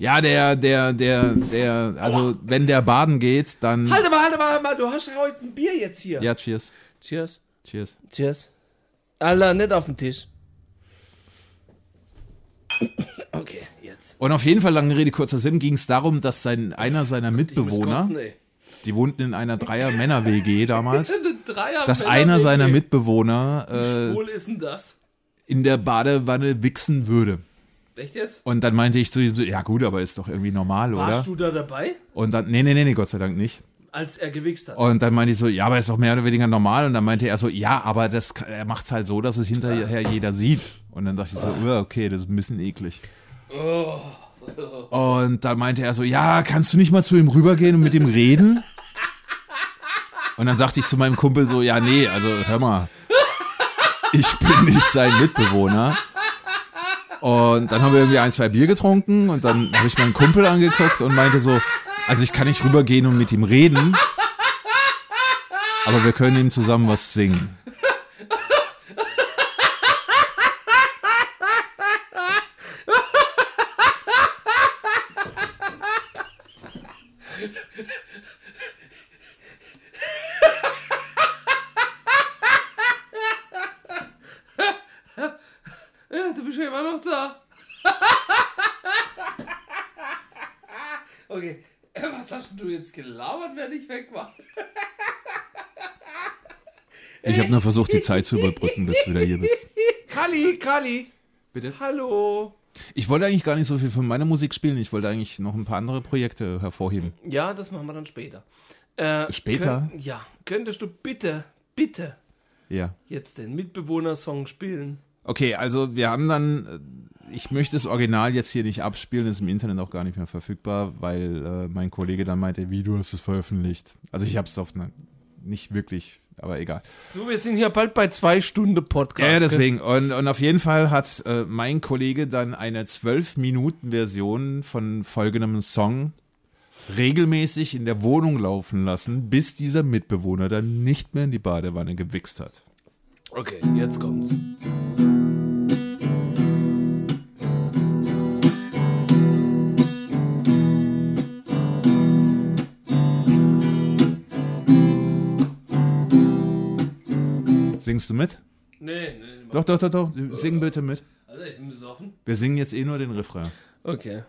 Ja, der, der, der, der, also wenn der baden geht, dann. Halt mal, halt mal, halt mal, du hast ja heute ein Bier jetzt hier. Ja, cheers. Cheers. Cheers. Cheers. Alter, nicht auf den Tisch. Okay, jetzt. Und auf jeden Fall, lange Rede, kurzer Sinn, ging es darum, dass sein, einer seiner Mitbewohner, Kotzen, ey. die wohnten in einer (laughs) Dreier-Männer-WG damals, Dreier dass Männer einer mit- seiner Mitbewohner Wohl ist denn das? äh, in der Badewanne wichsen würde. Echt jetzt? Und dann meinte ich zu ihm so, ja gut, aber ist doch irgendwie normal, oder? Warst du da dabei, Und dann, nee, nee, nee, nee, Gott sei Dank nicht. als er gewichst hat? Und dann meinte ich so, ja, aber ist doch mehr oder weniger normal. Und dann meinte er so, ja, aber das, kann- er macht's halt so, dass es hinterher jeder sieht. Und dann dachte ich so, "Uah, okay, das ist ein bisschen eklig. Und dann meinte er so, ja, kannst du nicht mal zu ihm rübergehen und mit ihm reden? Und dann sagte ich zu meinem Kumpel so, ja, nee, also hör mal, ich bin nicht sein Mitbewohner. Und dann haben wir irgendwie ein, zwei Bier getrunken und dann habe ich meinen Kumpel angeguckt und meinte so, also ich kann nicht rübergehen und mit ihm reden. Aber wir können ihm zusammen was singen. Du bist ja immer noch da. (laughs) okay. Äh, Was hast du jetzt gelabert, wenn ich weg war? Ich habe nur versucht, die Zeit zu überbrücken, bis du wieder hier bist. Kali, Kali. Bitte? Hallo. Ich wollte eigentlich gar nicht so viel von meiner Musik spielen. Ich wollte eigentlich noch ein paar andere Projekte hervorheben. Ja, das machen wir dann später. Äh, Später? Könnt, ja. Könntest du bitte, bitte Ja. jetzt den Mitbewohner-Song spielen? Okay, also wir haben dann. äh, Ich möchte das Original jetzt hier nicht abspielen, ist im Internet auch gar nicht mehr verfügbar, weil äh, mein Kollege dann meinte, wie du hast es veröffentlicht. Also ich habe es auf einer. Nicht wirklich, aber egal. So, wir sind hier bald bei zwei Stunden Podcast. Ja, ja, gell? deswegen. Und, und auf jeden Fall hat äh, mein Kollege dann eine 12-Minuten-Version von folgendem Song regelmäßig in der Wohnung laufen lassen, bis dieser Mitbewohner dann nicht mehr in die Badewanne gewichst hat. Okay, jetzt kommt's. Singst du mit? Nee, nee, Doch, doch, doch, doch. Sing bitte mit. also ich bin besoffen. Wir singen jetzt eh nur den Refrain. Okay.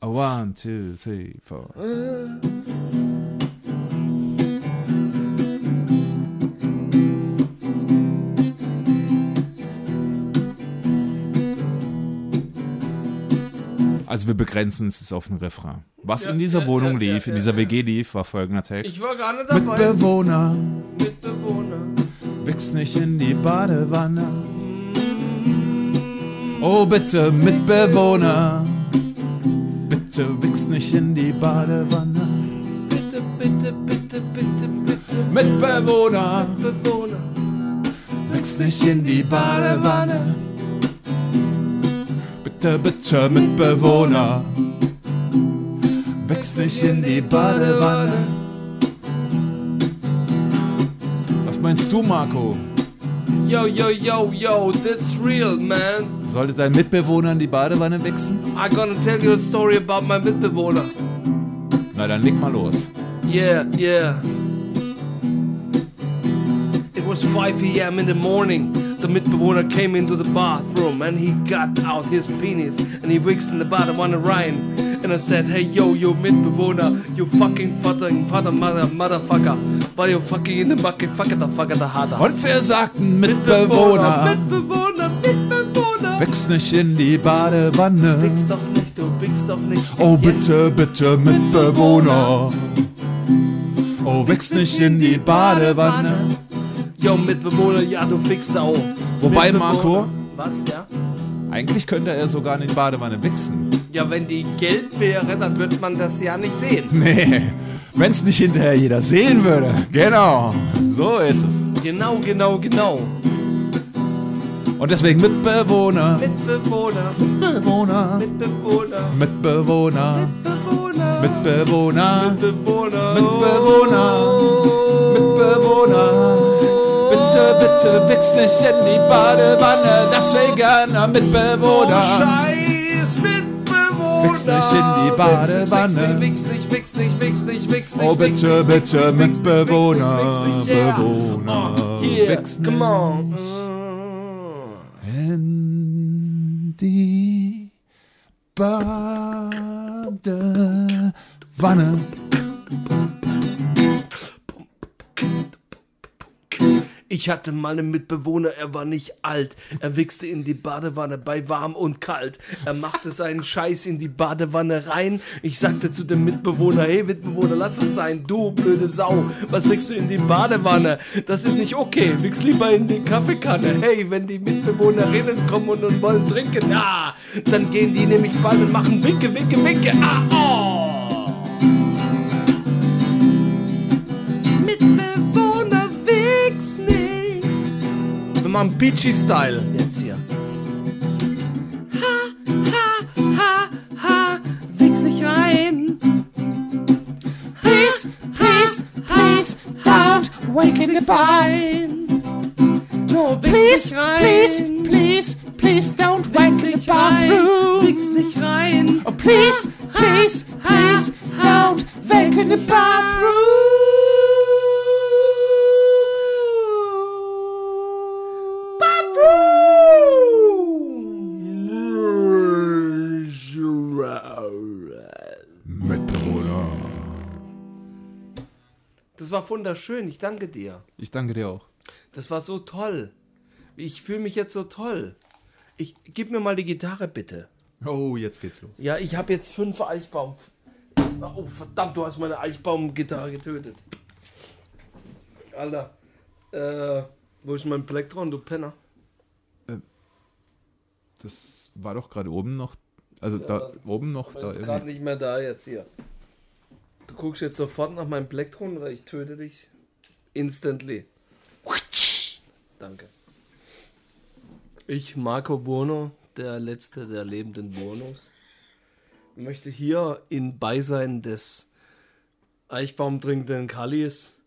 A One, two, three, four. Also wir begrenzen es auf den Refrain. Was in dieser ja, Wohnung ja, ja, lief, in ja, dieser WG lief, war folgender Text. Ich war gar nicht dabei. Mitbewohner, Mitbewohner. wichs nicht in die Badewanne. Oh bitte, Mitbewohner, bitte wichs nicht in die Badewanne. Bitte, bitte, bitte, bitte, bitte, Mitbewohner, Bewohner. wichs nicht in die Badewanne. Bitte, bitte, Mitbewohner, wichs nicht in die Badewanne. Was meinst du, Marco? Yo, yo, yo, yo, that's real, man. Sollte dein Mitbewohner in die Badewanne wichsen? I'm gonna tell you a story about my Mitbewohner. Na, dann leg mal los. Yeah, yeah. It was 5 a.m. in the morning. The Mitbewohner came into the bathroom and he got out his penis and he wigs in the bottom on the Ryan. And I said, hey yo, yo Mitbewohner, you fucking fucking father mother motherfucker. Why you fucking in the bucket fucker the fucker the harder? Und wir sagten Mitbewohner, Mitbewohner, Mitbewohner. wichs nicht in die Badewanne. Wichs doch nicht, du wichs doch nicht. Oh bitte, bitte Mitbewohner, oh wichs nicht in die Badewanne. Yo, Mitbewohner, ja, du Wichsau. Wobei, Mitbewohner- Marco- Was, ja? Eigentlich könnte er sogar in die Badewanne wichsen. Ja, wenn die gelb wäre, dann würde man das ja nicht sehen. Nee, Wenn es nicht hinterher jeder sehen würde. Genau, so ist es. Genau, genau, genau. Und deswegen Mitbewohner, Mitbewohner, Mitbewohner, Mitbewohner, Mitbewohner, Mitbewohner, Mitbewohner, Mitbewohner, Mitbewohner, Mitbewohner. Bitte, bitte wichs nicht in die Badewanne, das Veganer Mitbewohner. Oh, Scheiß Mitbewohner. Wichs nicht in die Badewanne. Wichs nicht, wichs nicht, wichs nicht, wichs nicht. Oh wichs bitte, nicht, wichs bitte, nicht, wichs nicht, wichs Mitbewohner, nicht, wichs nicht, yeah. Bewohner. Yeah, wichs come on. in die Badewanne. Ich hatte mal einen Mitbewohner, er war nicht alt. Er wichste in die Badewanne bei warm und kalt. Er machte seinen Scheiß in die Badewanne rein. Ich sagte zu dem Mitbewohner, hey Mitbewohner, lass es sein, du blöde Sau. Was wichst du in die Badewanne? Das ist nicht okay. Wichs lieber in die Kaffeekanne. Hey, wenn die Mitbewohnerinnen kommen und, und wollen trinken, na, dann gehen die nämlich bald und machen Wicke, Wicke, Wicke. Ah, oh. Mitbewohner wichs nicht. Wir machen Peachy-Style jetzt hier. Ha, ha, ha, ha, wichs nicht rein. Please, please, please, don't wake in the bar. rein. No, wichs Please, nicht rein. please, please, please, don't wake in the nicht rein. bathroom. Wichs nicht rein. Oh, please, please, please, don't wake in the bathroom. Mitbewohner. Das war wunderschön, ich danke dir. Ich danke dir auch. Das war so toll. Ich fühle mich jetzt so toll. Ich gib mir mal die Gitarre bitte. Oh, jetzt geht's los. Ja, ich habe jetzt fünf Eichbaum. Oh verdammt, du hast meine Eichbaumgitarre getötet. Alter, äh, wo ist mein Plektron, du Penner? Das war doch gerade oben noch. Also da oben noch. Aber Da ist gerade irgendwie. nicht mehr da jetzt hier. Du guckst jetzt sofort nach meinem Plektron oder ich töte dich instantly. Danke. Ich, Marco Bono, der letzte der lebenden Bonos, möchte hier in Beisein des Eichbaumtrinkenden Kallis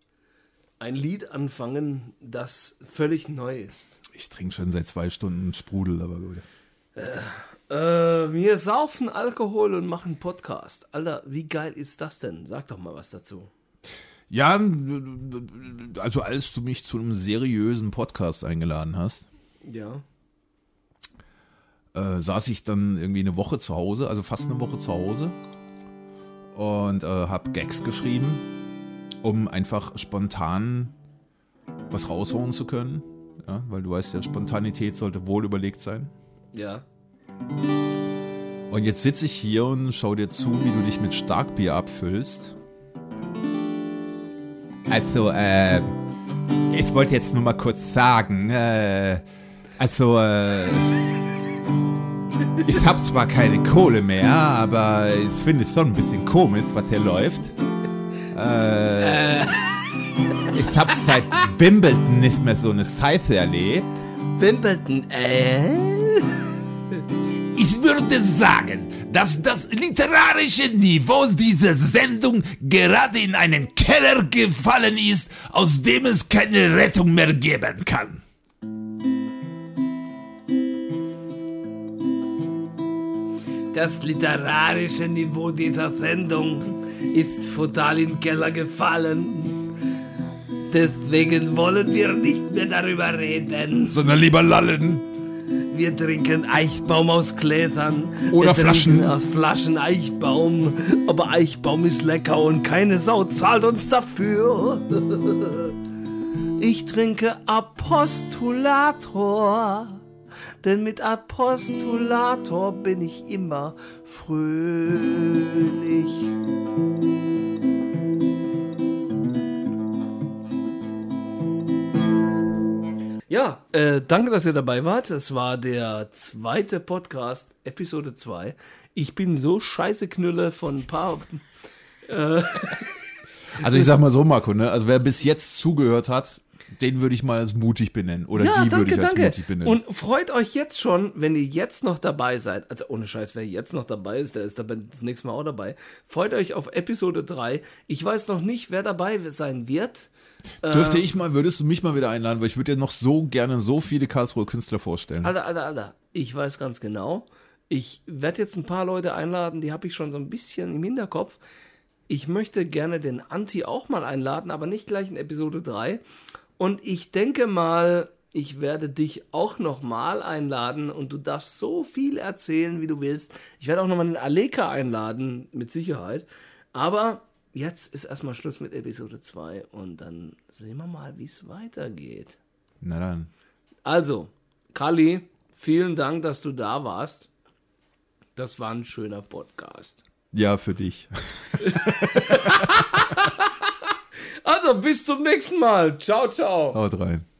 ein Lied anfangen, das völlig neu ist. Ich trinke schon seit zwei Stunden Sprudel, aber gut. Äh, wir saufen Alkohol und machen Podcast. Alter, wie geil ist das denn? Sag doch mal was dazu. Ja, also als du mich zu einem seriösen Podcast eingeladen hast, Ja. äh, saß ich dann irgendwie eine Woche zu Hause, also fast eine Woche zu Hause und äh, habe Gags geschrieben, um einfach spontan was raushauen zu können, ja, weil du weißt ja, Spontanität sollte wohl überlegt sein. Ja. Und jetzt sitze ich hier und schau dir zu, wie du dich mit Starkbier abfüllst. Also, äh, ich wollte jetzt nur mal kurz sagen, äh, also, äh, ich hab zwar keine Kohle mehr, aber ich finde es schon ein bisschen komisch, was hier läuft. Äh, ich hab seit Wimbledon nicht mehr so eine Scheiße erlebt. Wimbledon, äh? Ich würde sagen, dass das literarische Niveau dieser Sendung gerade in einen Keller gefallen ist, aus dem es keine Rettung mehr geben kann. Das literarische Niveau dieser Sendung ist total in den Keller gefallen. Deswegen wollen wir nicht mehr darüber reden. Sondern lieber lallen. Wir trinken Eichbaum aus Gläsern. Oder wir Flaschen. trinken Aus Flaschen Eichbaum. Aber Eichbaum ist lecker und keine Sau zahlt uns dafür. (laughs) Ich trinke Apostolator. Denn mit Apostolator bin ich immer fröhlich. Ja, äh, danke, dass ihr dabei wart. Es war der zweite Podcast, Episode 2. Ich bin so scheiße Knülle von ein paar. Also ich sag mal so, Marco, ne? Also wer bis jetzt zugehört hat, den würde ich mal als mutig benennen. Oder Ja, die würde danke, ich als danke. mutig benennen. Und freut euch jetzt schon, wenn ihr jetzt noch dabei seid. Also ohne Scheiß, wer jetzt noch dabei ist, der ist dabei das nächste Mal auch dabei. Freut euch auf Episode 3. Ich weiß noch nicht, wer dabei sein wird. äh, Dürfte ich mal, würdest du mich mal wieder einladen, weil ich würde dir noch so gerne so viele Karlsruher Künstler vorstellen. Alter, alter, alter. Ich weiß ganz genau. Ich werde jetzt ein paar Leute einladen, die habe ich schon so ein bisschen im Hinterkopf. Ich möchte gerne den Anti auch mal einladen, aber nicht gleich in Episode 3. Und ich denke mal, ich werde dich auch nochmal einladen und du darfst so viel erzählen, wie du willst. Ich werde auch nochmal den Aleka einladen, mit Sicherheit. Aber jetzt ist erstmal Schluss mit Episode 2 und dann sehen wir mal, wie es weitergeht. Na dann. Also, Kali, vielen Dank, dass du da warst. Das war ein schöner Podcast. Ja, für dich. Also, bis zum nächsten Mal. Ciao, ciao. Haut rein.